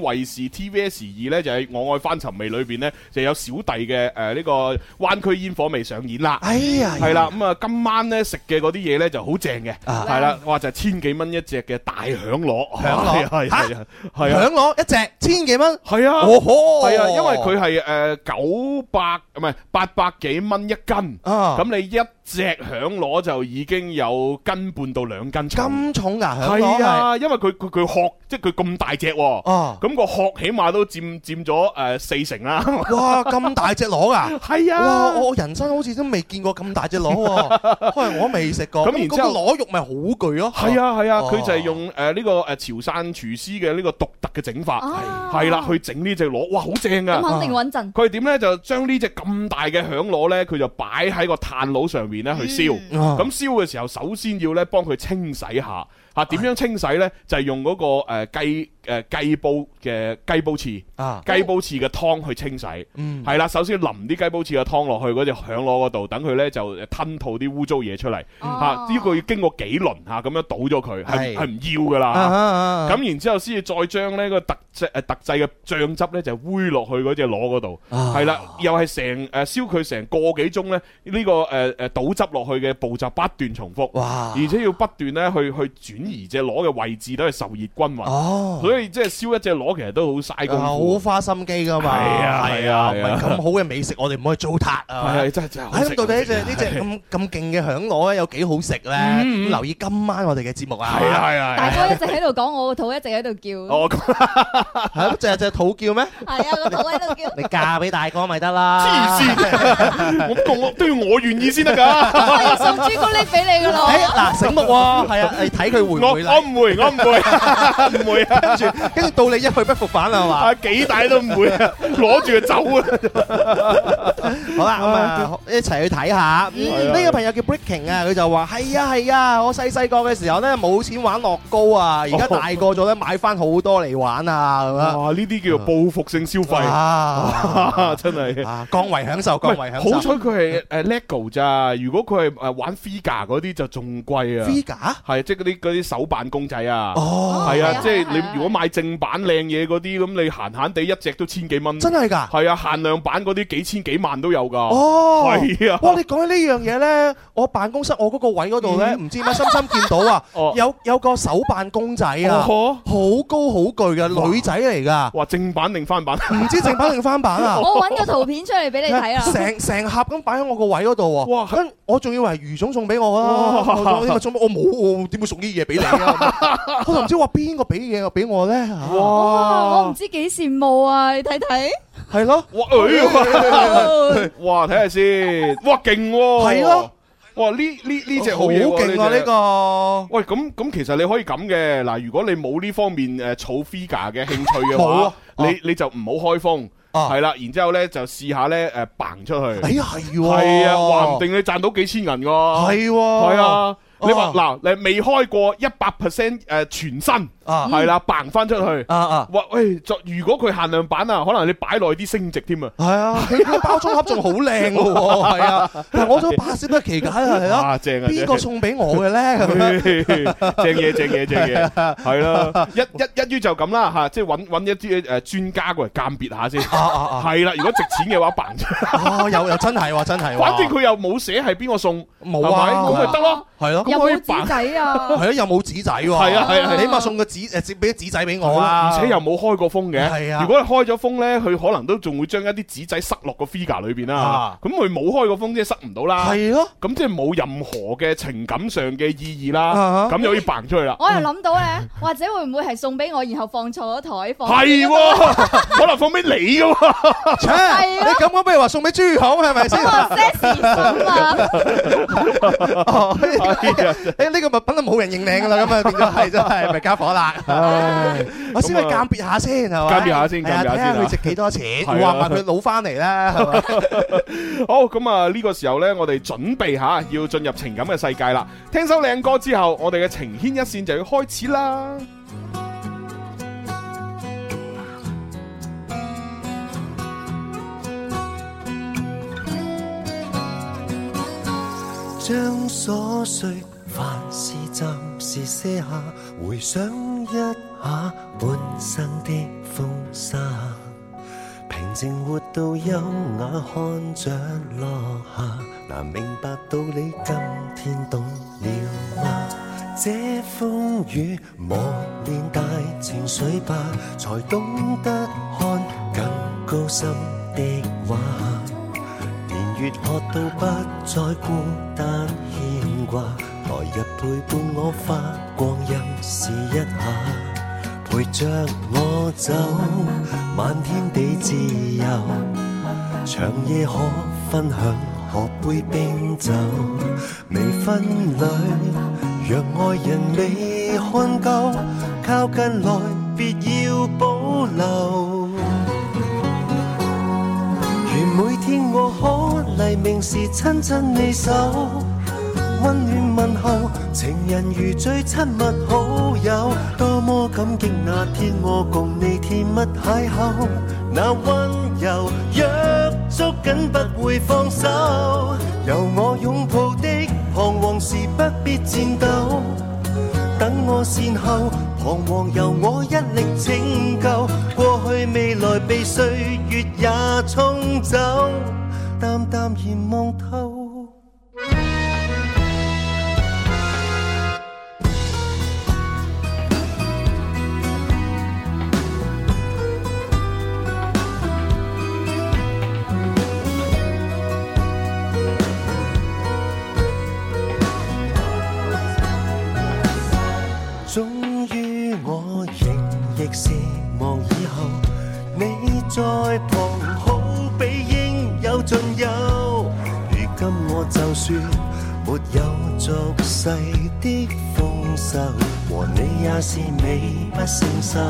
E: 衛視 TVS 二咧，就係《我愛翻尋味》裏邊咧，就有小弟嘅呃誒呢個灣區煙火味上演 啦。
I: 哎呀
E: 係啦，咁啊，今晚咧食嘅嗰啲嘢咧就好正嘅，係啦，哇就係千幾蚊一隻嘅大啊響螺，
I: 響螺
E: 係啊係啊係啊
I: 響。螺一隻千幾蚊，
E: 係啊，
I: 哦吼，
E: 係啊，因為佢係誒九百唔係八百幾蚊一斤，
I: 啊
E: 咁你一隻響螺就已經有斤半到兩斤重。
I: 咁重牙響螺
E: 係
I: 係
E: 啊，因為佢佢佢殼即係佢咁大隻喎，
I: 哦
E: 咁個殼起碼都佔佔咗誒四 成啦。
I: 哇咁大隻螺啊！
E: 係啊
I: 哇！我人生好似都未見過咁大隻螺喎， 可能我未食過。
E: 咁然之後
I: 嗰個螺肉咪好巨咯。
E: 係啊係啊，
I: 哦
E: 佢就係用誒呢個誒潮汕廚師嘅呢個獨特嘅整法，係啦，去整呢隻螺，哇，好正啊！
J: 咁肯定穩陣。
E: 佢係點呢？就將呢只咁大嘅響螺呢，佢就擺喺個炭爐上面呢去燒。
I: 嗯
E: 咁燒嘅時候，首先要呢幫佢清洗下。嚇點樣清洗呢？就係用嗰個誒雞誒雞煲嘅雞煲翅
I: 啊
E: 雞煲翅嘅湯去清洗。
I: 嗯
E: 係啦，首先淋啲雞煲翅嘅湯落去嗰只響螺嗰度，等佢呢就吞吐啲污糟嘢出嚟。嚇呢個要經過幾輪嚇咁樣倒咗佢，
I: 係
E: 係唔係唔要㗎啦。
I: 啊啊啊
E: 咁然之後先至再將呢個特製誒特製嘅醬汁咧就煨落去
I: 啊
E: 嗰只螺嗰度，係啦，又係成誒燒佢成個幾鐘咧，呢個誒誒倒手執落去嘅步驟不斷重複，
I: 哇！
E: 而且要不斷咧去去轉移只螺嘅位置，都係受熱均勻。
I: 哦啊
E: 所以即係燒一隻螺其實都好嘥功
I: 好
E: 夫。
I: 花心機噶嘛，
E: 係啊
I: 係
E: 係啊
I: 啊，唔
E: 係啊
I: 係咁好嘅美食，我哋唔可以糟蹋啊！
E: 係啊真係真係好
I: 哎
E: 食
I: 咁到底呢只
E: 好食
I: 呢只咁咁勁嘅響螺咧，有幾好食咧？
E: 嗯
I: 咁留意今晚我哋嘅節目啊！
E: 係啊係啊係啊
J: 大哥一直喺度講，我個肚一直喺度叫。
E: 哦，
I: 係咯，隻隻肚 叫咩？
J: 係啊，個肚喺度叫。
I: 你嫁俾大啊哥咪得啦！
E: 黐線，我共我都要我願意先得㗎。
J: 我要送朱古力俾 你噶咯。
I: 誒嗱，醒目喎，係啊，你睇佢會 唔會啦？
E: 我唔會，我唔會， 唔會啊！
I: 跟住跟住到你一去不復返啦，係嘛？
E: 啊，幾大都唔會 啊，攞住就走啊！
I: 好啦，咁啊，一齊去睇下。
E: 嗯
I: 呢個朋友叫 Breaking 啊，佢就話：係啊係啊，我細細個嘅時候咧冇錢玩樂高啊，而家大個咗咧買翻好多嚟玩啊咁樣。
E: 哇！呢啲叫做報復性消費
I: 啊，
E: 真 係
I: 降維享受，降維享受。
E: 好彩佢係啊誒 LEGO 咋，如果佢係誒玩 Figa 嗰啲就仲貴啊
I: Figure？
E: 係即係嗰啲嗰啲手辦公仔啊，
I: 哦
E: 係
I: 係
E: 啊
I: 啊，
E: 即係你如果買正版靚嘢嗰啲，咁你閒閒地一隻都千幾蚊，
I: 真係㗎
E: 係啊，限量版嗰啲幾千幾萬都有㗎，
I: 哦，
E: 係啊，
I: 哇！你講起呢樣嘢咧，我辦公室我嗰個位嗰度咧，唔知點解深深見到啊，有有個手辦公仔啊，
E: 哦
I: 好高好巨嘅女仔嚟㗎，
E: 哇！正版定 翻版？
I: 唔知正版定翻版啊？
J: 我揾個圖片出嚟俾 你睇啊。
I: 成成盒咁擺喺我個位嗰度
E: 哇
I: 喎，跟我仲以為余總送俾我啦，
E: 哇
I: 我仲呢個送俾我冇，我點會送啲嘢俾你啊？我就唔知話邊個俾嘢俾我啊咧嚇
J: 哇！我唔知幾羨慕啊！你睇睇，
I: 係咯，
E: 哇！ 哎哇！睇下先，哇！勁喎，
I: 係咯。
E: 哇！呢呢呢只好嘢喎
I: 好勁啊
E: 隻
I: 呢個
E: 喂，咁咁其實你可以咁嘅嗱，如果你冇呢方面誒儲 figure 嘅興趣嘅
I: 冇
E: 話
I: 啊，
E: 你你就唔好開封。係啦，然之後咧就試下咧誒掟出去。
I: 哎呀係喎
E: 係啊，話唔定你賺到幾千銀㗎。
I: 係喎
E: 係
I: À.
E: 啊。你話
I: 哦
E: 嗱，你未開過一百 percent 誒全新，
I: 啊
E: 係啦，掟翻出去，
I: 啊啊，
E: 哇喂，作如果佢限量版啊，可能你擺耐啲升值添啊。
I: 係啊，佢個包裝盒仲好靚 嘅喎，係啊，但係我都百思不其解啊，係
E: 哇
I: 咯，
E: 正啊
I: 邊個送俾我 嘅咧？咁樣
E: 正嘢正嘢正嘢，係啦， 一一一於就咁啦嚇，即係揾揾一啲誒專家過嚟鑑別下先，
I: 啊啊
E: 係啦，如果值錢嘅 話，掹出，
I: 哦，又又真係喎，真係喎，
E: 反正佢又冇寫係邊個送，
I: 冇啊
E: 係咪咁咪得咯，
I: 係咯，
E: 咁可以掹，
J: 啊
I: 係咯，又冇紙仔喎，
E: 係啊係啊係啊
I: 你起碼送個紙誒，折俾啲紙仔俾我啊，
E: 而且又冇開過封嘅，
I: 係啊
E: 如果你開咗封咧，佢可能都仲會將一啲紙仔塞落個 figure 裏邊啦
I: 啊，
E: 咁佢冇開過封即係塞唔到啦，
I: 係咯，
E: 咁即係冇任何嘅情感上嘅意義啦
I: 啊，
E: 咁又要掹出去啦。
J: 我又諗到咧，或者會唔會係送俾我，然後放錯咗台
I: 哦
J: 放？
E: 係喎，可能放俾你噶喎。
I: 切你咁講，不如話送俾朱紅係咪先？ 哦誒呢個物品都冇人認領㗎啦，咁啊 變咗係真係咪家伙啦？我先去鑑別下先係咪？
E: 鑑別下先
I: 係啊
E: 鑑別下先啊
I: 睇下佢值幾多錢，
E: 係啊
I: 話埋佢攞翻嚟咧 係咪？
E: 好，咁啊呢個時候呢，我哋準備下要進入情感嘅世界啦。聽首靚歌之後，我哋嘅情牽一線就要開始啦。
T: 將瑣碎凡事暫時卸下，回想一下半生的風沙，平靜活到優雅看着落下，難明白道理，今天懂了嗎？這風雨磨練大情緒吧，才懂得看更高深的畫。年月學到不再孤單牽掛，來日陪伴我發光陰試一下，陪着我走，漫天地自由，長夜可分享，喝杯冰酒，微分裏若愛人未看夠，靠近來別要保留。如每天我可黎明時親親你手，温暖問候，情人如最親密好友，多麼感激那天我共你甜蜜邂逅，那温柔若捉緊不會放手，由我擁抱的彷徨時不必戰鬥。等我善後，彷徨由我一力拯救，過去未來被歲月也沖走，淡淡然望透。望以後，你在旁好比應有盡有。如今我就算沒有俗世的豐收，和你也是美不勝收，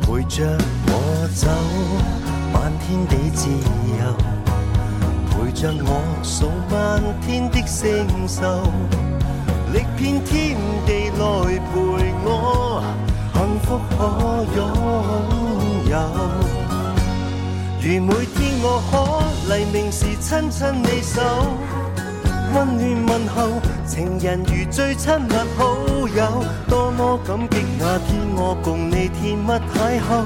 T: 陪着我走，漫天地自由，陪着我數漫天的星宿。力遍天地來陪我，幸福可擁有。如每天我可黎明時親親你手，温暖問候，情人如最親密好友，多麼感激那天我共你甜蜜邂逅，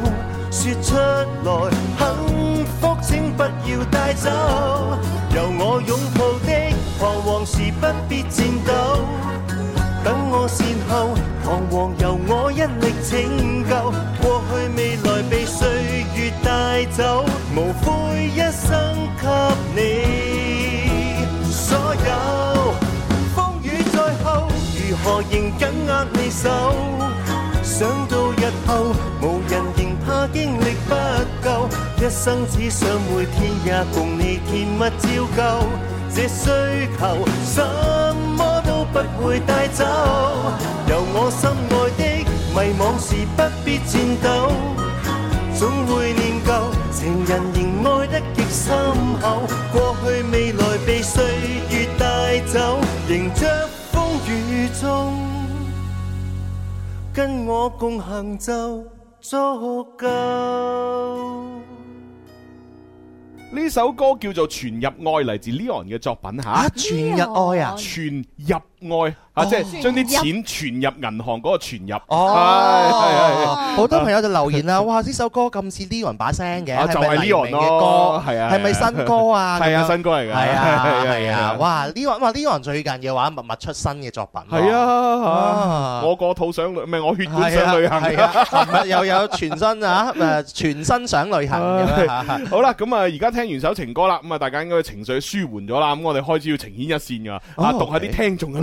T: 說出來幸福請不要帶走，由我擁抱的彷徨時不必戰鬥。等我善後，彷徨由我一力拯救，過去未來被歲月帶走，無悔一生給你所有。風雨再後，如何仍緊握你手？想到日後，無人仍怕經歷不夠，一生只想每天也共你甜蜜照舊。這需求什麼都不會帶走，由我心愛的迷惘時不必戰鬥，總會念舊，情人仍愛得極深厚，過去未來被歲月帶走，迎着風雨中跟我共行就足夠。
E: 呢首歌叫做《全入愛》，嚟自 Leon 嘅作品吓。
I: 全日愛啊！
E: 全入愛啊，即係將啲錢存入銀行嗰個存入。
I: 哦，好多朋友就留言啦，哇！呢首歌咁似 Leon 把聲嘅，
E: 啊就係
I: 係咪黎
E: Leon
I: 明嘅歌
E: 咯，係啊，
I: 係咪新歌 啊？
E: 係啊，
I: 咁樣
E: 新歌嚟㗎，
I: 係 啊，
E: 係
I: 係啊，哇！呢個哇呢個人最近嘅話，默默出新嘅作品喎。
E: 係啊，
I: 啊
E: 我個肚想旅，唔係我血管想旅行。
I: 係啊，係啊琴日又有全新啊， 誒全新想旅行咁樣啊
E: 好啦，咁啊，而家聽完首情歌啦，咁啊，大家應該情緒舒緩咗啦，咁我哋開始要情牽一線噶，
I: 哦
E: 啊，讀下啲聽眾嘅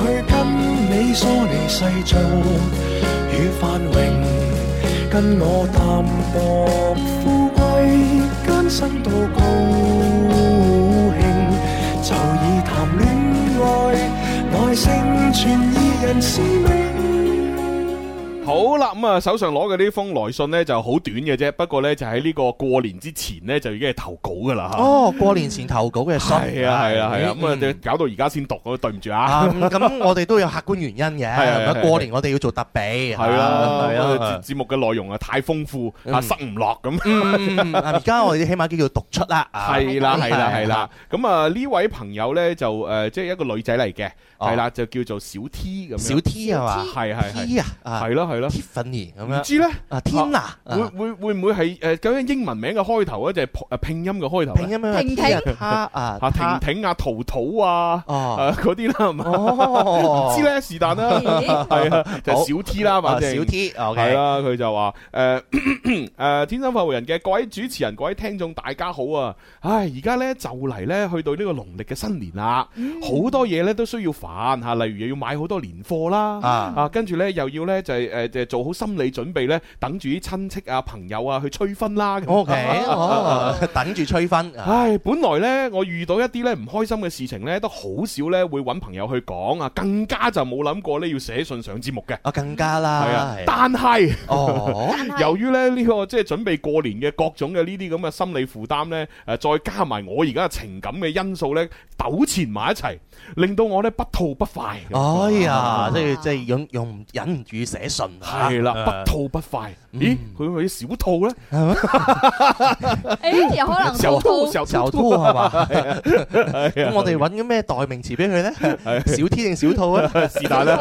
S: 去跟你梳理世俗與繁榮，跟我淡薄富貴艱辛到高興，就以談戀愛來成全二人使命。
E: 好啦，咁啊，手上攞嘅呢封來信呢就好短嘅啫，不過呢，就喺呢個過年之前呢，就已經係投稿噶啦。
I: 哦，過年前投稿嘅信。
E: 係啊，係啊，係啊，
I: 嗯
E: 咁啊，就搞到而家先讀，我對唔住
I: 啊，
E: 啊。
I: 咁咁我哋都有客觀原 因嘅，
E: 係係
I: 係
E: 係
I: 咪？過年我哋要做特備，
E: 係啦，
I: 係
E: 我哋
I: 啊
E: 節。節目嘅內容啊太豐富啊，
I: 嗯
E: 塞唔落咁。
I: 嗯而家我哋起碼叫做讀出啦。啊
E: 係啦，係啦，係啦。。咁啊，呢位朋友咧就誒，即係一個女仔嚟嘅，係啦，就叫做小 T 咁樣。
I: 哦小 T 係嘛
E: 係係係。
I: T 啊
E: 係咯係咯。
I: Tiffany 咁樣
E: 唔知咧
I: 啊，Tina 啊
E: 會會會唔會係誒究竟英文名嘅開頭咧，就係誒拼音嘅開頭呢？
I: 拼音啊婷婷 T 啊她啊
E: 啊
I: 她
E: 婷婷啊，淘淘啊，
I: 哦
E: 誒嗰啲啦，係嘛？
I: 哦
E: 唔知咧，是但啦，
I: 咦
E: 係啊，就
I: 好
E: 係小 T 啦，反
I: 啊
E: 正
I: 小 T，OK
E: 係啦，佢就話 誒誒，天生發福人嘅各位主持人、各位聽眾，大家好啊！唉，而家咧就嚟咧去到呢個農曆嘅新年啦，好多嘢咧都需要煩嚇，例如又要買好多年貨啦，
I: 啊
E: 啊，跟住咧又要咧就係誒就係做好心理準備咧，等住啲親戚啊、朋友啊去催婚啦。咁
I: OK，哦， 等住啊催婚。
E: 唉，本來呢，我遇到一啲呢唔開心嘅事情呢，都好少呢會揾朋友去講啊，更加就冇諗過呢要寫信上節目嘅。
I: 啊，更加啦
E: 係啊
I: 係，
E: 但係，
I: 哦
E: 由於咧呢個即係準備過年嘅各種嘅呢啲咁嘅心理負擔呢，誒再加埋我而家嘅情感嘅因素呢，糾纏埋一齊，令到我呢不吐不快。
I: 哎哎呀，即係即係用用忍唔住寫信啊。
E: 哦係啦，
I: 啊嗯
E: 不吐不快。咦，佢咪小兔咧？
J: 誒有可能
E: 小
J: 兔
E: 兔，小
I: 小兔係嘛
E: 係啊係啊
I: 咁我哋揾咗咩代名詞俾佢咧？小 T 定小兔啊？
E: 是但啦。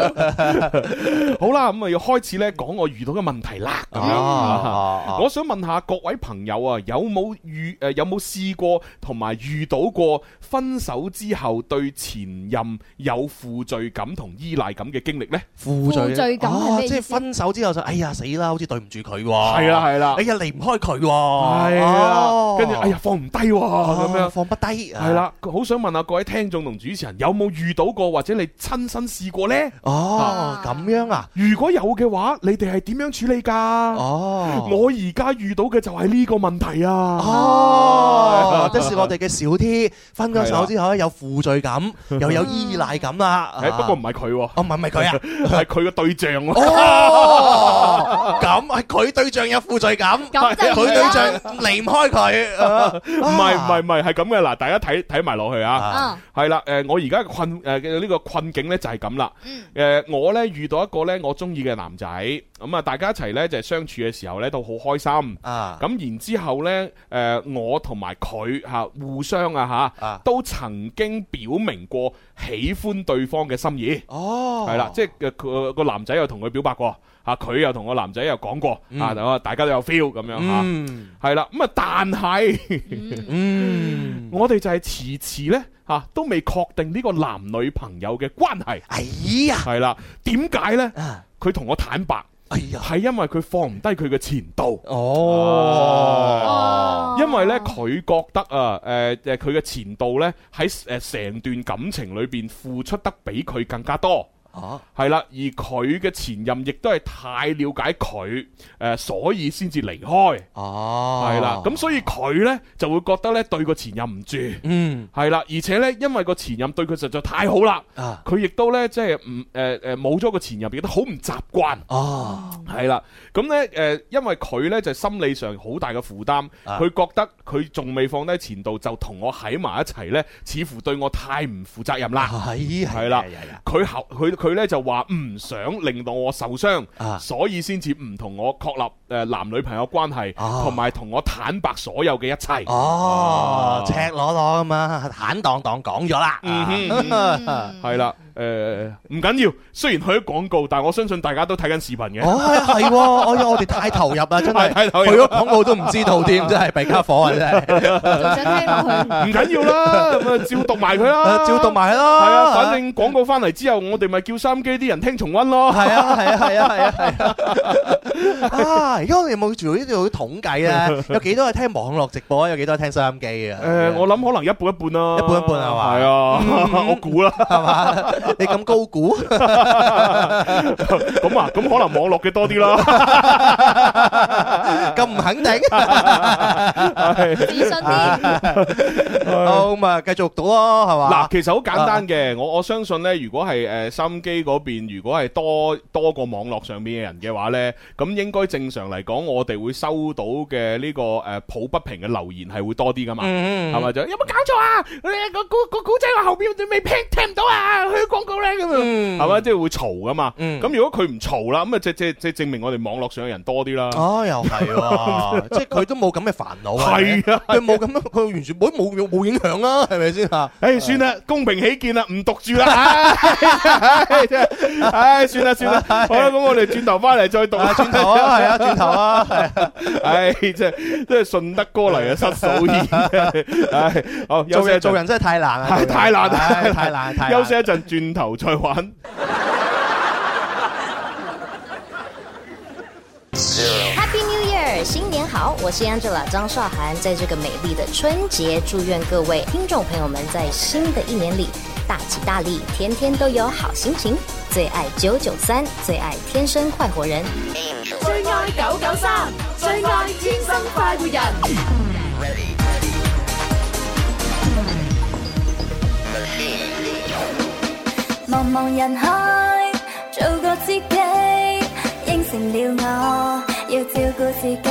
E: 好啦，咁啊要開始咧講我遇到嘅問題啦。
I: 啊
J: 嗯
E: 咁樣
I: 哦
E: 啊嗯我想問下各位朋友啊，有冇遇誒有冇試過同埋遇到過分手之後對前任有負罪感同依賴感嘅經歷呢？
I: 負啊
J: 負罪感係咩
I: 即
J: 意
I: 係
J: 思
I: 分手之後就哎呀死啦，好似對唔住佢喎。
E: 係啦係啦
I: 哎呀離唔開佢喎。
E: 係
I: 哦
E: 啊，跟住哎呀放唔低喎咁樣，
I: 放不低啊
E: 係啦，好想問下各位聽眾同主持人有冇遇到過或者你親身試過呢？
I: 哦，咁樣啊？
E: 如果有嘅話，你哋係點樣處理㗎？
I: 哦，
E: 我而家遇到嘅就係呢個問題啊！
I: 哦， 即是我哋嘅小 T 分咗手之後咧，有負罪感，又有依賴感啦。
E: 誒，不過唔係佢喎，
I: 哦，唔係唔係佢啊，
E: 係佢個對象喎。
I: 哦，咁係佢對象有負罪感，
E: 咁就
I: 佢對象離唔開佢。啊
E: 唔係唔係唔係，係咁嘅嗱，大家睇睇埋落去啊，係啦，誒，我而家嘅困誒嘅呢個困境呢就係咁啦，誒，我呢遇到一個呢我中意嘅男仔，咁啊，大家一齊呢就係相處嘅時候呢都好開心，
I: 啊，
E: 咁然之後呢，誒，我同埋佢嚇互相啊嚇，都曾經表明過喜歡對方嘅心意，
I: 哦
E: 係啦，即係誒個個男仔又同佢表白過，嚇佢又同個男仔又講過，
I: 嗯
E: 啊，大家都有 feel 咁樣嚇。
I: 嗯，
E: 系啦，咁啊，但係，嗯，我哋就係遲遲呢，吓、都未確定呢個男女朋友嘅關係。哎
I: 呀，
E: 係啦，點解呢？佢同我坦白，
I: 哎呀，
E: 係因為佢放唔低佢嘅前度。
I: 哦
E: 啊因為呢，佢覺得啊，诶、誒佢嘅前度呢，喺诶成段感情裏边付出得比佢更加多。
I: 哦，
E: 係啦，而佢嘅前任亦都係太了解佢，诶、所以先至離開。
I: 哦，
E: 係啦，咁所以佢呢就會覺得呢對個前任唔住，
I: 嗯，
E: 係啦，而且呢，因為個前任對佢實在太好啦，
I: 啊
E: 佢亦都呢，即係唔誒誒冇咗個前任，亦都好唔習慣，
I: 哦，
E: 係啦，咁呢，誒，因為佢呢就心理上好大嘅負擔，
I: 啊
E: 佢覺得佢仲未放低前度就同我喺埋一齊呢，似乎對我太唔負責任啦，
I: 係係
E: 啦
I: 係係係，
E: 佢後佢佢咧就話唔想令到我受傷，
I: 啊
E: 所以先至唔同我確立誒男女朋友關係，
I: 啊
E: 同埋同我坦白所有嘅一切。
I: 哦，赤裸裸咁啊，坦蕩蕩講咗啦。
E: 嗯係啦，誒唔緊要，雖然佢啲廣告，但我相信大家都睇緊視頻嘅。
I: 哦，係係喎，我我哋太投入啦，真係，
E: 太投入
I: 去咗廣告都唔知道 添，真係弊家伙啊，真係。
E: 唔緊要啦，咁啊照讀埋佢啦，
I: 照讀埋佢咯
E: 係啊，反正廣告翻嚟之後，我哋咪叫收音機啲人聽重温咯。
I: 係啊，係啊，係啊，係啊，係啊！啊，而家我哋有冇做呢度啲統 計咧？有幾多係聽網絡直播，有幾多係聽收音機啊？
E: 誒，我諗可能一半一半啦，一
I: 半一半係嘛
E: 係啊，
I: 嗯
E: 我估 啦，
I: 係嘛？你咁高 估？
E: 咁啊，咁可能網絡嘅多啲啦。
I: 咁唔肯定？
E: 自信
I: À.
E: 啲
I: 好咁啊，繼續讀咯，係嘛？
E: 嗱，其實好簡單
I: 啊
E: 嘅，我我相信呢，如果係誒收音機嗰邊，如果係多多過網絡上面嘅人嘅話呢，咁應該正常嚟講，我哋會收到嘅呢個誒抱不平嘅留言係會多啲噶嘛，
I: 嗯嗯嗯
E: 係咪就有冇搞錯啊？你個古個古仔話後邊你未聽聽唔到啊，佢廣告呢，咁
I: 嗯
E: 樣，係咪即係會嘈噶嘛？咁如果佢唔嘈啦，咁啊即即即證明我哋網絡上嘅人多啲啦。
I: 哦，又係 喎，即係佢都冇咁嘅煩惱啊！
E: 係啊
I: 佢冇咁樣，佢完全冇冇冇影響啦，係咪先啊？
E: 唉，算啦，公平起見啦，唔讀住啦， 唉真係唉，算啦算啦，好啦，咁我哋轉頭翻嚟再 讀，轉
I: 頭啊係啊轉頭啊，
E: 唉，即係即係順德哥嚟啊，失 手意，唉，好，休
I: 做
E: 息一陣
I: 人做人真係太難啦，
E: 太難
I: 唉
E: 啦，
I: 太 難，太難
E: 休息一陣，轉頭再玩。
G: Happy New Year，新年好！我是 Angela 张韶涵，在这个美丽的春节，祝愿各位听众朋友们在新的一年里大吉大利，天天都有好心情。最爱九九三，最爱天生快活人。
H: 最爱九九三，最爱天生快活人。
U: 茫茫人海，做個知己，應承了我要照顧自己。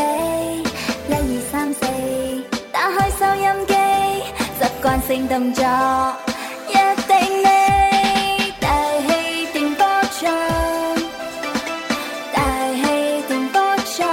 U: 一二三四，打開收音機，習慣性動作，一定你大氣電波唱，大氣電波唱。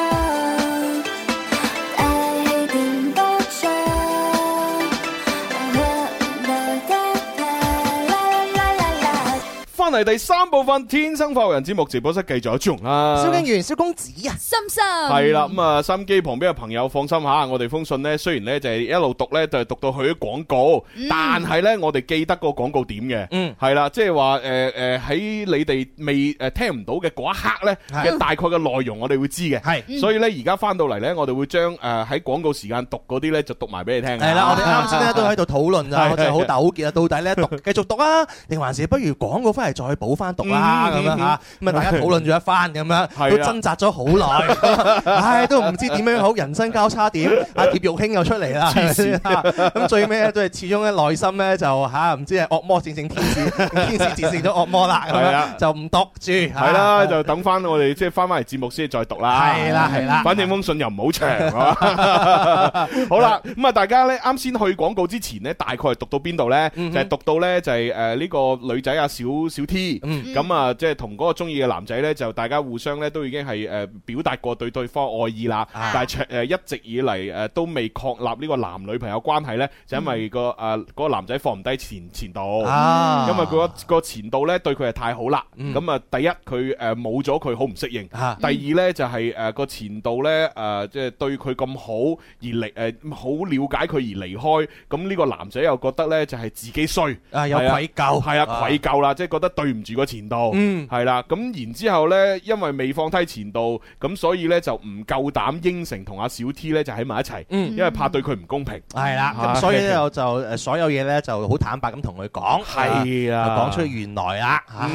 E: 嚟第三部分《天生發育人》節目直播室繼續有朱紅啦。
I: 蕭敬元、蕭公子啊，
J: 心心
E: 系啦，咁啊，收音機旁邊嘅朋友放心吓，我哋封信呢，雖然呢就係一路讀呢，就係讀到去咗廣告，但係呢，我哋記得個廣告點嘅，嗯，系啦，即係話诶诶喺你哋未诶听唔到嘅嗰一刻呢，
I: 嗯
E: 嘅大概嘅內容我哋會知嘅，
I: 係
E: 所以呢，而家翻到嚟呢，我哋會將诶喺廣告時間讀嗰啲呢，就讀埋俾你啊聽。
I: 係啦，我哋啱先咧 都喺度討論
E: 哦係
I: 咋，我就好
E: 係
I: 糾結啊，到底 咧讀繼續讀啊，定還是不如廣告翻嚟再補翻讀啦
E: 嗯啊
I: 咁樣
E: 嗯
I: 嚇，咁啊大家討論咗一番咁樣，都
E: 啦
I: 掙扎咗好耐， 唉都唔知點樣好，人生交叉點，阿葉玉卿又出 嚟啦，係咪先 咁最尾咧都係始終咧內心咧就嚇唔知係惡魔戰勝天 使，天使戰勝咗惡魔啦，咁
E: 係啊
I: 樣就唔讀住，係
E: 係啦，就等翻我哋即係翻翻嚟節目先再讀啦。
I: 係啦係啦
E: 反正封信又唔好長。好啦，咁啊，大家咧啱先去廣告之前咧，大概係讀到邊度咧？就係讀到咧就係誒呢個女仔啊，小小 T，咁
I: 嗯
E: 啊，即係同嗰個中意嘅男仔咧，就大家互相咧都已經係誒表達過對對方愛意啦。但係長誒一直以嚟誒都未確立呢個男女朋友關係咧，就因為個誒嗰個男仔放唔低前前度，
I: 啊
E: 因為佢個個前度咧對佢係太好啦。咁啊，第一佢誒冇咗佢好唔適應，
I: 啊
E: 第二咧就係誒個前度咧誒即係對佢咁好而離誒好了解佢而離開，咁呢個男仔又覺得咧就係自己衰，
I: 啊有
E: 係
I: 愧疚
E: 係啊
I: 啊
E: 愧疚啦，即係覺得對唔住個前度，
I: 嗯
E: 係啦，咁然之後咧因為未放低前度，咁所以咧就唔夠膽應承同阿小 T 咧就喺埋一齊，
I: 嗯
E: 因為怕對佢唔公平，
I: 係啦，
E: 啊
I: 咁所以咧我就誒所有嘢咧就好坦白咁同佢講，
E: 係啊嗯
I: 講出原來啦，唉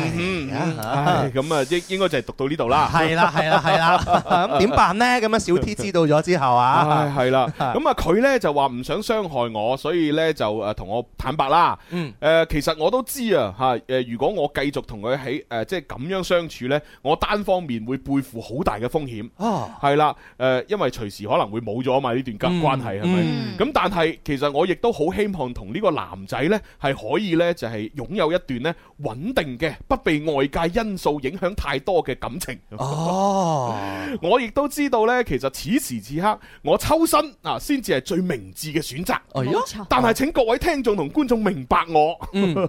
E: 唉咁啊應應該就係讀到呢度啦，
I: 係啦係啦係 啦，咁點辦呢？咁樣小 T 知道咗之後啊，
E: 系啦， 咁啊佢呢就話唔想傷害我，所以呢就诶同我坦白啦。
I: 嗯，
E: 诶其實我都知啊吓，诶如果我繼續同佢喺诶即係咁樣相處呢，我單方面會背負好大嘅風險。
I: 哦，
E: 係啦，诶因為隨時可能會冇咗啊嘛呢段關
I: 嗯
E: 關係係咪？咁但係其實我亦都好希望同呢個男仔呢係可以呢，就係擁有一段呢穩定嘅不被外界因素影響太多嘅感情。
I: 哦，
E: 我亦都知道呢，其實此時此刻我抽身啊，先至係最明智嘅選擇。
I: 呀哦冇錯嗯
E: 但係請各位聽眾同觀眾明白我，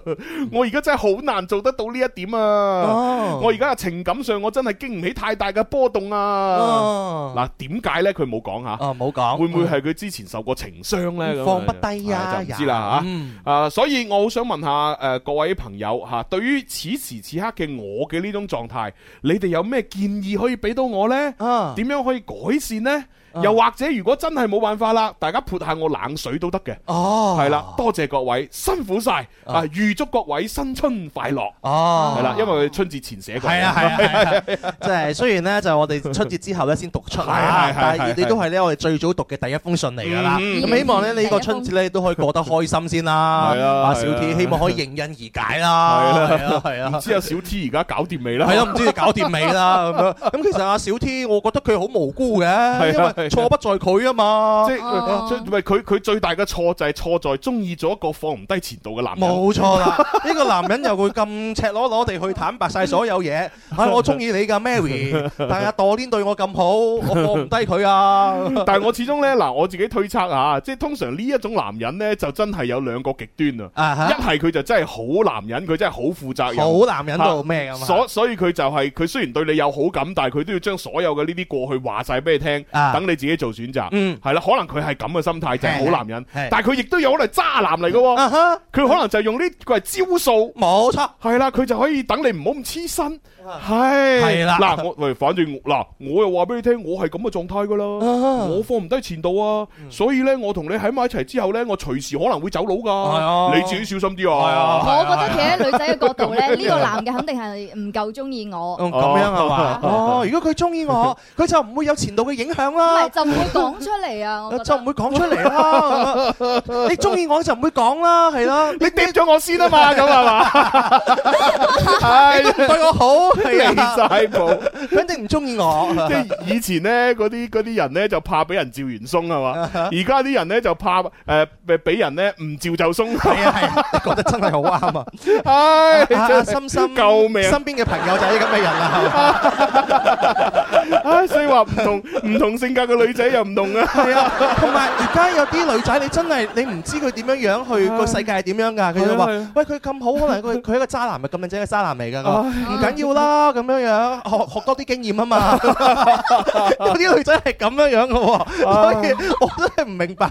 E: 我而家真係好難做得到呢一點啊！
I: 哦
E: 我而家嘅情感上我真係經唔起太大嘅波動啊！
I: 哦
E: 嗱、點解呢？佢冇講吓，
I: 哦冇講
E: 會唔會係佢之前受過情傷呢？咁哎
I: 放不低啊
E: 就唔知啦吓。
I: 嗯
E: 啊，所以我好想問下誒、呃各位朋友嚇、對於此時此刻嘅我嘅呢種狀態，你哋有咩建議可以俾到我呢？點、
I: 啊
E: 樣可以改善呢？又或者如果真係冇辦法啦，大家潑下我冷水都得嘅。
I: 哦
E: 係啦，多謝各位，辛苦晒啊！預祝各位新春快樂。
I: 哦
E: 係啦，因為佢春節前寫過。
I: 係啊係啊係啊，即係雖然呢，就我哋春節之後咧先讀出
E: 係係係
I: 啦，但
E: 係
I: 係你都係呢，我哋最早讀嘅第一封信嚟㗎啦，
E: 啊嗯
I: 咁希望呢，你呢個春節呢，都可以過得開心先啦，
E: 係啊
I: 啊
E: 係啊
I: 小 T 希望可以迎刃而解
E: 係
I: 啦，
E: 啦，
I: 係啊
E: 唔知阿小 T 而家搞掂未啦？
I: 係咯，啊唔知你搞掂未啦咁樣。咁其實阿小 T，我覺得佢好無辜嘅，
E: 係啊
I: 因為錯不在佢啊嘛。
E: 即係佢最唔係佢佢最大嘅錯就係錯在中意咗一個放唔低前度嘅男人。
I: 冇錯啦，呢個男人又會咁赤裸裸地去坦白晒所有嘢。唉，我中意你㗎 Mary，但係阿 Doreen 對我咁好，我放唔低佢啊。
E: 但係我始終呢，嗱，我自己推測啊，即係通常呢一種男人呢，就真係有兩個極端
I: 啊
E: 啊。
I: 哈
E: 一係佢就真係好男人，佢真係好負責任，
I: 好男人到咩咁啊
E: 所所以佢就係佢雖然對你有好感，但係佢都要將所有嘅呢啲過去話晒俾你聽，
I: 啊
E: 等你自己做選擇。
I: 嗯
E: 係啦，可能佢係咁嘅心態就係好男人
I: 係，
E: 但係佢亦都有可能係渣男嚟嘅
I: 啊 Dạ.
E: 喎。佢可能就用呢個係招數。
I: 冇錯，
E: 係啦，佢就可以等你唔好咁黐身。
I: 啊
E: 係
I: 係啦
E: 嗱，我喂，反正嗱，我又話俾你聽，我係咁嘅狀態㗎啦，
I: 啊
E: 我放唔低前度啊，
I: 嗯
E: 所以呢，我同你喺埋一齊之後呢，我隨時可能會走佬㗎，
I: 啊
E: 你自己小心啲啊。
J: 我覺得企喺女仔嘅角度咧，
E: 咁樣
J: 呢個男嘅肯定係唔夠中意我，
E: Ờ.
I: 嗯咁樣係嘛？
E: 哦
I: 哦，如果佢中意 我，佢就唔會有前度嘅影響
J: 唔
I: 啦
J: 係。就唔會講出嚟啊！我覺
I: 就
J: 得
I: 唔會講出嚟啦。咁樣你中意我就唔會講啦，係啦。 你
E: 掂咗我先啊 嘛，咁係嘛？
I: 你都唔對我好，係
E: 離
I: 啊，
E: 晒譜，
I: 肯定唔中 意我。
E: 即係以前呢，嗰啲嗰啲人呢，就怕俾人照完鬆係啊
I: 啊
E: 嘛，而家啲人呢，就怕誒俾俾人呢唔照就鬆。係
I: 啊係啊，你覺得真係好啱 啊！
E: 唉，
I: 啊
E: 真係
I: 心心
E: 救命！啊
I: 身邊嘅朋友就係啲咁嘅人啦。
E: 啊唉，所以話唔同唔同性格嘅個女仔又唔同啊。
I: 係啊，同埋而家有啲女仔，你真係你唔知佢點樣樣去個世界係點樣㗎，佢就
V: 係啊
I: 話
V: 係啊：
I: 喂，佢咁好，可能佢 佢係一個渣男，咪咁靚仔嘅渣男嚟㗎，
V: 唉
I: 唔緊要啦，咁樣樣學學多啲經驗啊 嘛。有啲女仔係咁樣樣嘅喎，所以我真係唔明白。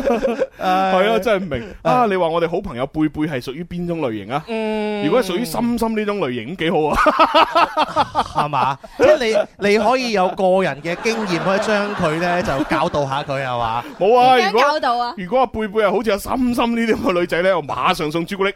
E: 係啊，真係唔明啊！你話我哋好朋友貝貝係屬於邊種類型啊？
I: 嗯
E: 如果係屬於深深呢種類型，咁幾好啊！
I: 係 嘛？即係你你可以有個人嘅經驗，可以將佢咧就教導下佢係嘛？
E: 冇啊！
J: 點
E: 如
J: 樣搞
E: 果
J: 到啊？
E: 如果阿貝貝係好似阿深深呢啲咁嘅女仔咧，我馬上送朱 古力。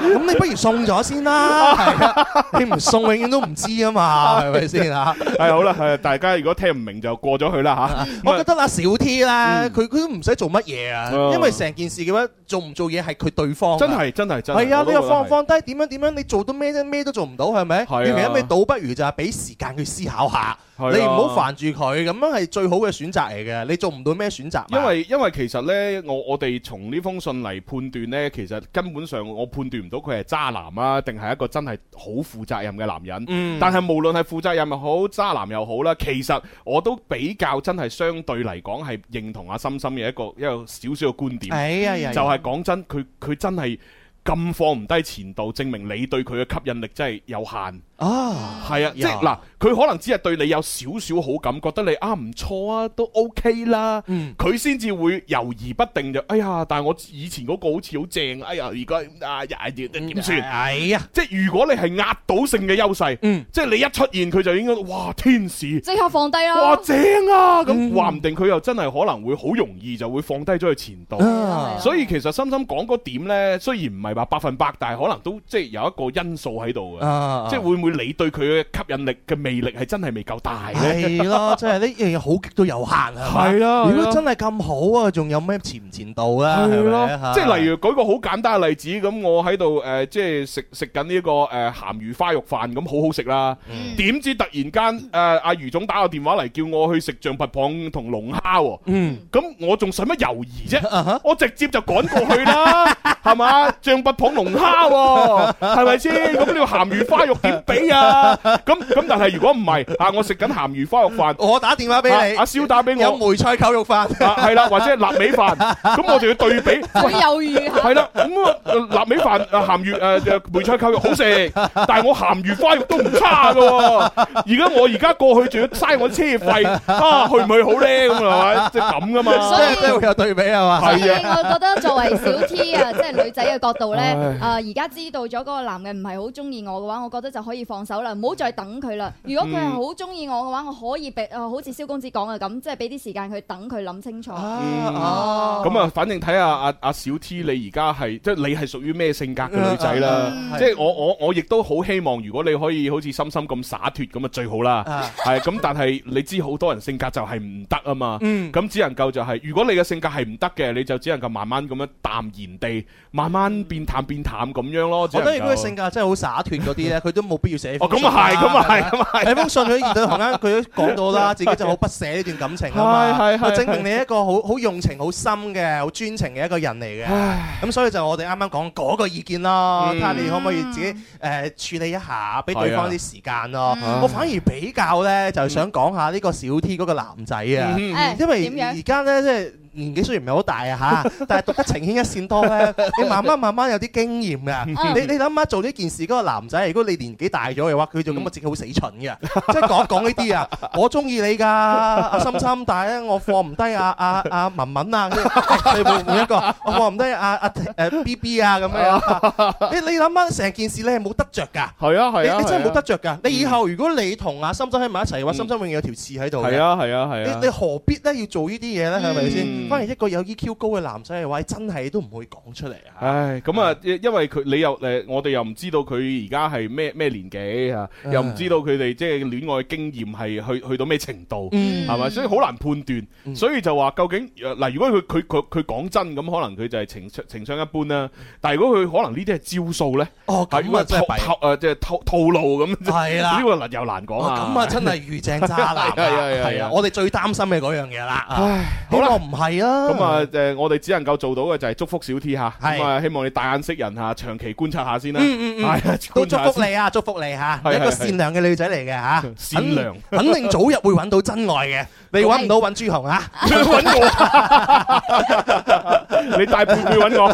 I: 咁你不如送咗先啦，係啊！你唔送永遠都唔知啊嘛，係咪先啊？
E: 係好啦，係大家如果聽唔明就過咗去啦吓。
I: 我覺得阿小 T 咧，佢佢都唔使做乜嘢啊
E: 嗯，
I: 因為成件事嘅話，做唔做嘢係佢對方啊。
E: 真係真係真係
I: 係啊！
E: 我
I: 你
E: 都覺得
I: 又放
E: 係
I: 放低點樣點樣，你做到咩啫？咩都做唔到係咪？
E: 係啊
I: 你其實咪倒不如就係俾時間佢思考下，
E: 係啊
I: 你唔好煩住佢，咁樣係最好嘅選擇嚟嘅。你做唔到咩選擇嘛？
E: 因為因為其實呢，我我哋從呢封信嚟判斷呢，其實根本上我判斷唔到佢係渣男啊，定係一個真係好負責任嘅男人。
I: 嗯
E: 但係無論係負責任又好，渣男又好啦，其實我都比較真係相對嚟講係認同阿心心嘅一個一個少少嘅觀點。
I: 哎呀呀呀
E: 就係講真，佢佢真係咁放唔低前度，證明你對佢嘅吸引力真係有限。
I: 啊，
E: 係啊，即係嗱
I: 呀，
E: 佢可能只係對你有少少好感，覺得你啊唔錯啊，都 OK 啦，
I: 嗯
E: 佢先至會猶豫不定就，哎呀，但係我以前嗰個好似好正，哎呀，而家啊呀點算？
I: 哎呀，
E: 即係如果你係壓倒性嘅優勢，
I: 嗯
E: 即係你一出現佢就應該哇天使。
J: 即刻放低啦！
E: 哇正啊！
I: 嗯
E: 咁話唔定佢又真係可能會好容易就會放低咗佢前度，
I: 啊
E: 所以其實深深講嗰點呢，雖然唔係話百分百，但係可能都即係有一個因素喺度嘅，
I: 啊
E: 即係會唔會你對佢嘅吸引力嘅魅力係真係未夠大呢？
I: 係咯，即係呢樣嘢好極都有限係嘛
E: 係啊
I: 如果真係咁好啊，仲有咩前唔前度啦？
E: 係
I: 係
E: 咯
I: 咪啊，
E: 即係例如舉個好簡單嘅例子，咁我喺度誒，即係食食緊呢個誒鹹魚花肉飯，咁好好食啦。
I: 嗯
E: 點知突然間誒阿余總打個電話嚟叫我去食象拔蚌同龍蝦喎。
I: 嗯，啊
E: 咁我仲使乜猶 豫啫？我直接就趕過去啦，係嘛？象拔蚌龍蝦喎，係咪先？咁呢個鹹魚花肉點俾啊？咁咁，但係如果唔係啊，我食緊鹹魚花肉飯，
I: 我打電話俾你
E: 啊阿蕭打俾我，啊
I: 有梅菜扣肉飯，
E: 係啦，或者係臘味飯，咁我就要對比。喂
J: 有餘啊
E: 係啦，咁啊呃臘味飯啊鹹魚誒梅菜扣肉 好食，但係我鹹魚花肉都唔差噶。而家我而家過去仲要嘥我車費啊，去唔去好咧？咁係咪？即係咁噶嘛。啊
I: 即係都會有對比係啊嘛？
J: 所以我啊覺得作為小 T 啊，即係女仔嘅角度咧，誒
I: 唉
J: 而家知道咗嗰個男嘅唔係好中意我嘅話，我覺得就可以放手啦，唔好再等佢啦。如果佢
I: 嗯
J: 係好中意我嘅話，我可以俾誒好似蕭公子講嘅咁，即係俾啲時間佢等佢諗清楚。
I: 啊
J: 哦
E: 咁啊，反正睇下阿阿小 T，你而家係即係你係屬於咩性格嘅女仔啦
I: 嗯？
E: 即係我我我亦都好希望，如果你可以好似心心咁灑脱咁啊，最好啦
I: 啊。
E: 係咁，但係你知好多人性格就係唔得啊嘛。
I: 嗯
E: 咁只能夠就係，如果你嘅性格係唔得嘅，你就只能夠慢慢咁樣淡然地，慢慢變淡變淡咁樣咯。
I: 我覺得如果佢性
E: 格
I: 格真係好灑脱嗰啲咧，佢都冇必要寫。
E: 哦咁啊係咁啊係咁啊係
I: 喺封信佢熱對行間，佢都講到 啦，自己就好不捨呢段感情啊
E: 係
I: 嘛。
E: 係係
I: 就證明你一個好好用情、好深嘅、好專情嘅一個人嚟
E: 唉
I: 嘅。咁所以就我哋啱啱講嗰個意見咯，
E: 嗯
I: 睇下你可唔可以自己誒處理一下，俾對方啲時間咯
E: 係啊。
I: 我反而比較咧，就想講下呢個小 T 嗰個男仔啊，
E: 嗯
J: 嗯
I: 因為
J: 點樣
I: 而家咧即係。年紀雖然唔係好大啊 嚇，但係讀得情牽一線多咧，你慢慢慢慢有啲經驗㗎。
V: 嗯
I: 你你諗下做呢件事嗰個男仔，如果你年紀大咗嘅話，佢就咁啊自己好死蠢 嘅，即係講講呢啲啊， 我中意你㗎，阿心心，但係咧我放唔低啊啊啊文文 啊，你會唔會一個我放唔低啊啊誒 B B 啊咁樣。 你你諗下成件事你係冇得着㗎，
E: 係啊哦係啊，
I: 你你真係冇得
E: 係啊。
I: 着㗎。你以後如果你同阿心心喺埋一齊嘅話，心心永遠有條刺喺度嘅。
E: 係啊係啊係啊
I: 你你何必咧要做呢啲嘢咧？係咪
E: 嗯
I: 先？反而一個有 EQ 高嘅男仔嘅話，真係都唔會講出嚟啊！
E: 唉，咁啊，因因為佢你又誒，我哋又唔知道佢而家係咩咩年紀啊，
I: 啊
E: 又唔知道佢哋即係戀愛經驗係去去到咩程度，
I: 嗯
E: 係咪？所以好難判斷，所以就話究竟呃嗱，如果佢佢佢佢講真咁，可能佢就係情商情商一般啦。但係如果佢可能呢啲係招數咧，
I: 哦咁啊
E: 係如果係
I: 真係
E: 套
I: 弊
E: 套呃誒即係套套路咁，
I: 係啦哦
E: 呢個又難講啊。
I: 咁啊，真係遇正渣男啊！
E: 係啊係啊係啊
I: 係啊，我哋最擔心嘅嗰樣嘢啦。
E: 唉，
I: 好啦，唔係係啊
E: 咁啊，誒，我哋只能夠做到嘅就係祝福小 T 嚇，咁啊，希望你大眼識人嚇，長期觀察下先啦。
I: 嗯嗯嗯
E: 係啊，
I: 都
E: 觀察下
I: 祝福你
E: 先。
I: 啊，祝福你吓，
E: 係
I: 一個
E: 係係
I: 善良嘅女仔嚟嘅吓，
E: 善良
I: 肯肯定早日會揾到真愛嘅，你揾唔到揾朱紅啊，你揾
E: 我，你帶貝貝揾我，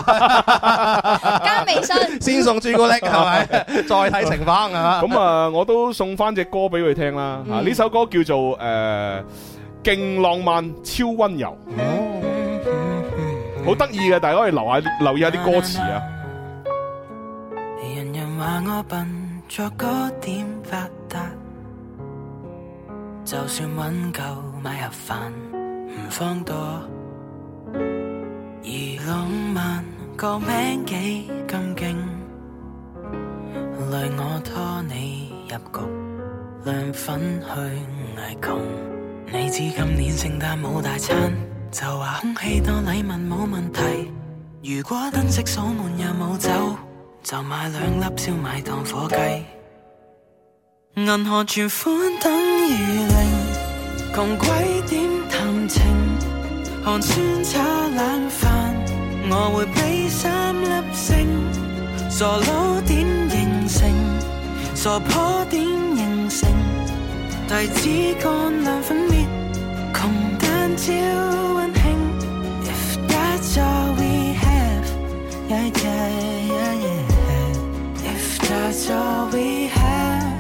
J: 加微信
I: 先送朱古力係 咪？再睇情況啊。
E: 咁啊，我都送翻只歌俾佢聽啦。嚇，
I: 嗯
E: 呢首歌叫做呃誒勁浪漫超温柔，
I: 哦
E: 好得意嘅，大家可以留下留意下啲歌詞啊。
I: 嗯
A: 人人話我笨，作歌點發達？就算揾夠買盒飯，唔放多。而浪漫個名幾咁勁，累我拖你入局，亮粉去挨窮。你知今年聖誕冇大餐，就話空氣當禮物冇問題。如果燈飾鎖門又冇走。就買兩粒燒賣當火雞。銀河存款等於零，窮鬼點談情？寒酸炒冷飯，我會俾三粒星。傻佬點形成？傻婆點形成？提子乾涼粉面，窮蛋超溫馨。If that's all we have. Yeah, yeah, yeah, yeah. If that's all we have，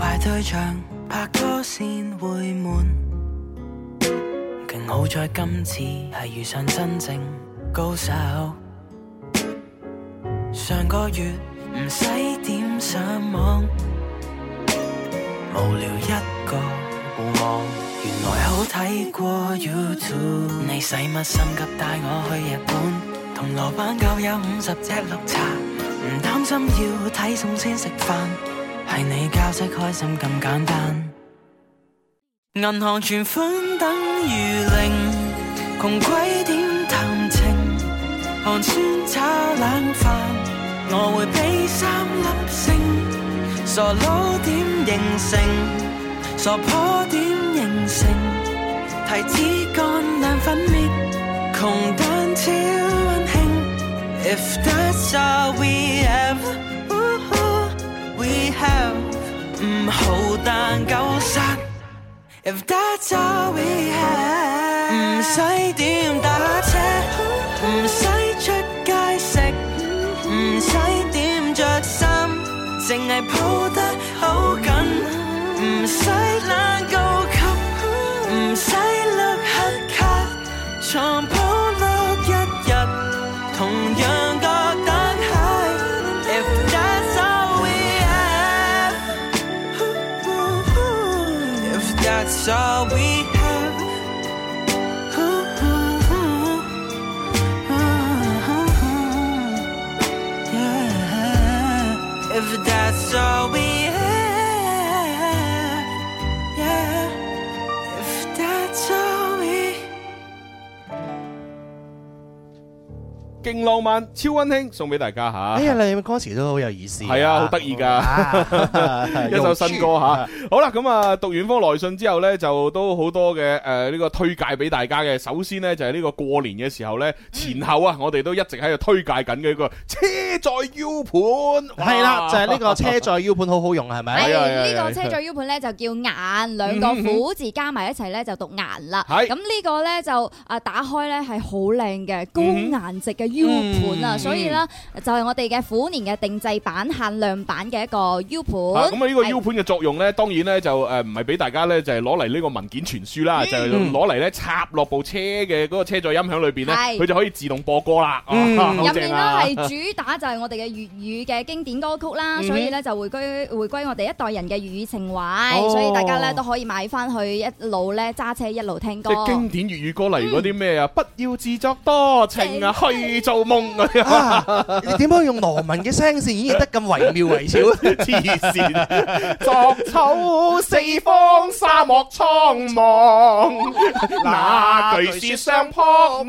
A: 壞對象拍拖先會悶，勁好在今次係遇上真正高手。上個月唔使點上網，無聊一個互望。原來好睇過 YouTube。你使乜心急帶我去日本？銅鑼灣夠有五十隻綠茶，唔擔心要睇餸先食飯，係你教識開心咁簡單。銀行存款等於零，窮鬼點談情？寒酸炒冷飯，我會俾三粒星。傻佬點形成？傻婆點形成？提子乾兩粉面，窮蛋超溫馨。If that's all we have, ooh, we have 唔好但夠殺。If that's all we have，唔使點打車，唔使出街食，唔使點着衫，淨係抱得好緊。唔使懶高級，唔使碌黑卡，床鋪碌一日，同樣覺得 high。If that's all we have, if that's all we uh-huh, have, if that's all we have. Yeah, if that's all we
E: 勁浪漫超温馨，送俾大家嚇。
I: 哎呀，你嘅歌詞都好有意思，
E: 啊係啊，好得意 㗎，一首新歌嚇。好啦，咁啊，讀完封來信之後呢，就都好多嘅誒呢個推介俾大家嘅。首先呢，就係呢個過年嘅時候
I: 嗯
E: 呢，前後啊，我哋都一直喺度推介緊嘅一個車載 U 盤。哇啊
I: 係啦，就係呢個車載 U 盤好好用係
E: Ờ,
I: 咪？
J: 係
E: 哎
J: 呢個車載 U 盤咧就叫眼，兩
E: Ừ.
J: 個虎字加埋一齊咧就讀顏啦。
I: 係
J: 咁呢個咧就啊打開咧係好靚
E: Ừ。
J: 嘅高顏值嘅 U 盤啊，
E: 嗯
J: 所以啦就係我哋嘅虎年嘅定製版、限量版嘅一個 U
E: 啊
J: 盤。
E: 咁啊，呢個 U 盤嘅作用呢，當然呢，就誒唔係俾大家呢，就係攞嚟呢個文件傳輸
I: 嗯
E: 啦，就係攞嚟呢插落部車嘅嗰個車載音響裏邊呢，
J: 係
E: 佢就可以自動播歌啦。啊
I: 嗯
E: 好
J: 入
E: 正
J: 面
E: 啊！
J: 咧係主打就係我哋嘅粵語嘅經典歌曲啦，
I: 嗯
E: Ừ。
I: 哼
J: 所以咧就回歸回歸我哋一代人嘅粵語情
E: 哦
J: 懷，所以大家咧都可以買翻去一路咧揸車一路聽
E: 即
J: 歌。
I: 嗯
E: 係經典粵語歌，例如嗰啲咩啊，不要自作多情啊，去做夢嗰啲
I: 啊你點可以用羅文嘅聲線演繹得咁惟妙惟 肖？
E: 黐線，作
H: 草四方，沙漠蒼茫，那
E: 句
H: 雪上撲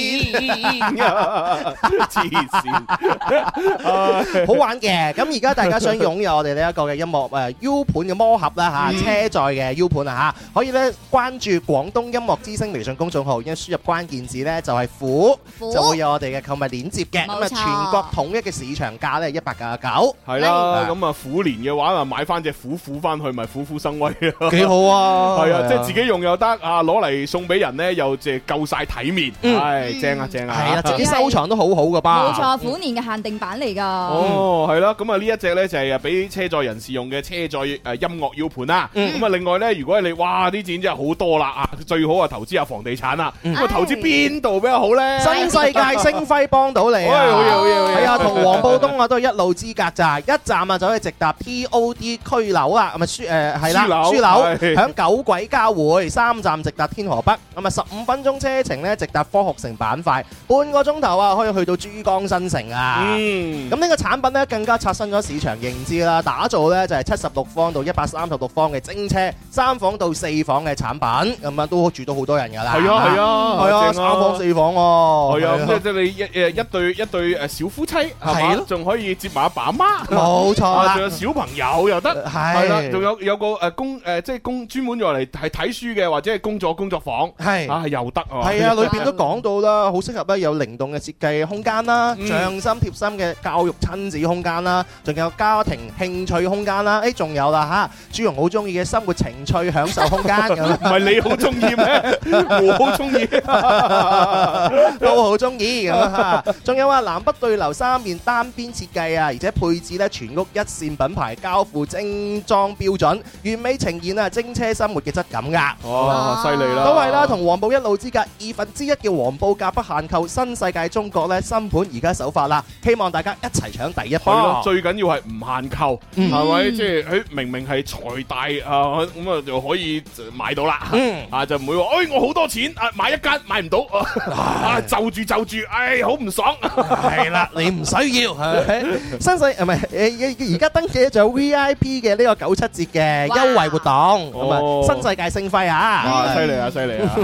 H: 面
E: 啊 黐線，
I: 好玩嘅，咁而家大家想擁有我哋呢一個嘅音樂誒 U 盤嘅魔盒啦
E: 嗯
I: 嚇，車載嘅 U 盤啊嚇，可以咧關注廣東音樂之聲微信公眾號，一輸入關鍵字咧就係虎，
E: 虎
I: 就會有我哋嘅購物鏈接嘅，咁
E: 冇
I: 啊
E: 錯
I: 全國統一嘅市場價咧一百九十 九，
E: 係
I: 嗯
E: 啦，咁啊虎年嘅話啊，買翻只虎虎翻去，咪虎虎生威咯。
I: 幾好啊
E: 係
I: 係啊
E: 啊，即係自己用又得啊，攞嚟送俾人咧，又即係夠晒體面，
I: 嗯
E: 唉，正啊正啊，
I: 係啦，自己收藏都好好噶吧，
J: 冇錯，虎年嘅限定版嚟㗎。
I: 嗯
E: 哦，係啦，咁啊呢一隻咧就係俾車載人士用嘅車載誒音樂 U 盤啦。
I: 嗯
E: 咁啊另外咧，如果你哇啲錢真係好多啦啊，最好啊投資下房地產啦。咁啊投資邊度比較好咧？
I: 嗯新世界星輝幫到你啊！
E: 哎好嘢好嘢好嘢
I: 係啊，同黃埔東啊都係一路之隔咋，一站啊就可以直達 POD 區樓啦，咁啊書誒係
V: 書
I: 啦，
V: 樓
I: 書
V: 係
I: 樓響九軌交匯，三站直達天河北，咁啊十五分鐘車程咧直達科學城板塊，半個鐘頭啊可以去到珠江新城啊！
E: 嗯
I: 咁呢個產品咧更加刷新咗市場認知啦，打造咧就係七十六方到一百三十六方嘅精車，三房到四房嘅產品，咁啊都住到好多人㗎啦。
E: 係啊係啊
I: 係啊，
E: 正
I: 三
E: 啊
I: 房四房喎。
E: 係啊，
I: 係
E: 咁即係你一誒一對一對誒小夫妻係
I: 係
E: 嘛
I: 咯，
E: 仲可以接埋阿爸阿媽，
I: 冇錯啦
E: 啊仲有小朋友又得，
I: 係
E: 啦，仲有有個誒工誒即係工專門用嚟係睇書嘅，或者係工作工作房，
I: 係
E: 啊又得啊，
I: 係啊，裏邊都講到啦，好適合咧有靈動嘅設計空間啦，
E: 嗯
I: 匠心貼心嘅教育親子空間啦，仲有家庭興趣空間啦，誒仲有啦嚇，朱容好中意嘅生活情趣享受空間咁。
E: 唔係你好中意 咩？我好中意。
I: 都好中意咁啊！仲有啊，南北對流三面單邊設計啊，而且配置咧全屋一線品牌交付精裝標準，完美呈現啊精車生活嘅質感噶。
E: 哦哇犀利啦
I: 都係啦，同黃埔一路之隔二分之一嘅黃埔價不限購，新世界中國咧新盤而家首發啦，希望大家一齊搶第一
E: 係
I: 波
E: 咯，哦最緊要係唔限購，
I: 啊嗯
E: 係咪？即係佢明明係財大啊，咁啊就可以買到啦
I: 嗯。
E: 啊，就唔會話，哎，我好多錢啊，買一間買唔到啊，就住就住，哎，好唔爽。
I: 係啦，你唔使要，係咪？新世唔係誒而家登記就有 V I P 嘅呢個九七折嘅優惠活動，
E: 哦
I: 咁啊新世界盛輝
E: 啊，
I: 啊！
E: 犀利啊，犀利 啊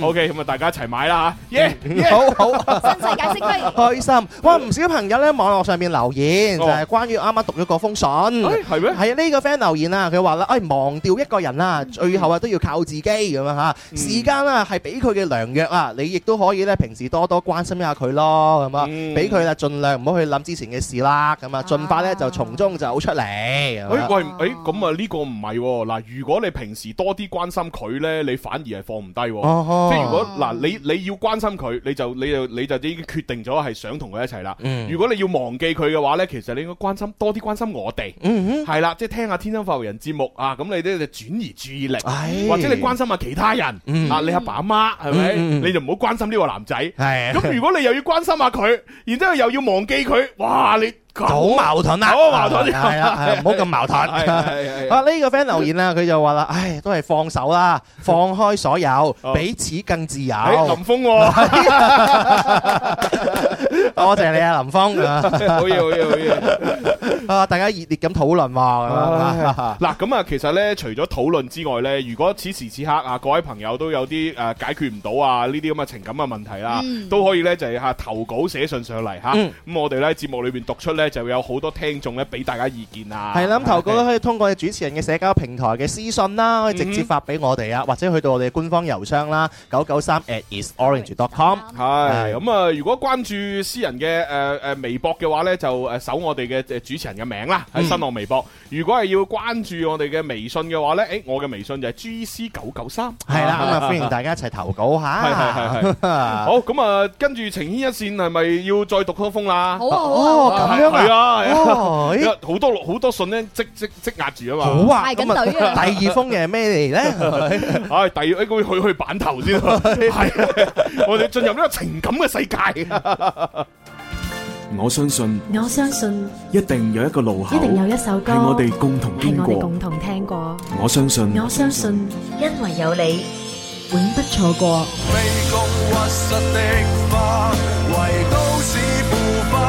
E: ！OK，咁啊，大家一齊買啦嚇，耶！
I: 嗯好好，新世界升輝，開心！哇，唔少朋友咧網絡上面留言，就係關於啱啱讀咗嗰封信，係
E: 咩？
I: 係啊，呢個 friend 留言啊，佢話啦，哎，忘掉一個人啊，最後啊都要靠自己咁樣嚇，時間啊係俾佢嘅良藥啊，你亦都可以咧平時多多關心一下佢咯，咁啊，俾佢啦，盡量唔好去諗之前嘅事啦，咁啊，盡快咧就從中走出嚟。
E: 誒
I: 哎
E: 喂，誒咁啊呢個唔係喎，嗱如果你平時多啲關心佢咧，你反而係放唔低
I: 哦
E: 喎。
I: 呵
E: 即係如果嗱你你要關心佢，你就你就你就已經決定咗係想同佢一齊啦。
I: 嗯
E: 如果你要忘記佢嘅話咧，其實你應該關心多啲關心我哋。
I: 嗯
E: 係啦，即係聽下《天生發育人》節目啊，咁你咧就轉移注意力，
I: 唉
E: 或者你關心下其他人
I: 嗯
E: 啊，你阿爸阿媽係咪？
I: 嗯嗯嗯
E: 你就唔好關心呢個男仔。
I: 係
E: 咁如果你又要關心下佢，然之後又要忘記佢，哇！你
I: 好矛盾啊！
E: 好矛盾
I: 係啊， 係啊唔好咁矛盾。
E: 係係 係係
I: 啊，呢個 friend 留言啦，佢就話啦，唉，都係放 手啦，放開所有，彼此更自由。
E: 哎林 峰喎，
I: 多謝你啊，林 峰。
E: 好嘢好嘢好嘢！
I: 啊，大家熱烈咁討論喎咁啊。
E: 嗱咁啊，其實呢，除咗討論之外呢，如果此時此刻啊，各位朋友都有啲誒解決唔到啊呢啲咁嘅情感嘅問題啦，
I: 嗯
E: 都可以呢，就係嚇投稿寫信上嚟嚇。
I: 嗯
E: 咁我哋呢，節目裏邊讀出呢，就有好多聽眾呢，俾大家意見啊。
I: 係啦，咁投稿都可以通過主持人嘅社交平台嘅私信啦，可以直接發俾我哋啊，或者去到我哋嘅官方郵箱啦，九九三 at isorange.com。
E: 係咁啊！如果關注私人嘅誒誒微博嘅話呢，就誒搜我哋嘅誒呃主持人嘅名啦，
I: 嗯
E: 喺新浪微博。如果係要關注我哋嘅微信嘅話呢，誒我嘅微信就係 G C 九九三。
I: 係啦，咁啊歡迎大家一齊投稿下。
E: 係係係 係。好咁啊，跟住情牽一線係咪要再讀多封啦？
I: 好啊好啊哦好啊咁樣啊
E: 係啊 係
I: 哦
E: 啊，
I: 咦
E: 因為好多好多信咧積積積壓住啊嘛。
I: 好啊，咁 啊，第二封嘅係咩嚟咧？
E: 唉，第二，哎咁去去版頭 先啊，係啊，我哋進入呢個情感嘅世界。
W: 我相信
X: 我相信
W: 一定有一個路口，
X: 一定有一首歌
W: 係我哋共同
X: 係
W: 經
X: 我哋
W: 過。
X: 共同聽過。
W: 我相信
X: 我相信，因為有你，永不錯過。
S: 卑躬屈膝的花，唯高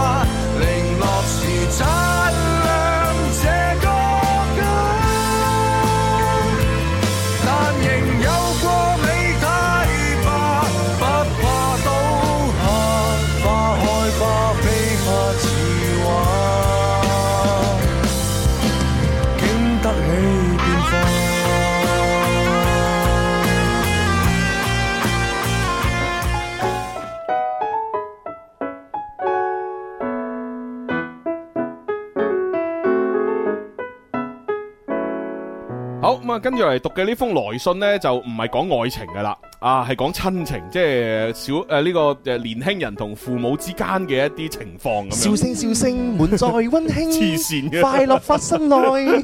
E: 好咁啊，跟住嚟讀嘅呢封來信呢，就唔係講愛情噶啦，啊係講親情，即係小诶呢、個个誒年輕人同父母之間嘅一啲情況咁樣。
I: 笑聲笑聲，滿載温馨，
E: 黐線嘅
I: 快樂發生 內。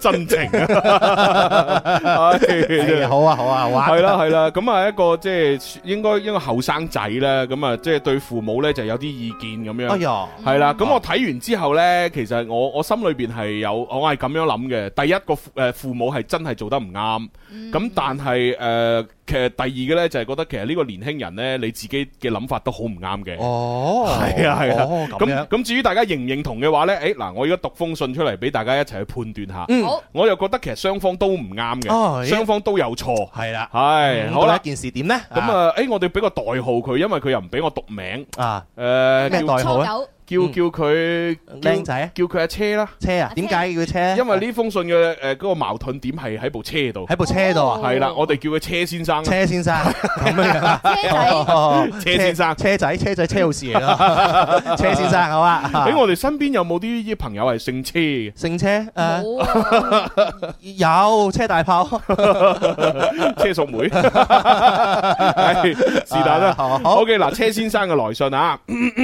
E: 真情啊！
V: 哎好啊好啊好啊
E: 系啦系啦，咁啊一個即係應該應該後生仔啦，咁啊即係對父母咧就有啲意見咁樣。
V: 哎呀
E: 係啦，
I: 嗯
E: 咁我睇完之後咧，其實我我心裏邊係有我係咁樣諗嘅。第一個父誒父母係真係做得唔啱，
I: 嗯
E: 咁但係誒。其實第二個咧就係覺得其實呢個年輕人咧你自己嘅諗法都好唔啱嘅。
I: 哦
E: 係啊係
I: 哦
E: 啊，
I: 咁樣
E: 咁咁至於大家認唔認同嘅話呢？誒嗱，我而家讀封信出嚟俾大家一齊去判斷下。
I: 嗯好
E: 我又覺得其實雙方都唔啱
I: 哦咦
E: 嘅，雙方都有錯。
I: 係啦
E: 係
I: 嗯
E: 好啦
I: 到底。件事點呢？
E: 咁啊，誒，我哋俾個代號佢，因為佢又唔俾我讀名。
I: 啊，
E: 誒，
I: 咩
E: 叫
I: 代號啊初
E: 叫叫佢
I: 靚仔啊
E: 叫佢阿車啦。
I: 車啊？點解叫車？
E: 因為呢封信嘅誒嗰個矛盾點係喺部車度。
I: 喺部車度啊
E: 係啦，我哋叫佢車先生啦。
I: 車先 生咁樣啊，
E: 哦
I: 哦
E: 車先生。
I: 車仔車仔車好事嚟 咯，車先生好啊。
E: 喺我哋身邊有冇啲朋友係姓 車嘅？
I: 姓車誒，
J: 啊
I: 有車大炮，
E: 車淑 梅，係是但啦。
I: 好
E: OK，嗱，車先生嘅來信啊，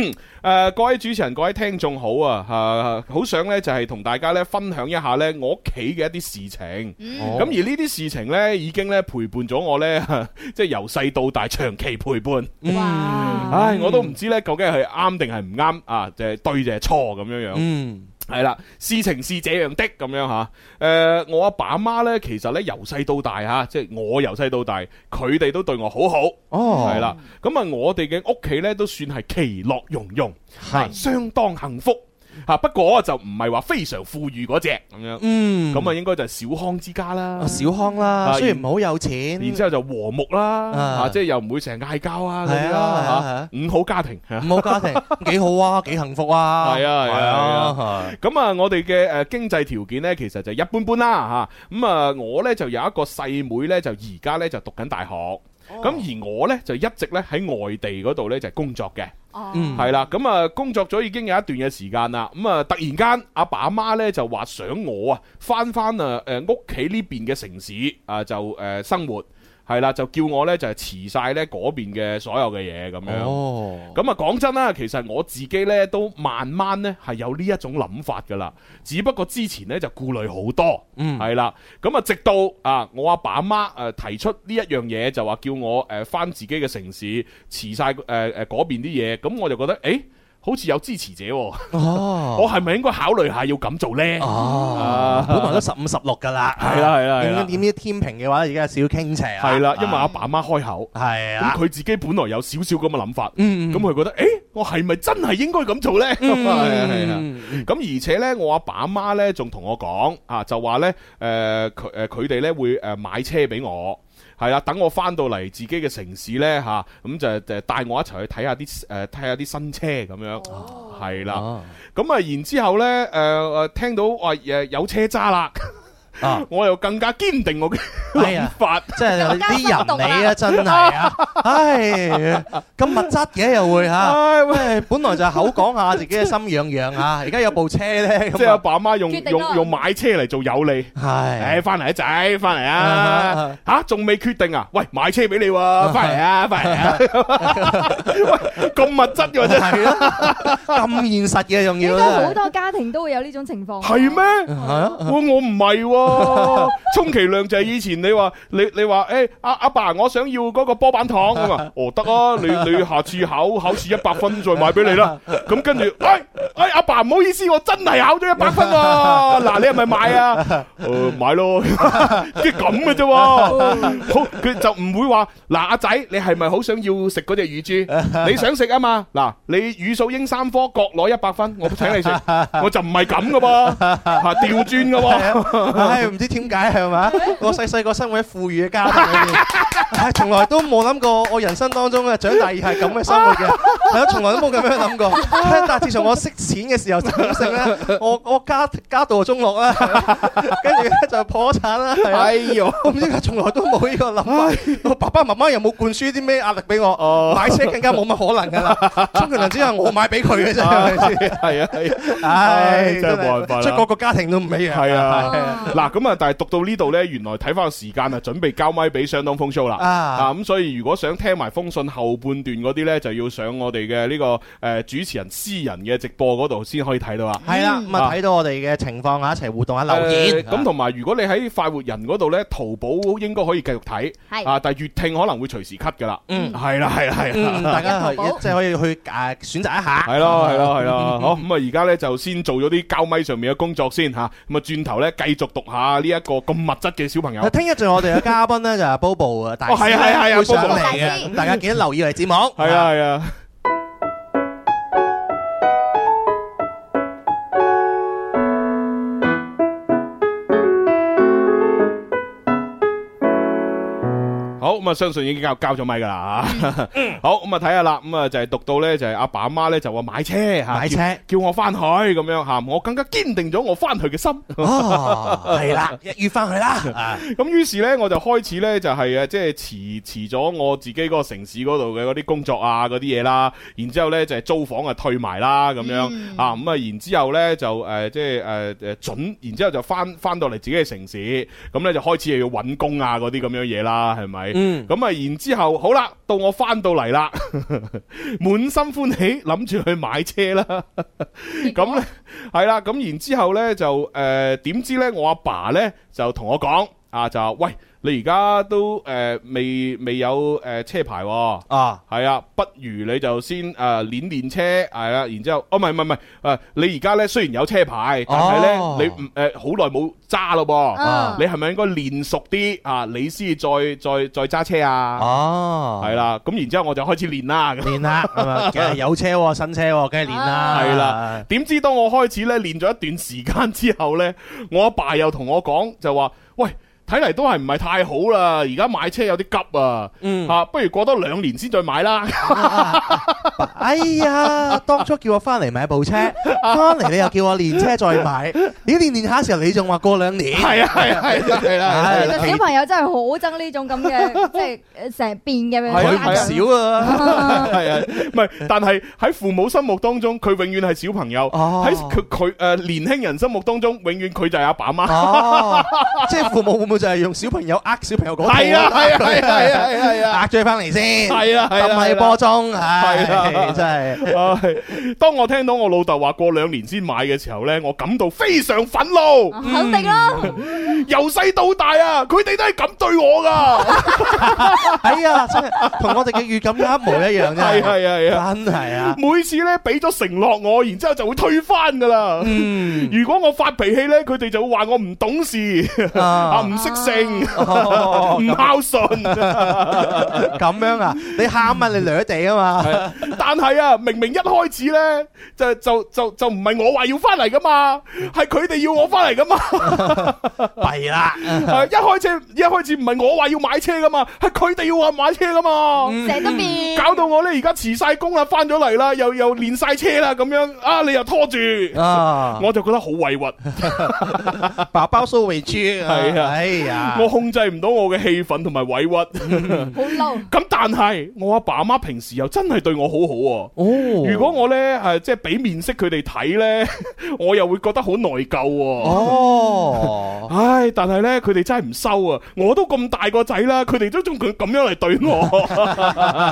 E: 誒，各位主持人、各位聽眾好啊，誒，好想咧就係同大家咧分享一下咧我屋企嘅一啲事情。
I: 哦
E: 咁而呢啲事情咧已經咧陪伴咗我咧， 即係由細到大長期陪
I: 嗯
E: 伴。唉，我都唔知咧究竟係啱定係唔啱啊，就係對就係錯咁樣樣。
I: 嗯。
E: 系啦，事情是這樣的咁樣吓，诶、我阿爸阿媽呢，其實呢，由細到大吓，即係我由細到大，佢哋都對我好好，
I: 哦
E: 係啦，咁啊，我哋嘅屋企呢，都算係其樂融融，係相當幸福吓，不過就唔係話非常富裕嗰只咁樣，
I: 嗯
E: 咁啊應該就係小康之家啦，
I: 小康啦，
E: 啊
I: 雖然唔好有錢，
E: 然之後就和睦啦，
I: 啊
E: 啊，即係又唔會成日嗌交啊嗰
I: 係啊係啊
E: 啲
I: 係
E: 啦
I: 啊，
E: 嚇五好家庭，
I: 唔好 家庭幾好啊，幾幸福啊，
E: 系啊系
I: 係
E: 啊係啊，咁啊我哋嘅诶经济条件呢，其實就一般般啦吓。咁啊我呢，就有一個細妹呢，就而家呢，就讀緊大
I: 哦
E: 學。咁而我呢，就一直呢喺外地嗰度呢，就工作嘅，
I: 嗯
E: 係啦，咁啊工作咗已經有一段嘅時間啦，咁啊突然間阿爸阿媽呢，就話想我啊翻翻啊誒屋企呢邊嘅城市啊就誒生活，係啦就叫我呢，就係辭晒呢嗰邊嘅所有嘅嘢咁樣。
I: 哦，
E: 咁啊，講真啦，其實我自己呢都慢慢呢係有呢一種諗法噶啦，只不過之前呢就顧慮好多，
I: 嗯
E: 係啦。咁啊，直到啊我阿爸阿媽誒提出呢一樣嘢，就話叫我誒翻自己嘅城市辭晒誒誒嗰邊啲嘢，咁我就覺得誒。欸好似有支持者喎，
I: 哦
E: 我係咪應該考慮下要咁做呢？
I: 哦
E: 啊
I: 本來都十五十六噶啦，
E: 係啦係啦係啦
I: 點點知天平嘅話，而家有少少傾斜啦，
E: 係啦，因為阿爸阿媽開口，
I: 係
E: 咁
I: 啊
E: 佢自己本來有少少咁嘅諗法，
I: 嗯嗯
E: 咁佢覺得，誒，我係咪真係應該咁做呢？
I: 嗯
E: 係啊係啊咁而且呢，我阿爸阿媽呢仲同我講啊，就話呢，誒佢誒佢哋呢會誒買車俾我。係啦，等我翻到嚟自己嘅城市呢，吓，咁就就帶我一齊去睇下啲誒睇下啲新車咁樣，
I: 哦
E: 係啦。咁啊，然之後呢，誒誒聽到話誒有車揸啦， 我又更加堅定我嘅
I: 哎
E: 諗
I: 呀
E: 法，
I: 即啊係 啲人你啊，真係啊，唉，咁物質嘅又會
E: 唉
I: 嚇，喂，本來就口講下自己嘅心癢癢 啊，而家有部車咧，啊
E: 即係阿爸阿媽用
I: 決定啦
E: 用用買車嚟做有利，
I: 係
E: 誒翻嚟啊仔，翻嚟
I: 啊哈
E: 啊
I: 啊
E: 嚇，仲未決定啊？喂，買車俾你喎，翻嚟啊，翻嚟 啊！喂，咁物質嘅 真係
I: 係啊，咁現實嘅仲要
J: 應該好
I: 啊，
J: 多家庭都會有呢種情況。
E: 係咩？哇我唔係 喎，充其量就係以前你話你你話誒阿阿爸，我想要嗰個波板糖咁啊，哦得啊，你你下次考考試一百分再買俾你啦。咁跟住，哎哎阿爸唔好意思，我真係考咗一百分啊！嗱，你係咪買啊？誒買咯， 即係咁嘅 啫喎。好，佢就唔會話嗱阿仔，你係咪好想要食嗰隻 乳豬？你想食啊嘛？嗱，你語數英三科各攞一百分，我請 你食，我就唔係咁嘅噃，嚇調轉嘅喎。
I: 唉，唔知點解係嘛？我細細個生活喺富裕嘅家庭裏面，唉，從來都冇諗過我人生當中嘅長大而係咁嘅生活 嘅，係啊，從來都冇咁樣諗過。 但係自從 我識錢嘅時候，就咁性咧，我我家家道中落啦，跟住咧就就破產啦。係啊
V: 哎呦
I: 我唔知點解從來都冇呢個諗法。我爸爸媽媽又冇灌輸啲咩壓力俾
E: 哦
I: 我，買車更加冇乜可能㗎 啦。充其量只係我買俾佢嘅啫，係咪先？
E: 係啊係
I: 啊，
E: 唉
I: 唉，
E: 真係冇辦法啦
I: 即係個個家庭都唔一樣。
E: 系 啊，嗱咁啊，但系讀到呢度呢，原來睇翻個時間啊，準備交咪俾相當風騷啦。
I: 啊
E: 啊咁，所以如果想聽埋封信後半段嗰啲呢，就要上我哋嘅呢個诶主持人私人嘅直播嗰度先可以睇到啊。
I: 係啦，咁啊睇到我哋嘅情況啊，一齊互動下留
E: 誒
I: 言。
E: 呃
I: 啊
E: 咁同埋，如果你喺快活人嗰度咧，淘寶應該可以繼續睇，
I: 係
E: 啊，但係粵聽可能會隨時 cut 噶啦。
I: 嗯
E: 係啦，係啦，係啦
I: 嗯，大家可以即係可以去誒選擇一下。
E: 係咯，係咯，係咯。好，咁啊，而家咧就先做咗啲交咪上面嘅工作先吓，咁啊，轉頭咧繼續讀下呢一個咁物質嘅小朋友。
I: 聽日仲有我哋嘅嘉賓咧就係 Bobo 啊，大
E: 哦係啊係啊係啊
I: 會上
E: Bobo
I: 嚟
E: 大
I: 嘅，
E: 師
I: 大家記得留意嚟節目。
E: 係啊係啊。好咁啊，相信已經交交咗咪噶啦吓。
I: 嗯
E: 好咁啊，睇下啦，咁啊就係讀到咧，就係阿爸阿媽咧就話買車吓，
I: 買車
E: 叫叫我翻去咁樣吓，我更加堅定咗我翻去嘅心。
I: 哦，係啦，一於翻去啦。
E: 咁於是呢，我就開始呢，就係誒，即係辭辭咗我自己嗰個城市嗰度嘅嗰啲工作啊，嗰啲嘢啦。然之後呢，就係租房啊退埋啦，咁樣啊咁啊。然之後呢，就誒，即係誒誒準。然之後就翻翻到嚟自己嘅城市，咁呢，就開始又要揾工啊嗰啲咁樣嘢啦，係咪？
I: 嗯
E: 咁啊，然之後好啦，到我翻到嚟啦， 滿心歡喜諗住去買車啦。咁咧係啦，咁然之後咧就誒點知咧我阿爸咧就同我講啊，就話喂你而家都誒、呃未未有誒、呃、車牌喎、
I: 啊，
E: 係啊，不如你就先誒、呃、練練車係啦，然之後哦唔係唔係唔係誒你而家咧雖然有車牌，但係咧、
I: 哦
E: 你唔誒好耐冇揸咯噃，
I: 啊
E: 你係咪應該練熟啲啊？你先至再再再揸車啊？
I: 哦，
E: 係啦，咁然之後我就開始練啦，
I: 練啦，咁啊，梗係有車喎，新車喎，梗係練啦。
E: 系啦，點知當我開始咧練咗一段時間之後呢，我阿爸又同我講就話：，喂，睇嚟都係唔係太好啦，而家買車有啲急啊，吓、不如過多兩年先再買啦。
I: 哎呀，當初叫我翻嚟買部 車，翻嚟你又叫我練車再買，你練練下嘅時候，你仲話過兩年。
E: 係啊係啊係啊係啊
I: 唉
E: 係啊
I: 其
J: 小朋友真係好憎呢種 咁嘅，即係呃成變嘅家 長
I: 啊
E: 少啊，系啊， 唔係，但係喺父母心目當中，佢永遠係小朋友；喺佢佢诶年輕人心目當中，永遠佢就係阿爸媽。
I: 哦，即係父母會唔會就係用小朋友呃小朋友嗰套？
E: 係啊係啊係啊係啊係啊
I: 呃咗佢翻嚟先。
E: 係啊係啊
I: 氹
E: 係
I: 係
E: 啊
I: 波鐘，唉，真係。
E: 真系。当我聽到我老豆話過兩年先買嘅時候呢，我感到非常憤怒。
I: 嗯
J: 肯定啦，
E: 由細到大啊，佢哋都係咁對我噶。
I: 哎呀，真係同我哋嘅預感一模一樣啫。
E: 係係係啊
I: 真係啊。
E: 每次呢，俾咗承諾我，然之后就會推翻噶啦。
I: 嗯
E: 如果我發脾氣呢，佢哋就會話我唔懂事，啊唔識性，
I: 哦
E: 唔孝順。
I: 咁樣啊？你喊啊，你掠地啊嘛。
E: 但係啊，明明一開始呢，就就就就唔係我話要翻嚟噶嘛，係佢哋要我翻嚟噶嘛。
I: 弊啦。
E: 係一開始一開始唔係我話要買車噶嘛，係佢哋要我買車噶嘛，
J: 成日都變
E: 搞到我咧而家辭晒工啦，翻咗嚟啦，又又練晒車啦，咁樣啊，你又拖住，
I: 啊
E: 我就覺得好委屈，
I: 爸爸蘇慧 珠啊嗯
E: 係啊，
I: 哎呀
E: 我控制唔到我嘅氣憤同埋委屈，好
J: 嬲。
E: 咁但係我阿爸阿媽平時又真係對我好好喎。
I: 哦
E: 如果我咧誒即係俾面色佢哋睇咧， 我又會覺得好內疚喎。
I: 哦，
E: 唉，但係咧佢哋真係唔收啊！我都咁大個仔啦，佢哋都仲咁咁樣嚟對我。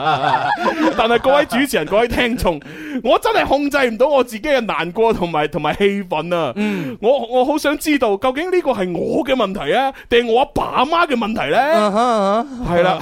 E: 但係各位主持人、各位聽眾，我真係控制唔到我自己嘅難過同埋同埋氣憤啊！
I: 嗯
E: 我我好想知道究竟呢個係我嘅問題啊，定係我阿爸阿媽嘅問題
I: 嗯
E: 呢？係啦，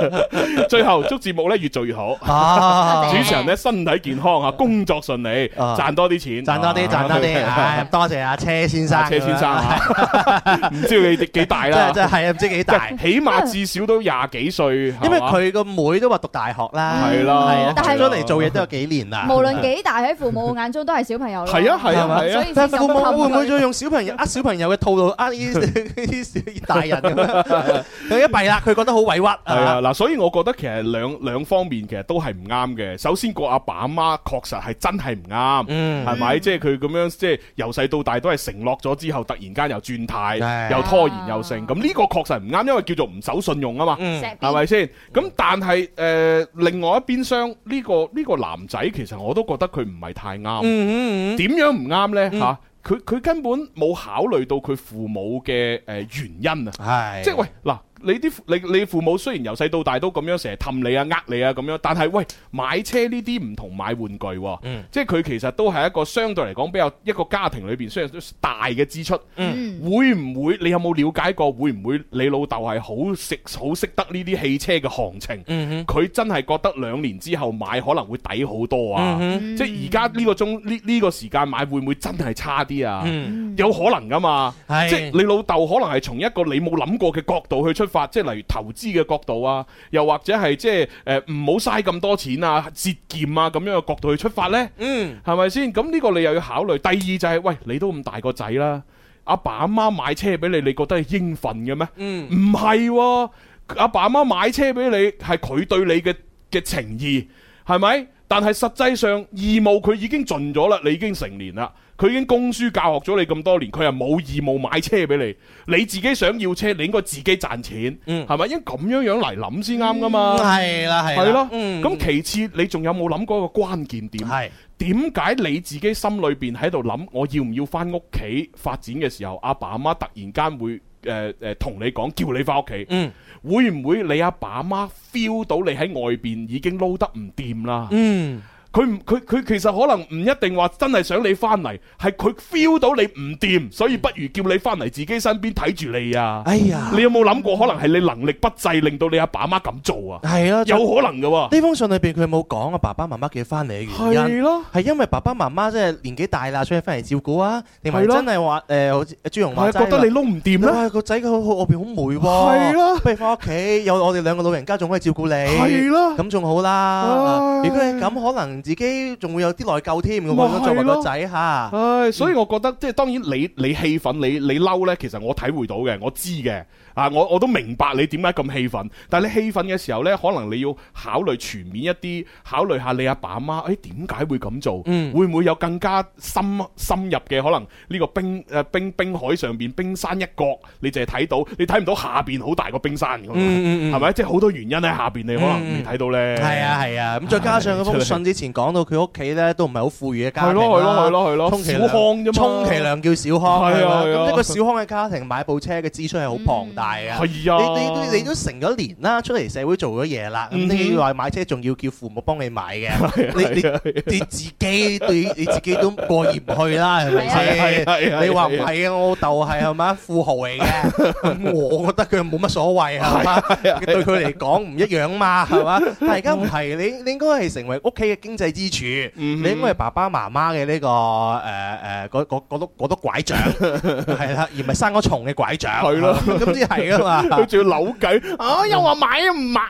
E: 最後祝節目咧越做越好
I: 啊，
E: 主持人咧身體健康啊，工作順利，
I: 啊
E: 賺多啲錢，
I: 賺多啲，賺多 啲，唉，多謝阿啊車先生，
E: 啊阿車先生啊， 唔知佢幾大啦，
I: 真係真係唔知幾大
E: 起碼至少都廿幾歲，
I: 因為
E: 係嘛
I: 佢個妹都話讀大學啦，
E: 係啦
I: 係啊，
J: 但係
I: 出咗嚟做嘢都有幾年啦，
J: 無論幾大喺父母眼中都係小朋友咯。
I: 係啊係啊
J: 係嘛
I: 係啊
J: 所以
I: 但
J: 先
I: 係父母會唔會再
J: 用？
I: 用小朋友呃小朋友嘅套路呃呢 啲呢啲大人咁樣？佢一弊啦，佢覺得好委屈
E: 係啊，嗱，所以我覺得得其實兩兩方面其實都係唔啱嘅。首先個阿爸阿媽確實係真係唔啱，
I: 嗯
E: 係咪？即係佢咁樣即係由細到大都係承諾咗之後，突然間又轉態，又拖延又成。咁呢個確實唔啱，因為叫做唔守信用啊嘛，
J: 嗯
E: 係咪先？咁但係誒、呃另外一邊廂呢個呢個男仔其實我都覺得佢唔係太啱。
J: 嗯嗯 嗯
E: 點樣唔啱呢？
J: 嗯
E: 嚇、佢佢根本冇考慮到佢父母嘅誒原
I: 嗯
E: 因啊！即係喂嗱。你啲父你你父母雖然由細到大都咁樣成日氹你啊、呃你啊咁樣，但係喂買車呢啲唔同買玩具喎，
J: 嗯
E: 即係佢其實都係一個相對嚟講比較一個家庭裏邊雖然都大嘅支出，
J: 嗯
E: 會唔會你有冇了解過會唔會你老豆係好識好識得呢啲汽車嘅行情？
J: 嗯
E: 佢、真係覺得兩年之後買可能會抵好多啊！
J: 嗯哼
E: 即係而家呢個鐘呢呢個時間買會唔會真係差啲啊？
J: 嗯
E: 有可能噶嘛？
J: 係
E: 即係你老豆可能係從一個你冇諗過嘅角度去出發，即係例如投資嘅角度啊，又或者係即係誒唔好嘥咁多錢啊、節儉啊咁樣嘅角度去出發呢？嗯，係咪先？咁呢個你又要考慮。第二就係、喂，你都咁大個仔啦，阿爸阿媽買車俾你，你覺得係應份嘅咩？
J: 嗯
E: 唔係喎，阿爸阿媽買車俾你係佢對你嘅嘅情意，係咪？但係實際上義務佢已經盡咗啦，你已經成年啦，佢已經供書教學咗你咁多年，佢係冇義務買車俾你。你自己想要車，你應該自己賺錢，係咪、應該咁樣樣嚟諗先啱噶嘛？
I: 嗯係啦係啦
E: 係咯。
I: 嗯
E: 咁其次，你仲有冇諗過一個關鍵點？係點解你自己心裏邊喺度諗，我要唔要翻屋企發展嘅時候，阿爸阿媽突然間會誒誒同你講，叫你翻屋企？嗯，會唔會你阿爸阿媽 feel 到你喺外邊已經撈得唔掂啦？
J: 嗯，
E: 佢唔佢佢其實可能唔一定話真係想你翻嚟，係佢 feel 到你唔掂，所以不如叫你翻嚟自己身邊睇住你啊！
Y: 哎呀
E: 你有冇諗過可能係你能力不濟，令到你阿爸阿媽咁做啊？
I: 係咯，
E: 有可能㗎喎
I: 呢封信裏邊佢冇講啊，爸爸媽媽叫翻嚟嘅原因
E: 係啊咯，
I: 係因為爸爸媽媽即係年紀大啦，所以翻嚟照顧啊。定
E: 係
I: 係
E: 咯
I: 真係話誒，好似呃朱容話
E: 係啊覺得你撈唔掂啦
I: 啦，個仔佢好好外邊好霉喎，
E: 係咯，
I: 不如翻屋企，有我哋兩個老人家仲可以照顧你，
E: 係啊咯，
I: 咁仲好啦。如果係咁，可能自己仲會有啲內疚添，我
E: 咪
I: 作為
E: 係咯
I: 個仔嚇。
E: 唉，所以我覺得即係當然你你氣憤你你嬲呢，其實我體會到嘅，我知嘅啊，我我都明白你點解咁氣憤。但係你氣憤嘅時候呢，可能你要考慮全面一啲，考慮下你阿爸阿媽，誒點解會咁做？會唔會有更加深深入嘅可能？呢個冰誒冰冰海上邊冰山一角，你淨係睇到，你睇唔到下邊好大個冰山咁，啊
I: 嗯嗯嗯
E: 係咪？即係好多原因喺下邊，你可能未睇到呢。
I: 係啊係啊，咁再加上嗰封信之前講到佢屋企咧都唔係好富裕嘅家庭啦啊
E: 係咯係咯係咯係咯
I: 充其量
E: 小康啫嘛
I: 充其量叫小康
E: 係
I: 係
E: 啊
I: 啊，
E: 係啊
I: 咁一個小康嘅家庭買部車嘅支出係好龐大啊，
E: 係啊
I: 你你都你都成咗年啦，出嚟社會做咗嘢啦，
E: 嗯
I: 咁
E: 哼
I: 你話買車仲要叫父母幫你買
E: 係啊
I: 嘅，你
E: 係啊係啊
I: 你你自己對你自己都過意唔去啦，係咪
E: 係啊係啊
I: 先
E: 係啊？
I: 你話唔係啊？我老豆係係咪富豪嚟嘅？咁我覺得佢冇乜所謂 係啊嘛，對佢嚟講唔一樣嘛係 嘛？但係而家唔係，你你應該係成為屋企嘅經濟支柱，
E: 嗯哼
I: 你應該係爸爸媽媽嘅呢個誒誒嗰嗰嗰碌嗰碌拐 杖係啦，而唔係生咗蟲嘅拐杖
E: 係咯，
I: 咁先係㗎嘛。
E: 佢仲要扭計，啊又話買唔買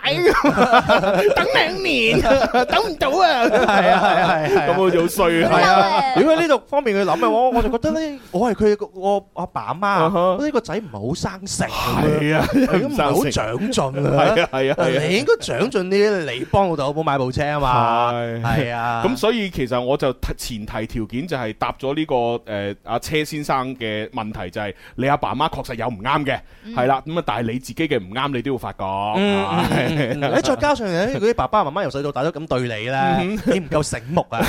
E: 㗎等兩年，等唔到啊！
I: 係啊係啊係啊
E: 咁好似好衰啊！
I: 係啊， 如果呢度方面去 諗嘅話，我就覺得咧，我係佢個我阿爸阿媽，呢個仔唔係好生性，
E: Uh-huh。係啊真係
I: 咁
E: 唔
I: 唔
E: 生性
I: 係好長進
E: 係啊係啊係啊
I: 你應該長進啲，你幫老豆老母買部車啊嘛，係啊，
E: 咁所以其實我就前提條件就係答咗呢、個誒阿、車先生嘅問題，就係、你阿爸媽確實有唔啱嘅，係啦、咁啊，但係你自己嘅唔啱，你都要發覺。
I: 嗯
E: Ờ.
I: 嗯嗯
E: 係
I: 再加上咧，如果啲爸爸媽媽由細到大都咁對你 咧，你唔夠醒目啊！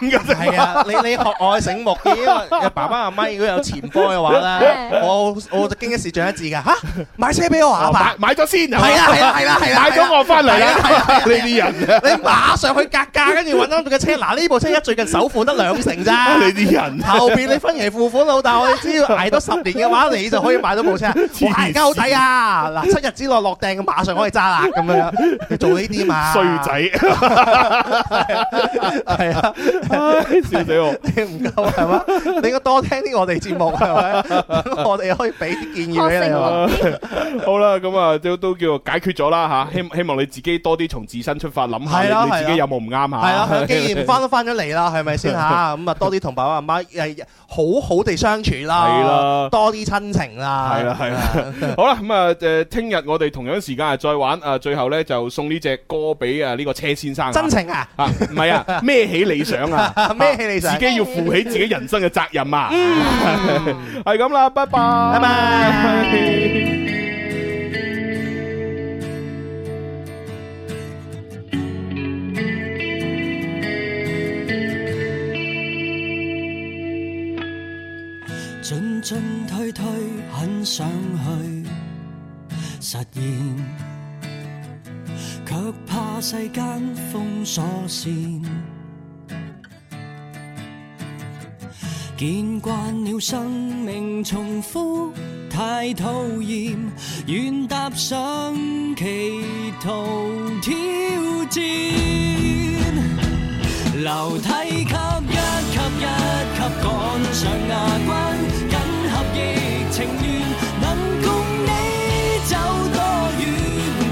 I: 係啊，你你學我醒目啲，因為爸爸媽媽如果有前科嘅話咧，我我就經一事長一智㗎嚇，買車俾我啊！
E: 哦
I: 阿爸
E: 買買咗先，
I: 係啦係啦係啦係啦，
E: 買咗我翻嚟啦，呢啲人
I: 你馬上去格價，跟住揾啱佢嘅車。嗱，呢部車一最近首款得兩成咋，
E: 你啲人
I: 後邊你分期付款，老豆，你只要捱多十年嘅話，你就可以買到部 車。哇，而家好抵啊！嗱，七日之內落訂，馬上可以揸啦，咁樣你做呢啲 嘛？
E: 衰仔，
I: 係啊，
E: 笑死我！
I: 你唔夠係嘛？你應該多聽啲我哋節目係咪？ 我哋可以俾啲建議俾你啊。
E: 好啦，咁啊都都叫做解決咗啦吓，希希望你自己多啲從自身出發諗
I: 係
E: 下
I: 啦
E: 你你自
I: 係
E: 己
I: 啦
E: 有冇唔啱吓。
I: 係啦 啊，既然翻都翻咗嚟啦，係咪先嚇？咁啊，多啲同爸爸媽媽誒好好地相處
E: 係
I: 啦
E: 啦，
I: 多啲親情啦，
E: 係啦，係啦，好啦，咁啊，誒，聽日我哋同樣時間啊，再玩啊，最後咧就送呢只歌俾啊呢個車先生，
I: 真情啊！
E: 啊，唔係 啊，孭起理想啊，
I: 孭起理想
E: 自己要負起自己人生嘅責任啊， 係咁啦，拜拜，拜
I: 嗯拜。
A: 進進退退，很想去實現，卻怕世間封鎖線。見慣了生命重複，太討厭，願踏上歧途挑戰。樓梯級一級一級趕上牙關，緊合亦情願，能共你走多遠，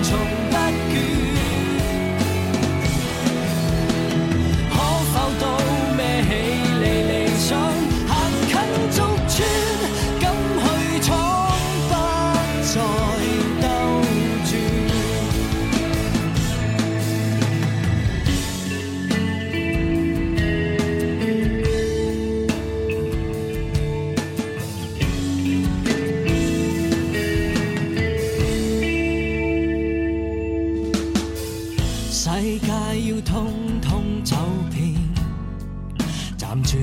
A: 從不倦。可否都孭起你理想，行近逐寸，敢去闖，不再兜轉。世界要通通走遍，站住，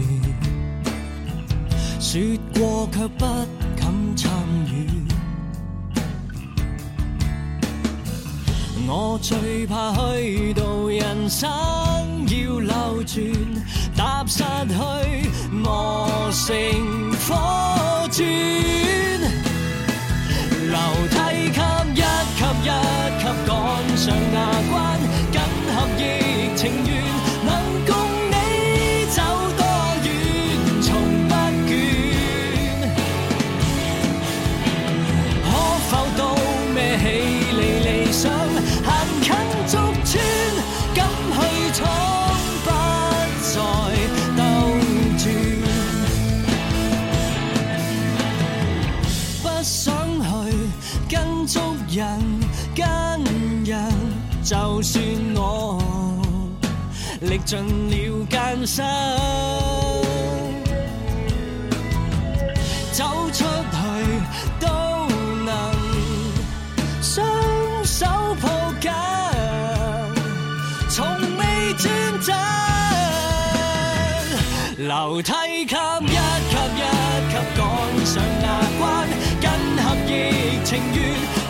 A: 說過卻不敢參與。我最怕虛度人生要流轉，踏實去磨成火轉。樓梯級一級一級趕上牙關，緊合亦情願，能共你走多遠，從不倦。可否都孭起你理想，行近逐寸，敢去闖，不再兜轉。不想去跟足人跟人，就算我歷盡了艱辛，走出去都能雙手抱緊，從未轉陣。樓梯級一級一級趕上牙關，緊合亦情願。